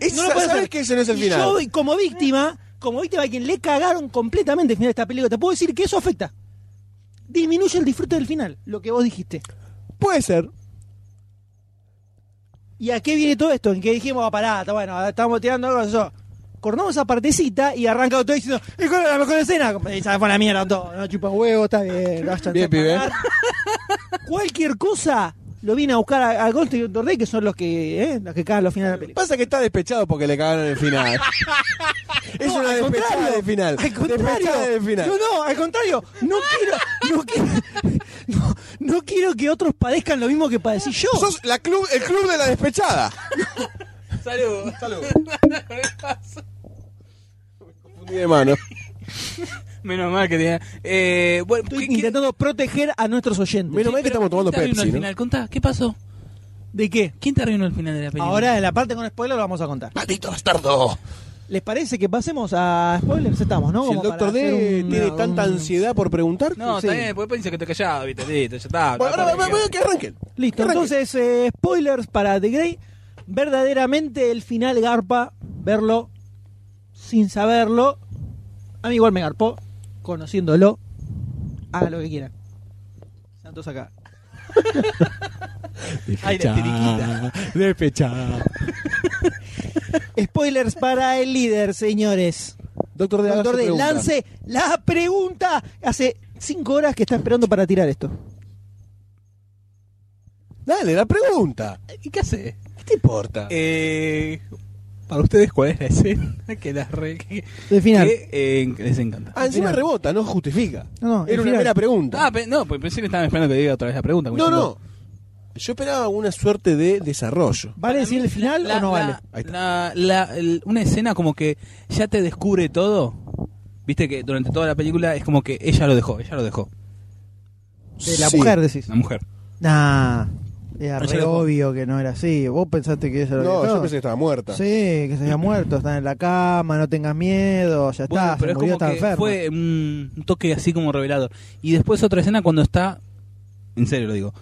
S7: Esa-
S6: No lo podés
S7: ¿Sabes
S6: hacer.
S7: que ese no es el
S6: Y
S7: final?
S6: Yo, como víctima, como víctima a quien le cagaron completamente el final de esta película, te puedo decir que eso afecta. Disminuye el disfrute del final, lo que vos dijiste.
S7: Puede ser.
S6: ¿Y a qué viene todo esto? En que dijimos, ah, pará, está bueno, estamos tirando algo, eso. Cortamos esa partecita y arranca todo diciendo, ¿y cuál es la mejor escena? Y se fue a la mierda todo, no chupan huevo, está bien, vayan
S7: Bien,
S6: a
S7: pibe.
S6: pagar. Cualquier cosa lo vine a buscar a, a Goldstein y Dr. Day, que son los que, eh, los que cagan los finales de la película.
S7: Pasa que está despechado porque le cagaron el final. es
S6: No,
S7: una
S6: al
S7: despechada
S6: contrario,
S7: de final.
S6: Al contrario.
S7: Despechada de final.
S6: No, no, al contrario. No quiero, no quiero, no, no quiero que otros padezcan lo mismo que padecí yo.
S7: Sos la club, el club de la despechada.
S5: Salud. Salud.
S7: Muy de mano.
S5: Menos mal que tenía. Eh, bueno,
S6: Estoy
S5: ¿qué- qué-
S6: intentando proteger a nuestros oyentes.
S7: Menos mal que estamos tomando
S5: ¿quién te arruinó
S7: Pepsi,
S5: al
S7: ¿no?
S5: final? Contá, ¿qué pasó?
S6: ¿De qué?
S5: ¿Quién te arruinó al final de la película?
S6: Ahora en la parte con spoiler lo vamos a contar.
S7: ¡Maldito bastardo!
S6: ¿Les parece que pasemos a spoilers? Estamos, ¿no?
S7: Si el
S6: Como
S7: doctor
S6: para hacer
S7: D
S6: un-
S7: tiene
S6: un-
S7: tanta ansiedad por preguntar.
S5: No,
S7: sí.
S5: está bien, porque pensé que te callado, viste, listo, ya está.
S7: Bueno,
S5: está
S7: ahora va-
S5: bien.
S7: va- va- que arranquen. Que
S6: Listo,
S7: arranquen.
S6: entonces eh, spoilers para The Grey. Verdaderamente el final garpa, verlo sin saberlo. A mí igual me garpó, conociéndolo. Haga lo que quiera. Santos acá.
S7: Despechada. Despechada.
S6: Spoilers para el líder, señores.
S7: Doctor D, haga
S6: Doctor
S7: su
S6: D,
S7: pregunta.
S6: lance la pregunta. Hace cinco horas que está esperando para tirar esto.
S7: Dale, la pregunta.
S5: ¿Y qué hace?
S7: ¿Qué te importa?
S5: Eh, para ustedes, ¿cuál es la escena que las re... que,
S6: De final.
S5: que, eh, les encanta?
S7: ah, encima
S6: final.
S7: rebota, no justifica.
S6: No, no, el
S7: Era una
S6: final.
S7: mera pregunta.
S5: Ah, pe- no, pues pensé que estaban esperando que diga otra vez la pregunta. como
S7: no,
S5: diciendo-
S7: no. Yo esperaba una suerte de desarrollo.
S6: ¿Vale
S5: Para
S6: decir
S5: mí,
S6: el final
S5: la-
S6: o no
S5: la-
S6: vale?
S7: Ahí está.
S5: la- la- el- una escena como que ya te descubre todo. Viste que durante toda la película es como que ella lo dejó, ella lo dejó.
S6: De la
S7: Sí.
S6: mujer decís.
S5: La mujer.
S6: Nah,
S5: Ella
S6: era re
S5: dejó.
S6: obvio que no era así. Vos pensaste que ella lo
S7: No,
S6: había
S7: yo
S6: todo.
S7: pensé que estaba muerta.
S6: Sí, que se había muerto, está en la cama, no tengas miedo, ya
S5: Bueno,
S6: está, se
S5: pero es
S6: murió,
S5: como
S6: está
S5: que
S6: enfermo.
S5: fue mm, un toque así como revelador. Y después otra escena cuando está, en serio lo digo,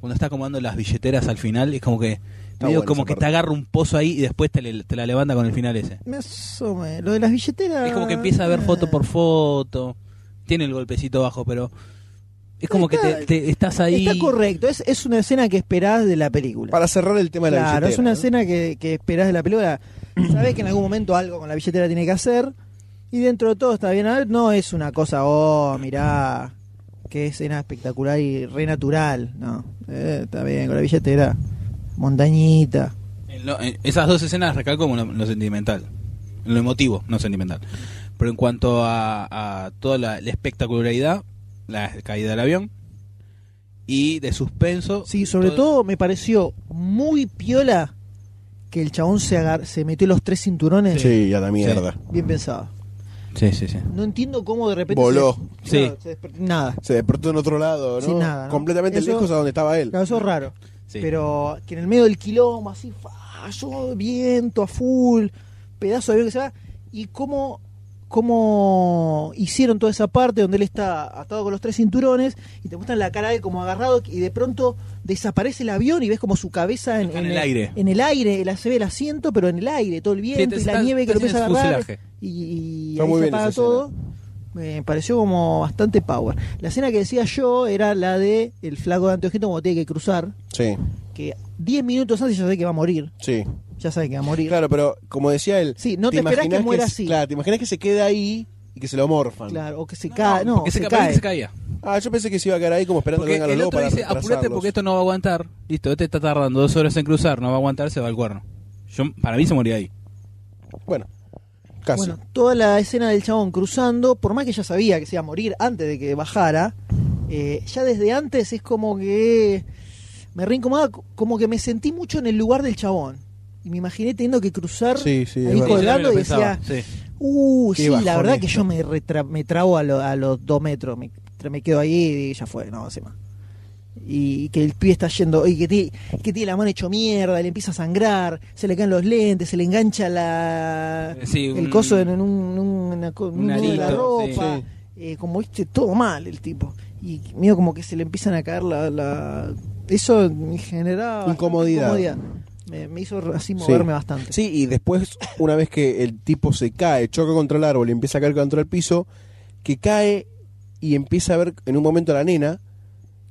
S5: cuando está acomodando las billeteras al final, es como que medio
S7: bueno
S5: como
S7: esa
S5: que te
S7: parte.
S5: agarra un pozo ahí y después te, le- te la levanta con el final ese.
S6: Me asome, lo de las billeteras.
S5: Es como que empieza a ver foto por
S6: eh,
S5: foto, tiene el golpecito bajo, pero es como que te, te- estás ahí.
S6: Está correcto, es, es una escena que esperás de la película.
S7: Para cerrar el tema de la
S6: claro,
S7: billetera,
S6: es una
S7: ¿no?
S6: escena que, que esperás de la película. Sabés que en algún momento algo con la billetera tiene que hacer. Y dentro de todo está bien. a ver, No es una cosa, oh, mirá, qué escena espectacular y re natural. No, Eh, está bien, con la billetera. Montañita.
S5: En lo- en esas dos escenas recalco como en lo sentimental, en lo emotivo, no sentimental. Pero en cuanto a, a toda la, la espectacularidad, la caída del avión y de suspenso.
S6: Sí, sobre
S5: todo-
S6: todo me pareció muy piola que el chabón se, agar- se metió los tres cinturones.
S7: Sí, a la mierda.
S6: Bien pensado.
S5: Sí, sí, sí.
S6: No entiendo cómo de repente.
S7: Voló.
S6: se-
S5: Sí.
S6: claro, se desper- nada.
S7: Se despertó en otro lado, ¿no?
S6: Sin nada, ¿no?
S7: Completamente
S6: Eso-
S7: lejos a donde estaba él.
S6: Claro, eso es raro.
S5: Sí.
S6: Pero que en el medio del quilombo, así, fa, yo, viento a full, pedazo de avión que se va. Y cómo, cómo hicieron toda esa parte donde él está atado con los tres cinturones y te muestran la cara de él como agarrado y de pronto desaparece el avión y ves como su cabeza en,
S5: Está en el aire.
S6: En el aire, él se ve el asiento, pero en el aire, todo el viento
S5: te
S6: y la
S5: está-
S6: nieve que lo
S5: está
S6: empieza a
S5: en el
S6: agarrar.
S5: fuselaje.
S6: Y, y
S7: Está
S6: ahí
S7: muy
S6: se
S7: bien
S6: apaga
S7: esa
S6: todo. Me pareció como bastante power. La escena que decía yo era la de el flaco de anteojito como tiene que cruzar
S7: Sí,
S6: que 10 minutos antes ya sabe que va a morir.
S7: sí.
S6: Ya sabe que va a morir.
S7: Claro, pero como decía él.
S6: Sí, no te esperás que
S7: imaginás
S6: muera
S7: es-
S6: así.
S7: Claro, te imaginas que se queda ahí y que se lo morfan.
S6: Claro, o que se cae. ah, No,
S5: porque
S6: se,
S5: se, capaz que
S6: cae.
S5: se caía.
S7: Ah, yo pensé que se iba a quedar ahí como esperando
S5: Porque
S7: que vengan los
S5: el
S7: lobos
S5: otro
S7: para
S5: dice, apurate
S7: retrasarlos".
S5: porque esto no va a aguantar. Listo, este está tardando dos horas en cruzar, no va a aguantar, se va al cuerno. Yo, para mí se moría ahí.
S7: Bueno, casi.
S6: Bueno, toda la escena del chabón cruzando, por más que ya sabía que se iba a morir antes de que bajara, eh, ya desde antes es como que me reincomodaba, como que me sentí mucho en el lugar del chabón. Y me imaginé teniendo que cruzar
S7: Sí, sí,
S6: ahí
S7: es
S5: Sí,
S7: verdad.
S5: yo también
S6: colgando
S5: lo
S6: y
S5: pensaba,
S6: decía,
S5: sí.
S6: uh,
S7: Qué
S6: sí, la
S7: bajón
S6: verdad que
S7: esto.
S6: yo me, retra- me trago a, lo- a los dos metros, me, tra- me quedo ahí y ya fue, no, hace más. Y que el pie está yendo, y que, ti- que tiene la mano hecho mierda, le empieza a sangrar, se le caen los lentes, se le engancha la,
S5: Eh, Sí,
S6: el
S5: un-
S6: coso en, en un, en una, co-
S5: un
S6: un nudo de la
S5: arito, sí.
S6: ropa.
S7: Sí.
S6: Eh, como viste, todo mal el tipo. Y mío, como que se le empiezan a caer la. la- Eso me generaba.
S7: Incomodidad.
S6: bastante incomodidad. Me, me hizo así moverme bastante.
S7: Sí, y después, una vez que el tipo se cae, choca contra el árbol y empieza a caer contra el piso, que cae y empieza a ver en un momento a la nena,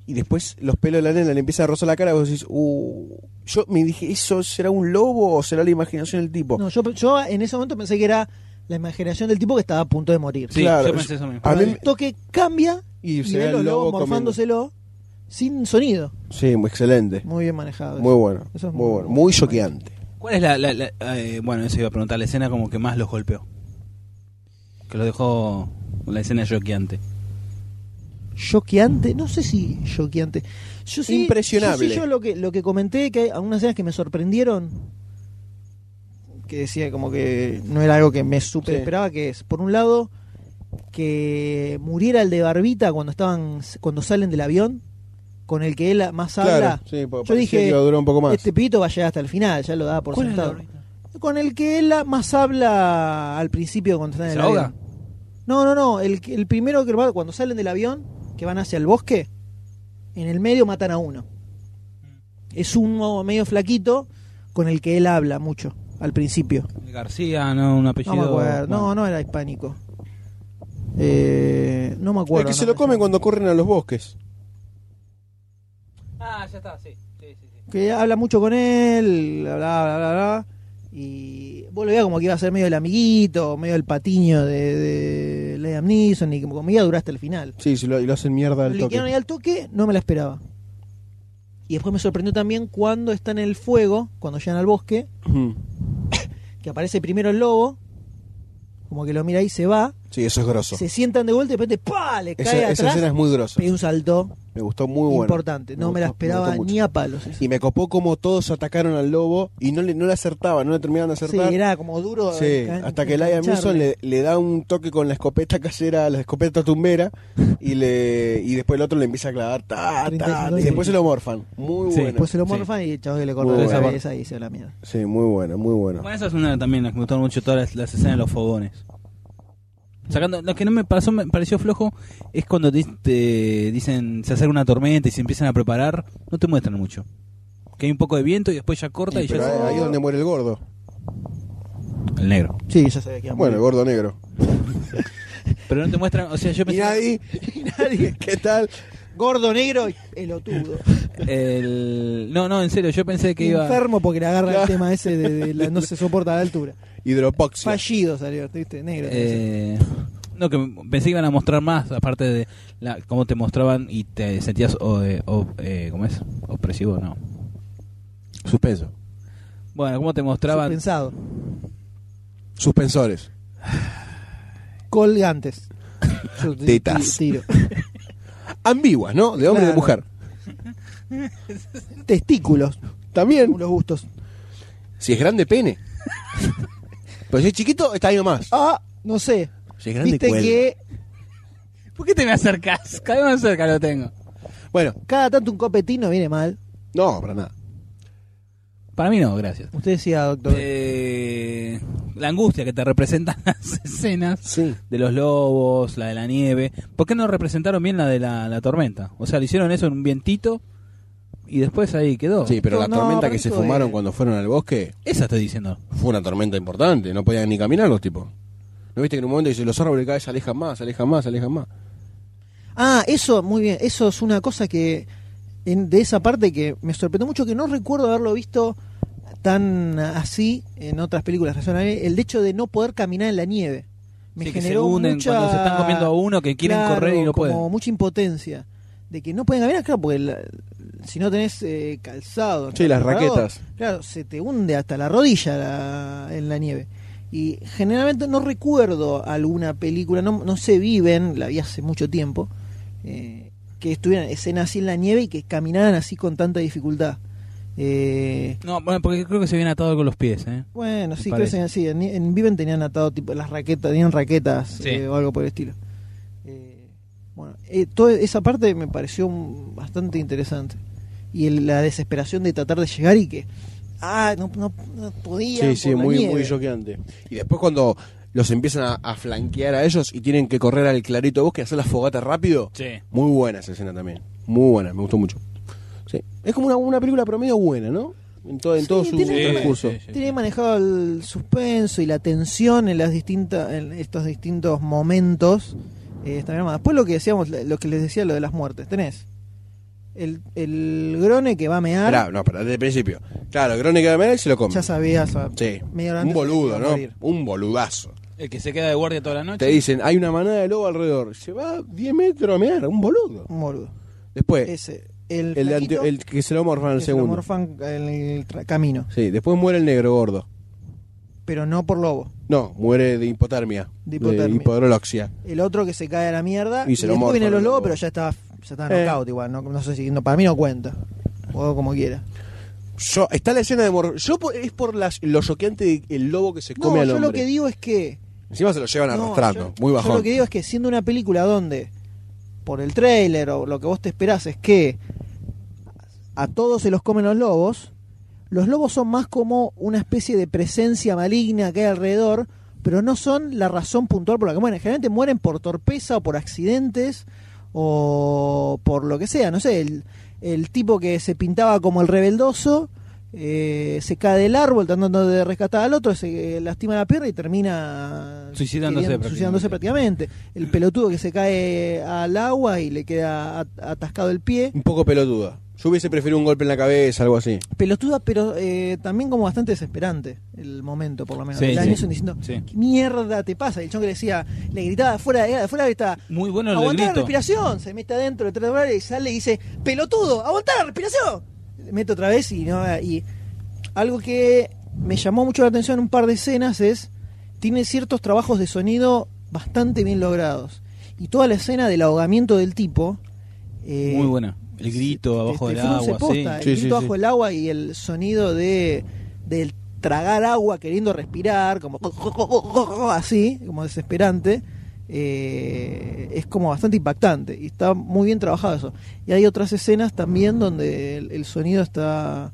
S7: y después los pelos de la nena le empieza a rozar la cara, vos decís, uh, yo me dije, ¿eso será un lobo o será la imaginación del tipo?
S6: No, yo, yo en ese momento pensé que era la imaginación del tipo que estaba a punto de morir.
S5: Sí,
S7: Claro,
S5: yo pensé eso mismo.
S7: a
S6: Pero
S7: mí-
S6: el toque cambia
S7: y
S6: y,
S7: se ve
S6: ve
S7: al
S6: los
S7: lobo
S6: lobos
S7: comiendo.
S6: morfándoselo. sin sonido.
S7: Sí, muy excelente.
S6: Muy bien manejado.
S7: Muy bueno.
S6: Eso es
S7: muy
S6: muy
S7: bueno.
S6: bueno.
S7: Muy choqueante.
S5: ¿Cuál es la, la- la- eh, bueno, eso iba a preguntar, la escena como que más los golpeó? Que lo dejó la escena shockeante.
S6: Choqueante, no sé si choqueante. Yo sí,
S7: Impresionable.
S6: Yo, sí, yo lo que lo que comenté que hay algunas escenas que me sorprendieron que decía como que no era algo que me super
S7: Sí.
S6: esperaba que es por un lado que muriera el de Barbita cuando estaban cuando salen del avión con el que él más habla.
S7: Claro, sí, porque
S6: yo
S7: parecía que
S6: dije
S7: iba a durar un poco más.
S6: este pito va a llegar hasta el final, ya lo daba por
S5: ¿Cuál es el
S6: sentado.
S5: de
S6: Con el que él más habla al principio cuando están en
S5: ¿Se
S6: el
S5: ahoga?
S6: avión. No, no, no. El, que- el primero que va, cuando salen del avión, que van hacia el bosque, en el medio matan a uno. Es uno medio flaquito con el que él habla mucho al principio.
S5: García, no, un apellido.
S6: No me acuerdo.
S5: bueno.
S6: No, no era hispánico. Eh, no me
S7: El
S6: acuerdo.
S7: que se
S6: no
S7: lo
S6: me
S7: comen
S6: acuerdo.
S7: cuando corren a los bosques.
S5: Ah, ya está, sí. sí, sí, sí.
S6: Que habla mucho con él, bla, bla, bla, bla, bla. Y vos lo veías como que iba a ser medio el amiguito, medio el patiño de, de Liam Neeson, y como como iba a durar hasta el final.
S7: Sí, se lo, y lo hacen mierda al
S6: Lo liquidaron ahí
S7: toque.
S6: al toque, no me la esperaba. Y después me sorprendió también cuando están en el fuego, cuando llegan al bosque,
S7: Ujú.
S6: que aparece primero el lobo, como que lo mira y se va,
S7: Sí, eso es grosso.
S6: se sientan de vuelta y de repente ¡pa! le cae
S7: Esa, esa
S6: atrás,
S7: escena es muy grosa.
S6: pegó un salto
S7: Me gustó muy bueno.
S6: importante, no me la
S7: gustó- gustó
S6: esperaba
S7: mucho.
S6: ni a palos. esa.
S7: Y me copó como todos atacaron al lobo y no le, no le acertaban, no le terminaban de
S6: Sí,
S7: acertar.
S6: era como duro.
S7: Sí,
S6: engan-
S7: hasta que Liam Neeson
S6: engancharle.
S7: le, le da un toque con la escopeta casera, la escopeta tumbera, y le y después el otro le empieza a clavar, ta, ta, y después se lo morfan.
S5: Sí.
S7: Muy bueno.
S6: Después Pues se lo morfan y el chavo que le
S7: Muy
S6: cortó la
S7: buena.
S6: cabeza y se la mierda.
S7: Sí, muy bueno, muy bueno.
S5: Bueno, esa es una también, la que me gustaron mucho todas las, las escenas de los fogones. Sacando, lo que no me pasó, me pareció flojo, es cuando dis- te dicen, se acerca una tormenta y se empiezan a preparar, no te muestran mucho. Que hay un poco de viento y después ya corta y,
S7: Pero
S5: ya
S7: ahí es donde muere el gordo.
S5: se- el negro.
S6: Sí, ya sabía que iba a
S7: Bueno, el
S6: morir.
S7: gordo negro.
S5: Pero no te muestran, o sea, yo
S7: Y
S5: pensé
S7: nadie, ¿qué tal?
S6: Gordo, negro y pelotudo.
S5: el- no, no, en serio, yo pensé que iba
S6: Enfermo porque le agarra
S7: Claro.
S6: el tema ese de, de la- no se soporta la altura.
S7: Hidropoxia.
S6: Fallido salió, ¿viste? Negro.
S5: Eh, no, que pensé que iban a mostrar más, aparte de la, cómo te mostraban y te sentías, o, eh, o- eh, ¿cómo es? Opresivo, no.
S7: Suspenso.
S5: Bueno, cómo te mostraban.
S6: Pensado.
S7: Suspensores.
S6: Colgantes. Yo ti-
S7: Tetas.
S6: ti- Tiro.
S7: Ambiguas, ¿no? De hombre y de
S6: Claro.
S7: mujer.
S6: Testículos.
S7: También,
S6: Los gustos.
S7: si es grande, pene. Pero si es chiquito, está ahí nomás.
S6: Ah, no sé.
S7: Si es grande,
S6: Viste
S7: cuelga.
S6: que
S5: ¿Por qué te me acercas? Cada vez más cerca lo tengo.
S7: Bueno,
S6: cada tanto un copetín no viene mal.
S7: no, para nada.
S5: Para mí no, gracias.
S6: Usted decía, doctor.
S5: Eh, la angustia que te representan las escenas
S7: Sí.
S5: de los lobos, la de la nieve. ¿Por qué no representaron bien la de la, la tormenta? O sea, le hicieron eso en un vientito y después ahí quedó.
S7: Sí, pero la
S6: No,
S7: tormenta
S6: para
S7: que
S6: mí
S7: se
S6: esto
S7: fumaron
S6: es-
S7: cuando fueron al bosque
S5: Esa estoy diciendo.
S7: fue una tormenta importante. No podían ni caminar los tipos. ¿No viste que en un momento dice los árboles cada vez se alejan más, se alejan más, se alejan más?
S6: Ah, eso, muy bien. Eso es una cosa que. en- de esa parte que me sorprendió mucho, que no recuerdo haberlo visto tan así en otras películas. relacionadas. El hecho de no poder caminar en la nieve. Me
S5: Sí, que se
S6: generó
S5: hunden
S6: mucha-
S5: cuando se están comiendo a uno, que quieren
S6: Claro,
S5: correr y no
S6: como
S5: pueden.
S6: mucha impotencia. De que no pueden caminar, claro, porque la- si no tenés eh, calzado.
S7: Sí, las raquetas.
S6: Claro, se te hunde hasta la rodilla la- en la nieve. Y generalmente no recuerdo alguna película, no, no se viven, la vi hace mucho tiempo, eh, que estuvieran escenas así en la nieve y que caminaran así con tanta dificultad. Eh,
S5: No, bueno, porque creo que se viene atado con los pies, ¿eh?
S6: bueno,
S5: Me
S6: sí, creo que
S5: parece.
S6: se- sí, en, en Viven tenían atado tipo las raquetas, tenían raquetas
S5: Sí.
S6: eh, o algo por el estilo. Eh, bueno, eh, toda esa parte me pareció mm, bastante interesante. Y el- la desesperación de tratar de llegar y que, ah, no, no, no podía.
S7: Sí, sí,
S6: por la
S7: muy,
S6: nieve.
S7: muy choqueante. Y después cuando los empiezan a, a flanquear a ellos y tienen que correr al clarito de bosque y hacer la fogata rápido,
S5: Sí.
S7: muy buena esa escena también. Muy buena, me gustó mucho. Sí. Es como una, una película promedio buena, ¿no? En, todo en
S6: Sí,
S7: todo su
S6: tiene- Sí,
S7: transcurso.
S5: sí, sí.
S6: Tiene manejado el suspenso y la tensión en las distintas en estos distintos momentos. eh, está bien armada. Después lo que decíamos, lo que les decía lo de las muertes, tenés el, el grone que va a mear,
S7: Esperá, no, pero desde el principio. Claro, Crónica de Mel se lo come.
S6: ya sabías, o sea,
S7: Sí.
S6: media hora
S7: Un
S6: antes de
S7: boludo,
S6: que
S7: ¿no?
S6: iba a morir. Ah,
S7: Un boludazo.
S5: El que se queda de guardia toda la noche.
S7: Te dicen, hay una manada de lobo alrededor. Se va 10 metros a mear, un boludo.
S6: un boludo.
S7: Después,
S6: Ese, El,
S7: Eh, El, de
S6: flaquito
S7: antio- el que se lo morfan el
S6: que se lo
S7: segundo.
S6: morfan en el tra- camino,
S7: Sí, después muere el negro gordo.
S6: pero no por lobo.
S7: No, muere de hipotermia.
S6: De hipotermia.
S7: hipodroloxia.
S6: El otro que se cae a la mierda.
S7: Y se lo
S6: después
S7: morfan
S6: vienen los
S7: el
S6: lobos,
S7: lobo.
S6: pero ya está, ya está
S7: Eh.
S6: knockout igual. No, no sé si no, para mí no cuenta. O como quiera.
S7: Yo, está la escena de Mor Yo po- es por las, lo choqueante de el lobo que se
S6: No,
S7: come al
S6: yo
S7: hombre.
S6: lo que digo es que.
S7: Encima se lo llevan
S6: no,
S7: arrastrando.
S6: yo-
S7: muy
S6: Yo
S7: bajón.
S6: lo que digo es que siendo una película donde, por el tráiler o lo que vos te esperás, es que a todos se los comen los lobos, los lobos son más como una especie de presencia maligna que hay alrededor, pero no son la razón puntual por la que mueren. Generalmente mueren por torpeza o por accidentes o por lo que sea. No sé, el, el tipo que se pintaba como el rebeldoso. eh, se cae del árbol tratando de rescatar al otro, se eh, lastima la pierna y termina
S5: Suicidándose
S6: queriendo- suicidándose prácticamente. El pelotudo que se cae al agua y le queda at- atascado el pie.
S7: Un poco pelotuda. Yo hubiese preferido un golpe en la cabeza, algo así.
S6: Pelotuda, pero eh, también como bastante desesperante el momento, por lo menos.
S5: Sí,
S6: el
S5: sí.
S6: Danielson diciendo,
S5: Sí.
S6: ¿qué mierda te pasa? Y el chon que le decía, le gritaba de fuera, de fuera, gritaba,
S5: Muy bueno el
S6: aguantá la
S5: grito.
S6: respiración. Se mete adentro, trata de hablar y sale y dice, pelotudo, aguantá la respiración. Mete otra vez y no... Y algo que me llamó mucho la atención en un par de escenas es, tiene ciertos trabajos de sonido bastante bien logrados. Y toda la escena del ahogamiento del tipo... eh,
S5: Muy buena. El grito
S6: te-
S5: abajo
S6: te
S5: del
S6: frunce
S5: agua, sí.
S6: posta, eh.
S7: Sí,
S6: el
S7: sí,
S6: grito
S7: sí.
S6: bajo el agua y el sonido de del tragar agua queriendo respirar, como así, como desesperante, eh, es como bastante impactante y está muy bien trabajado eso. Y hay otras escenas también donde el, el sonido está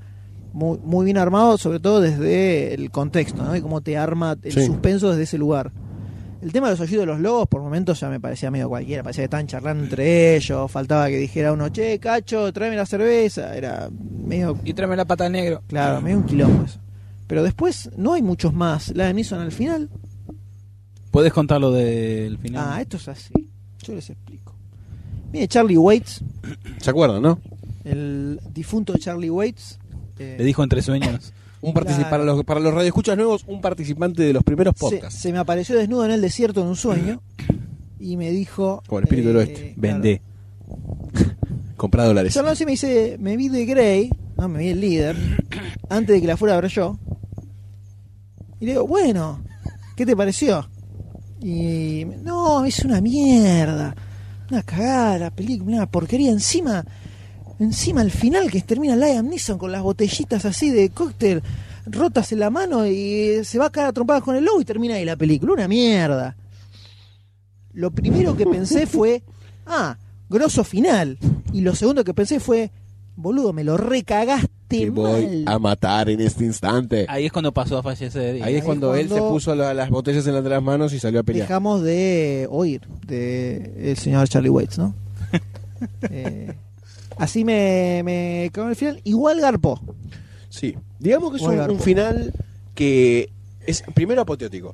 S6: muy, muy bien armado, sobre todo desde el contexto, ¿no? Y cómo te arma el
S7: Sí.
S6: suspenso desde ese lugar. El tema de los oídos de los lobos, por momentos ya me parecía medio cualquiera, parecía que estaban charlando entre ellos, faltaba que dijera uno, che, cacho, tráeme la cerveza, era medio,
S5: Y tráeme la pata al negro.
S6: claro, medio un quilombo eso. Pero después no hay muchos más. La de Nixon al final,
S5: ¿Podés contar lo del final?
S6: ah, esto es así, yo les explico. Mire, Charlie Waits,
S7: ¿Se acuerdan, no?
S6: el difunto Charlie Waits, eh,
S5: Le dijo entre sueños.
S7: Un partici-
S6: Claro.
S7: para los para los radioescuchas nuevos, un participante de los primeros
S6: se,
S7: podcasts.
S6: se me apareció desnudo en el desierto en un sueño y me dijo... eh,
S7: Como el espíritu del oeste.
S6: claro,
S5: Vendé.
S7: Comprá dólares.
S6: Charlando así me dice, me vi de Grey, no, me vi el líder, antes de que la fuera a ver yo. Y le digo, bueno, ¿qué te pareció? Y me- no, es una mierda, una cagada la película, una porquería. Encima, encima al final que termina Liam Neeson con las botellitas así de cóctel rotas en la mano y se va a caer a trompadas con el lobo y termina ahí la película, una mierda. Lo primero que pensé fue, ah, grosso final. Y lo segundo que pensé fue, boludo, me lo recagaste
S7: Te
S6: mal.
S7: voy a matar en este instante.
S5: Ahí es cuando pasó a fallecer. y-
S7: Ahí es cuando, él se
S6: cuando-
S7: puso la- las botellas en las de las manos y salió a pelear.
S6: dejamos de oír de el señor Charlie Waits, ¿no? Eh, así me, me quedó en el final. Igual garpó.
S7: Sí. Digamos que es un,
S6: Bueno,
S7: un final que es primero apoteótico.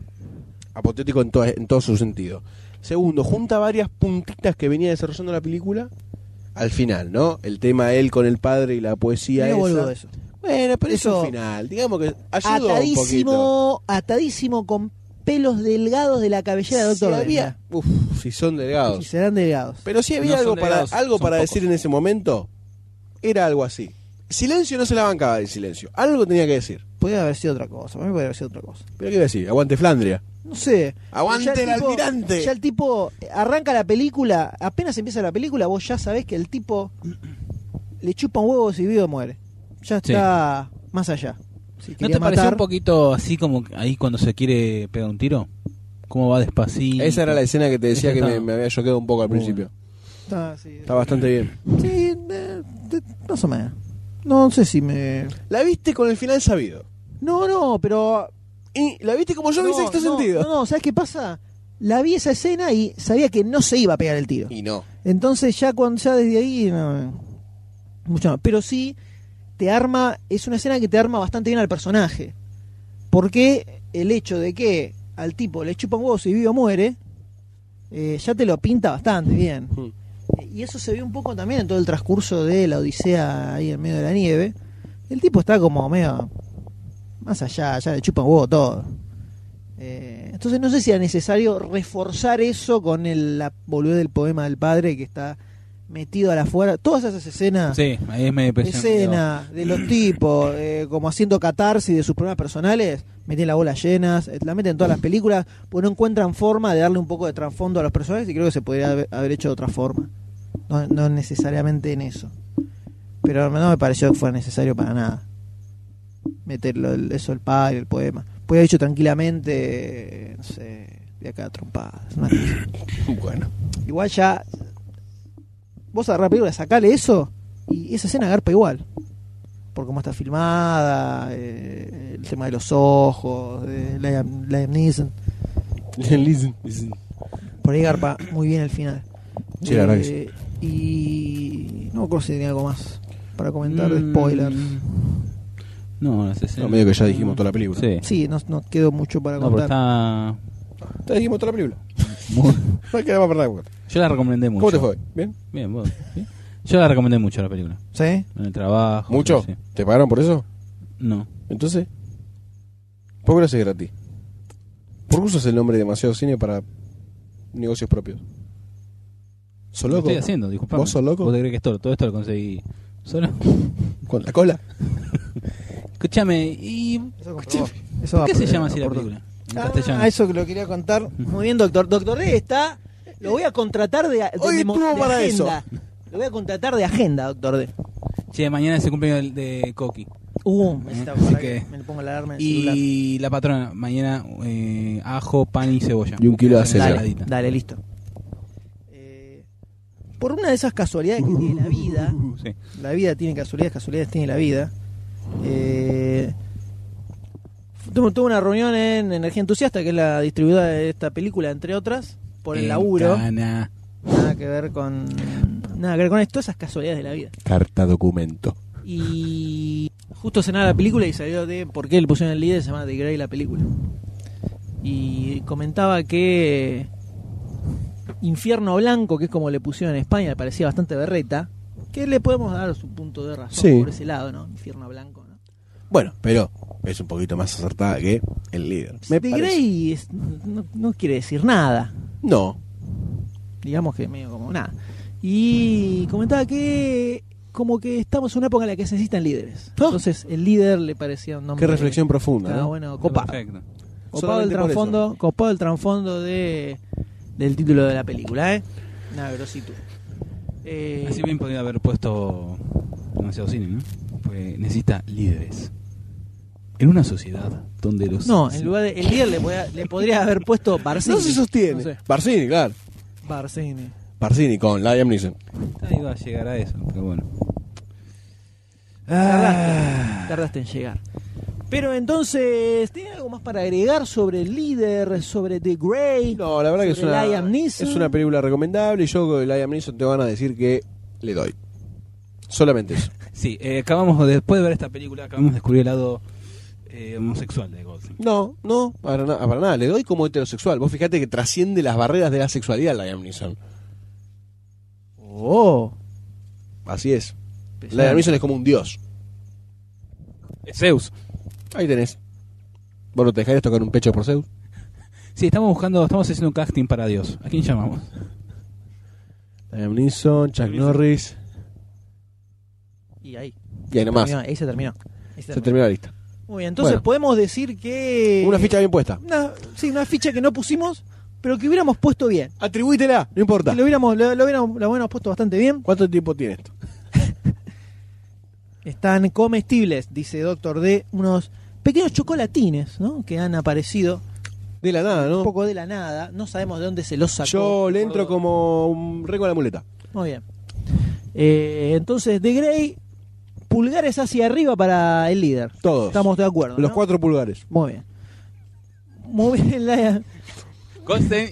S7: Apoteótico en, to- en todo su sentido. Segundo, junta varias puntitas que venía desarrollando la película al final, ¿no? El tema él con el padre y la poesía
S6: Medio
S7: esa.
S6: boludo eso.
S7: Bueno, pero eso es
S6: Eso-
S7: un final. Digamos que ayudó un poquito.
S6: Atadísimo, atadísimo con pelos delgados de la cabellera de
S7: Si
S6: Doctor
S7: había- Uf, si son delgados.
S6: Si serán delgados.
S7: Pero si había
S5: No son
S7: algo para,
S5: delgados,
S7: algo
S5: son
S7: para
S5: pocos.
S7: decir en ese momento, era algo así. Silencio no se la bancaba el silencio. Algo tenía que decir.
S6: Podría haber sido otra cosa. Para mí podría haber sido otra cosa.
S7: ¿Pero qué iba a decir? Aguante Flandria.
S6: No sé.
S7: Aguante
S6: Ya
S7: el almirante.
S6: Ya el tipo eh, arranca la película, apenas empieza la película, vos ya sabés que el tipo le chupa un huevo si vivo muere. Ya
S5: Sí.
S6: está más allá. Si
S5: ¿No
S6: quería
S5: te pareció
S6: matar-
S5: un poquito así como ahí cuando se quiere pegar un tiro? ¿Cómo va despacito?
S7: Esa era la escena que te decía que
S5: Esa
S7: me,
S5: estaba.
S7: me había choqueado un poco al
S5: Bueno.
S7: principio.
S6: Está, Ah, sí,
S7: Está bastante bien.
S6: Sí, eh, te- más o menos. No sé si me.
S7: La viste con el final sabido.
S6: No, no, pero.
S7: Y la viste como yo en
S6: no,
S7: sexto
S6: no,
S7: sentido.
S6: No, no, ¿sabes qué pasa? La vi esa escena y sabía que no se iba a pegar el tiro.
S7: Y no.
S6: Entonces ya cuando ya desde ahí no, mucho más. Pero sí te arma, es una escena que te arma bastante bien al personaje. Porque el hecho de que al tipo le chupa un huevo si vivo muere, eh, ya te lo pinta bastante bien. Eh,
S7: Hmm.
S6: Y eso se ve un poco también en todo el transcurso de la Odisea ahí en medio de la nieve. El tipo está como medio más allá, ya le chupa un huevo todo. Eh, entonces no sé si era necesario reforzar eso con el, la boludez del poema del padre que está metido a la fuera. Todas esas escenas.
S5: Sí, ahí es medio impresionante.
S6: escena de los tipos eh, como haciendo catarsis de sus problemas personales, meten la bola llenas, eh, la meten en todas las películas, pues no encuentran forma de darle un poco de trasfondo a los personajes y creo que se podría haber, haber hecho de otra forma. No, no necesariamente en eso. Pero no me pareció que fuera necesario para nada. Meterlo el- eso, el padre, el poema. Podría haber hecho tranquilamente, eh, no sé, de acá a trompadas. una cosa.
S7: Bueno.
S6: Igual ya. Vos agarrás la película, sacale eso y esa escena garpa igual. Por cómo está filmada, eh, el tema de los ojos, de Liam, Liam Neeson.
S7: Listen, listen.
S6: Por ahí garpa muy bien el final. Eh,
S7: Sí, la verdad que
S6: Y. No me acuerdo si tenía algo más para comentar de
S5: Mm.
S6: spoilers.
S5: No, no sé.
S7: No, medio que ya dijimos toda la película.
S5: Sí.
S6: Sí, no, no quedó mucho para
S5: No, pero
S6: contar.
S5: está.
S7: Ya dijimos toda la película.
S5: muy-
S7: No queda más para nada.
S5: Yo la recomendé mucho.
S7: ¿Cómo te fue? ¿Bien?
S5: Bien, vos. ¿sí? Yo la recomendé mucho la película.
S6: ¿Sí?
S5: En el trabajo.
S7: ¿Mucho?
S5: sí, sí.
S7: ¿Te pagaron por eso?
S5: No.
S7: Entonces, ¿por qué lo haces gratis? ¿Por qué usas el nombre de demasiado cine para negocios propios? ¿Sos
S5: Lo
S7: loco?
S5: estoy haciendo, disculpame.
S7: ¿Vos sos loco?
S5: ¿Vos te crees que esto, todo esto lo conseguí solo?
S7: ¿Con la cola?
S5: Escúchame, ¿y
S6: Eso comprobó. Eso
S5: por qué
S6: va-
S5: se
S6: eh,
S5: llama así la
S6: aportó.
S5: película? En castellano.
S6: Ah, eso que lo quería contar. Muy bien, doctor. Doctor D está. Lo voy a contratar de, de,
S7: Hoy
S6: memo-
S7: estuvo
S6: de
S7: para
S6: agenda. Lo voy a contratar de agenda, doctor D.
S5: Che, mañana es el cumpleaños de, de Coqui.
S7: Ah,
S6: Uh,
S5: necesitaba
S6: para
S5: que
S6: que me le pongo la alarma en el celular.
S5: Y la patrona, mañana eh, ajo, pan y cebolla.
S7: Y un kilo de
S5: Hacen
S7: acelga.
S6: Dale,
S5: ensaladita.
S6: dale, listo. Eh, por una de esas casualidades que tiene la vida,
S5: Sí.
S6: la vida tiene casualidades, casualidades tiene la vida. Eh, tuve, tuve una reunión en Energía Entusiasta, que es la distribuidora de esta película, entre otras, por el
S5: En
S6: laburo.
S5: Cana.
S6: Nada que ver con. Nada que ver con esto, esas casualidades de la vida.
S7: Carta documento.
S6: Y justo cenaba la película y salió de por qué le pusieron el líder, se llama The Grey la película. Y comentaba que Infierno Blanco, que es como le pusieron en España, le parecía bastante berreta. Que le podemos dar su punto de razón
S7: Sí.
S6: por ese lado, ¿no? Infierno Blanco, ¿no?
S7: Bueno, pero es un poquito más acertada que el líder. Me
S6: The
S7: parece.
S6: Grey es- no, no quiere decir nada.
S7: No.
S6: digamos que medio como nada. Y comentaba que como que estamos en una época en la que se necesitan líderes. Entonces el líder le parecía un nombre.
S7: Ah. Qué reflexión profunda.
S6: Estaba
S7: ¿no?
S6: bueno, copado.
S5: Perfecto.
S6: Copado el
S7: Solamente por
S6: trasfondo, copado el trasfondo de del título de la película, eh. Una grositud. Eh,
S5: Así bien podría haber puesto demasiado cine, ¿no? Porque necesita líderes. En una sociedad donde los.
S6: no, en lugar de el líder le podría, le podría haber puesto Barcini.
S7: No se sostiene.
S6: No sé.
S7: Barcini, claro.
S6: Barcini.
S7: Barcini con Liam Neeson.
S5: Ah, Iba a llegar a eso, pero bueno.
S7: Ah.
S6: Tardaste, tardaste en llegar. Pero entonces, ¿tiene algo más para agregar sobre el líder, sobre The Grey?
S7: No, la verdad que es
S6: Sobre
S7: una,
S6: Liam Neeson.
S7: es una película recomendable y yo con Liam Neeson te van a decir que le doy. Solamente eso.
S5: Sí, eh, acabamos, después de ver esta película, acabamos de descubrir el lado eh, homosexual de Goldstein.
S7: No, no, para, na- para nada. Le doy como heterosexual. Vos fijate que trasciende las barreras de la sexualidad Liam Neeson.
S6: Oh,
S7: Así es. Liam Neeson es como un dios.
S5: Es Zeus.
S7: Ahí tenés. ¿Vos no te dejarías tocar un pecho por Zeus?
S5: Sí, estamos buscando, estamos haciendo un casting para Dios. ¿A quién llamamos?
S7: Liam Neeson, Chuck Norris.
S6: y ahí.
S7: Y ahí nomás.
S6: Terminó, ahí se terminó. Ahí se
S7: Ah. Se
S6: terminó.
S7: terminó la lista.
S6: Muy bien, entonces
S7: Bueno.
S6: podemos decir que.
S7: Una ficha bien puesta.
S6: Una- sí, una ficha que no pusimos, pero que hubiéramos puesto bien.
S7: Atribuítela, no importa.
S6: Que lo hubiéramos, lo, lo hubiéramos, lo hubiéramos puesto bastante bien.
S7: ¿Cuánto tiempo tiene esto?
S6: Están comestibles, dice Doctor D, unos pequeños chocolatines, ¿no? Que han aparecido
S7: De la nada,
S6: un
S7: ¿no?
S6: poco de la nada. No sabemos de dónde se los sacó.
S7: Yo le entro como un rey con la muleta.
S6: Muy bien. Eh, entonces, The Grey, pulgares hacia arriba para el líder.
S7: Todos.
S6: Estamos de acuerdo.
S7: Los
S6: ¿no?
S7: cuatro pulgares.
S6: Muy bien. Muy bien, Liam
S5: Goldstein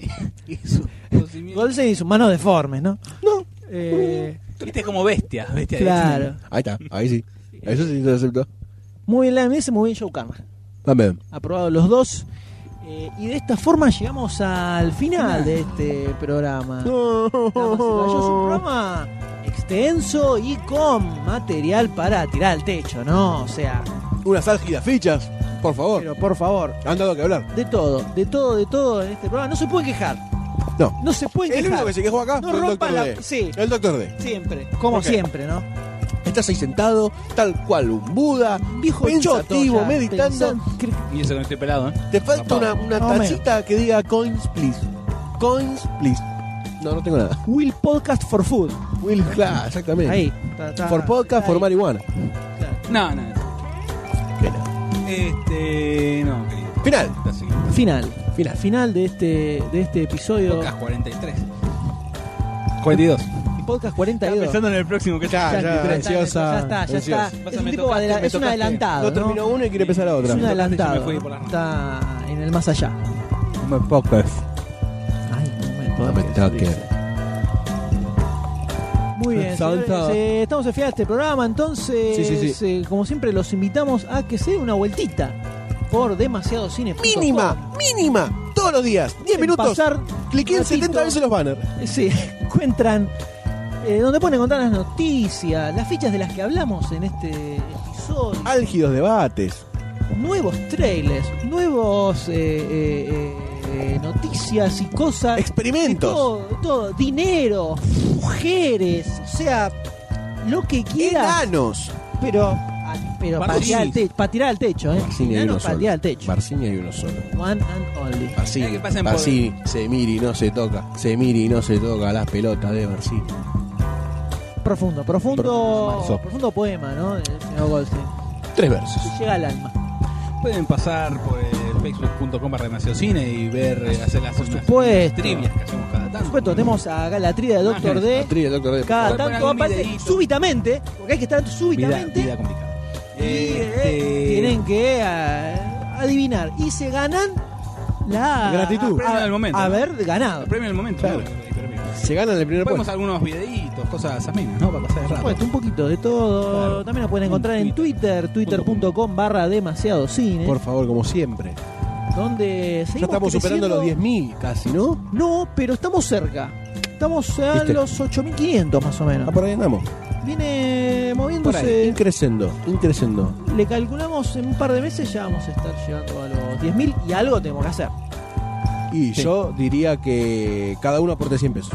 S5: y su conocimiento.
S6: Golsen y sus manos deformes, ¿no?
S7: No.
S6: Eh,
S5: Viste como bestia, bestia de
S6: claro.
S5: cine.
S7: Ahí está, ahí sí. Eso sí te lo acepto.
S6: Muy bien, Liam Neeson, muy bien, Joe Carmack.
S7: También.
S6: Aprobado los dos. Eh, y de esta forma llegamos al final de este programa. Damas y caballeros, un programa extenso y con material para tirar al techo, ¿no? O sea,
S7: Unas álgidas fichas, por favor.
S6: pero por favor,
S7: Han dado que hablar.
S6: de todo, de todo, de todo en este programa. No se puede quejar.
S7: No.
S6: No se puede
S7: El único que se quejó acá
S6: No
S7: fue el
S6: rompa
S7: doctor
S6: la-
S7: D.
S6: sí.
S7: El doctor D.
S6: Siempre. Como
S7: Ok.
S6: siempre, ¿no?
S7: Estás ahí sentado, tal cual un Buda,
S6: Viejo
S7: pensativo,
S6: choto, ya,
S7: meditando.
S6: pensan- cre-
S5: Y eso que no estoy pelado, ¿eh?
S7: Te falta una, una
S6: Más o menos.
S7: tacita que diga coins, please. Coins, please. No, no tengo nada.
S6: Will Podcast for Food.
S7: Will, claro, exactamente.
S6: Ahí. Ta- ta-
S7: For podcast,
S6: ahí.
S7: for marihuana.
S5: No, no. Este. No, querido.
S7: Final.
S5: Está así.
S6: Final.
S7: Final.
S6: Final de este, de este episodio.
S5: Podcast 43. 42.
S6: Podcast 42.
S5: en el próximo que este
S7: Ya, ya,
S6: ya, está,
S7: ansiosa,
S6: ya está, ya está.
S7: ansiosa.
S6: Es un,
S5: Me
S6: tipo
S5: tocaste,
S6: adela-
S5: me
S6: es un
S5: tocaste.
S6: adelantado.
S7: No
S6: ¿no?
S7: terminó uno y quiere empezar la
S6: Es
S7: otra.
S6: un
S5: tocaste, yo
S6: adelantado.
S5: me fui
S6: ¿no?
S5: por la rama.
S6: Está en el más allá.
S5: Podcast.
S6: Ay, no me toques.
S7: No me toques.
S6: Muy bien,
S7: Salta.
S6: señores, eh, estamos al final de este programa, entonces,
S7: Sí, sí, sí.
S6: eh, como siempre, los invitamos a que se den una vueltita por demasiado cine.
S7: Mínima, mínima. Todos los días. 10
S6: Pueden
S7: minutos.
S6: pasar
S7: Cliquen
S6: un
S7: 70
S6: ratito.
S7: veces los banners.
S6: se encuentran eh, donde pueden encontrar las noticias, las fichas de las que hablamos en este episodio,
S7: Álgidos debates.
S6: nuevos trailers, nuevos eh, eh, eh, noticias y cosas.
S7: Experimentos.
S6: Ah, De Todo, de todo, dinero, mujeres, o sea, lo que quieras,
S7: Enanos.
S6: pero, a- pero para,
S5: Barcinis.
S6: tirar al te- para tirar al techo, ¿eh?
S7: Barcini hay
S6: Enanos
S7: uno
S6: para tirar al
S7: solo.
S6: techo.
S7: Barcini hay uno solo.
S6: One and only.
S5: Mirá
S7: Barcini,
S5: que pasen por-
S7: Barcini, se mira y no se toca. Se mira y no se toca las pelotas de Barcini.
S6: Profundo, profundo,
S7: Marzo.
S6: profundo poema, ¿no? Del señor Goldstein.
S7: Tres versos.
S6: Llega al alma.
S5: Pueden pasar por eh, facebook.com barra demasiado cine y ver, eh, hacer las, unas-
S6: supuesto.
S5: unas trivias que hacemos cada tanto.
S6: Por supuesto, tenemos acá la tría de Doctor D.
S7: Patria, doctor D.
S6: Cada
S5: Pueden
S6: tanto
S5: poner un
S6: aparte,
S5: videíto.
S6: súbitamente, porque hay que estar
S5: vida,
S6: súbitamente.
S5: vida complicada.
S6: y, eh,
S5: Este,
S6: tienen que ah, adivinar. Y se ganan la
S7: Gratitud.
S6: a-
S5: El premio
S6: a-
S5: del momento,
S6: Haber ganado.
S5: El premio del momento.
S7: Claro.
S5: ¿no?
S7: Se ganan el primer
S5: Podemos
S7: puesto.
S5: algunos videitos, cosas amenas, ¿no? Para pasar el
S6: Por
S5: rato.
S6: supuesto, un poquito de todo.
S5: Claro.
S6: También la pueden
S5: En
S6: encontrar en Twitter,
S5: Twitter.
S6: twitter.com barra demasiado cine.
S7: Por favor, como siempre.
S6: Donde
S7: Ya
S6: seguimos
S7: estamos superando
S6: creciendo.
S7: los 10.000 casi, ¿no?
S6: No, pero estamos cerca. Estamos a
S7: ¿Viste?
S6: los 8.500 más o
S7: Ah,
S6: menos.
S7: por ahí andamos. Eh,
S6: Viene
S7: Por ahí.
S6: moviéndose.
S7: Increciendo, increciendo.
S6: Le calculamos en un par de meses ya vamos a estar llegando a los 10.000 y algo tenemos que hacer.
S7: Y
S5: Sí.
S7: yo diría que cada uno aporte 100 pesos.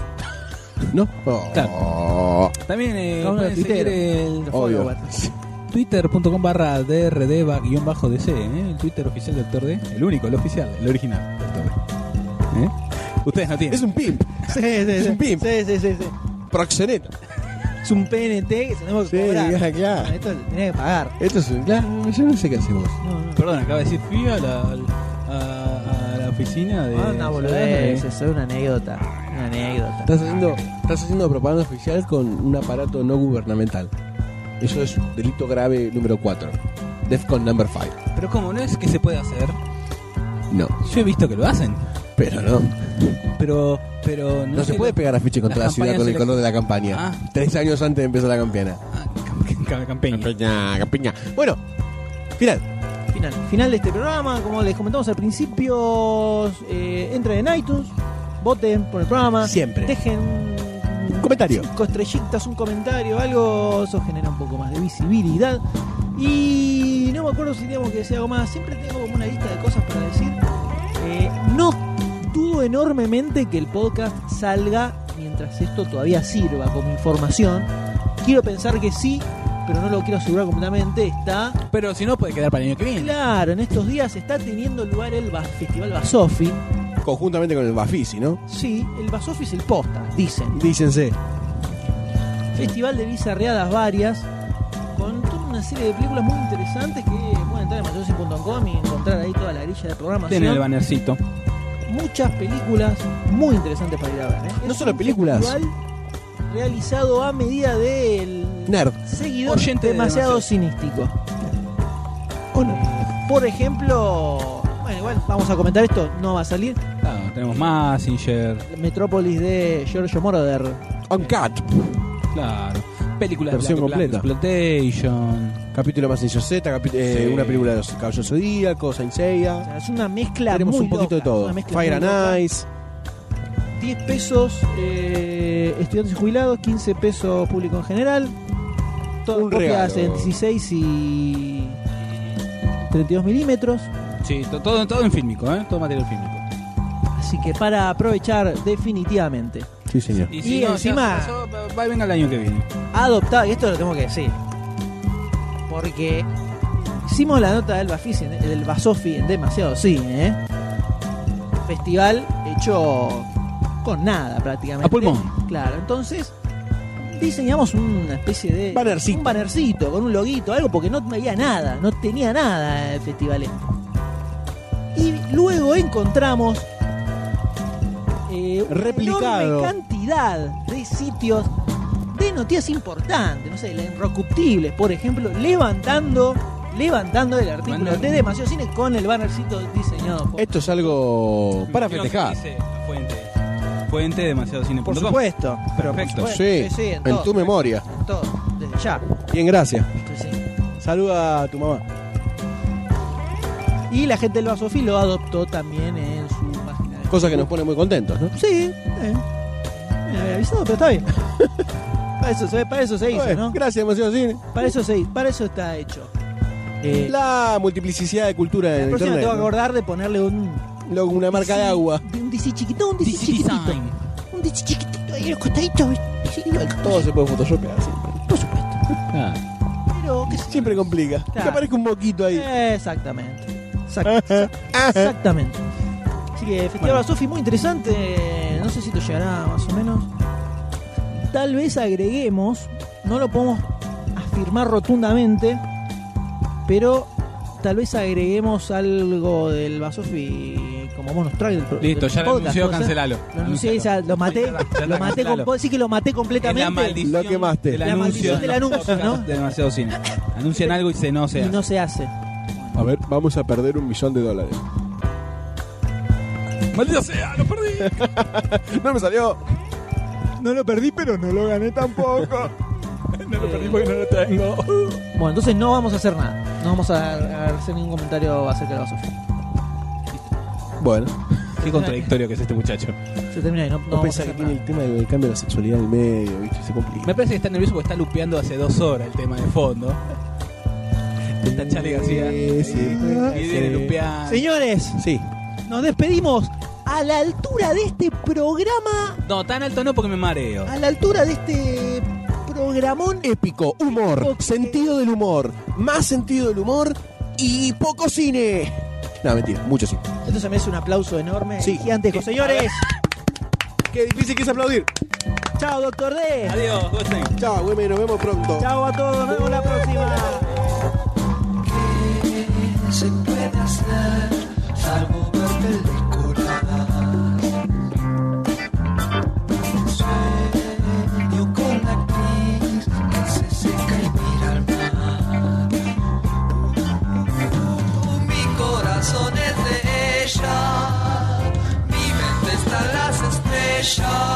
S7: ¿No? Oh.
S5: También eh,
S6: Cada uno
S5: pueden
S6: de
S5: seguir
S6: tuitero.
S5: el
S7: Obvio.
S5: twitter.com barra drd-dc, ¿eh? el Twitter oficial del Doctor D. El único, el oficial, el original. Doctor D. ¿Eh? Ustedes no tienen.
S7: Es un pimp.
S6: Sí, sí,
S7: Es
S6: sí.
S7: un pimp.
S6: Sí, sí, sí, sí.
S7: Proxeneta.
S6: Es un PNT que tenemos que cobrar.
S7: claro.
S6: Esto lo tenés que pagar.
S7: Esto es un. Claro, yo no sé qué hacemos.
S6: No, no.
S5: Perdón, acaba de decir fui a la, al- a, a la oficina de.
S6: Ah, una boludez, es una anécdota. Una anécdota.
S7: Estás haciendo, estás haciendo propaganda oficial con un aparato no gubernamental. Eso es delito grave número 4. Defcon number 5.
S5: Pero como no es que se puede hacer,
S7: No,
S5: yo he visto que lo hacen.
S7: pero no.
S5: Pero, pero
S7: No se puede
S5: pegar
S7: pegar afiche contra la
S5: Las
S7: ciudad con el
S5: campañas
S7: color de la campaña.
S5: Ah.
S7: Tres años antes de empezar la campaña.
S5: Ah, cam- cam- campeña.
S7: Campaña, campaña. Bueno, final.
S6: Final. Final de este programa, como les comentamos al principio, eh, entren en iTunes, voten por el programa.
S7: Siempre.
S6: Dejen un
S7: Comentario.
S6: Cinco estrellitas, un comentario, algo. Eso genera un poco más de visibilidad. Y no me acuerdo si teníamos que decir algo más. Siempre tengo como una lista de cosas para decir. Eh, no dudo enormemente que el podcast salga mientras esto todavía sirva como información. Quiero pensar que sí, pero no lo quiero asegurar completamente. Está
S5: Pero si no, puede quedar para el año que viene.
S6: Claro, en estos días está teniendo lugar el Bas- Festival Basofi.
S7: Conjuntamente con el Bafisi, ¿no?
S6: Sí, el Basofi es el posta, dicen.
S7: Dícense.
S6: Festival de bizarreadas varias, con toda una serie de películas muy interesantes que pueden entrar en mayosi.com y encontrar ahí toda la grilla de
S5: Tienen el
S6: programación.
S5: bannercito.
S6: Muchas películas muy interesantes para ir a ver. ¿eh?
S7: No
S6: Es
S7: solo
S6: un
S7: películas.
S6: festival realizado a medida del
S7: Nerd.
S6: seguidor
S5: Oyente de
S6: demasiado
S5: demasiado.
S6: cinístico. Eh, por ejemplo, bueno, igual vamos a comentar esto, no va a salir.
S5: Claro, tenemos Massinger,
S6: Metrópolis de Giorgio Moroder.
S7: Uncut.
S5: claro. Películas
S7: Versión
S5: Black Black
S7: completa.
S5: Exploitation.
S7: Capítulo más Mazinger Z, capi- eh,
S5: Sí.
S7: una película de los caballos zodíacos, Saint Seiya.
S6: O sea, es una mezcla
S7: Tenemos
S6: muy
S7: un
S6: loca,
S7: poquito de todo.
S6: una mezcla
S7: Fire
S6: muy loca.
S7: and Ice.
S6: 10 pesos eh, estudiantes y jubilados, 15 pesos público en general. Todas
S7: Un
S6: copias
S7: regalo.
S6: en 16 y 32 milímetros.
S5: Sí, to- todo, todo en fílmico, ¿eh? Todo material fílmico.
S6: Así Así que para aprovechar definitivamente.
S7: Sí, señor.
S5: Y,
S6: Y
S5: ya
S6: encima-
S5: se pasó, va y venga el año que viene.
S6: adoptado, y esto lo tengo que decir, porque hicimos la nota del Bafici, del Basofi en demasiado cine, ¿eh? Festival hecho con nada prácticamente.
S5: A pulmón.
S6: Claro, entonces diseñamos una especie de
S7: Bannercito.
S6: un bannercito con un loguito, algo porque no había nada, no tenía nada el festival. este. Y luego encontramos eh, una
S7: Replicado.
S6: enorme cantidad de sitios de noticias importantes, no sé, la Inrocuptible, por ejemplo, levantando levantando el artículo
S5: Banner.
S6: de Demasiado Cine con el bannercito diseñado por,
S7: Esto es algo para
S5: Creo que
S7: festejar.
S5: dice Fuente. Fuente demasiado cine.
S6: por supuesto. Pero por
S5: Perfecto.
S6: supuesto,
S7: Sí,
S6: en,
S7: en
S6: todo,
S7: tu memoria.
S6: en todo, desde ya.
S7: Bien, gracias.
S6: Sí, sí.
S7: Saluda a tu mamá.
S6: Y la gente del Basofi lo adoptó también en su página. de-
S7: Cosa que nos pone muy contentos, ¿no?
S6: Sí, eh. Me había avisado, pero está bien. para, eso se, para eso se hizo,
S7: Bueno,
S6: ¿no?
S7: Gracias, Demasiado Cine.
S6: Para eso, se, para eso está hecho. Eh, la
S7: La multiplicidad de cultura en
S6: próxima
S7: internet.
S6: tengo que
S7: ¿no?
S6: acordar de ponerle un
S7: Luego una marca de agua.
S6: De un DC chiquitito, un DC,
S5: DC
S6: chiquitito.
S5: design.
S6: Un DC chiquitito ahí en los costaditos. ¿viste? Sí, igual,
S7: Todo se puede photoshopear siempre.
S6: por supuesto.
S5: Ah.
S6: Pero, qué sé yo.
S7: Siempre complica.
S6: Claro.
S7: Que aparezca un moquito ahí.
S6: Exactamente. Exact- exact- exactamente. Así que Festival Sofi muy interesante. No sé si te llegará más o menos. Tal vez agreguemos, no lo podemos afirmar rotundamente, pero tal vez agreguemos algo del Basofi como bonus track del pro-
S5: Listo,
S6: del
S5: ya lo
S6: podcast,
S5: anunció,
S6: ¿puede ser?
S5: cancelalo.
S6: Lo anuncié, ya lo maté,
S5: Ya está,
S6: lo maté,
S5: cancelalo.
S6: con- puedo decir que lo maté
S5: Es la
S6: completamente
S5: maldición
S7: Lo quemaste.
S5: del
S6: La
S5: anuncio
S6: maldición del
S5: en los
S6: anuncio,
S5: podcasts
S6: ¿no?
S5: de demasiado cine. Anuncian algo y se no se
S6: y
S5: hace.
S6: no se hace.
S7: A ver, vamos a perder un millón de dólares.
S5: ¡Maldita sea! ¡Lo perdí!
S7: No me salió. No lo perdí, pero no lo gané tampoco.
S5: No lo perdí porque no lo tengo.
S6: Bueno, entonces no vamos a hacer nada. No vamos a, a hacer ningún comentario acerca de la Sofía.
S7: Bueno,
S5: Qué contradictorio que es este muchacho.
S6: Se termina ahí, no, no
S7: no
S6: vamos a
S7: pensás que
S6: hacer
S7: tiene
S6: nada.
S7: el tema del cambio de la sexualidad en el medio, ¿viste? Se
S5: Me
S7: complica.
S5: parece que está nervioso porque está lupeando hace dos horas el tema de fondo. Está Charlie García.
S7: Sí,
S5: Y-
S7: sí.
S5: Y viene
S7: Sí.
S5: lupeando.
S6: Señores,
S7: Sí,
S6: nos despedimos a la altura de este programa.
S5: No, tan alto no porque me mareo.
S6: A la altura de este programón.
S7: épico, humor,
S6: Ok.
S7: sentido del humor, más sentido del humor y poco cine. No, mentira, mucho cine.
S6: Esto se merece un aplauso enorme.
S7: Sí.
S6: Gigantesco. Señores,
S7: Qué difícil que es aplaudir.
S6: chao, doctor D.
S5: Adiós, Goldstein.
S7: Chao, güey, nos vemos pronto.
S6: Chao a todos. Nos vemos la próxima.
S11: se puede hacer salvo ver películas. Sueño con la actriz que se seca y mira al mar. Mi corazón es de ella, mi mente está en las estrellas.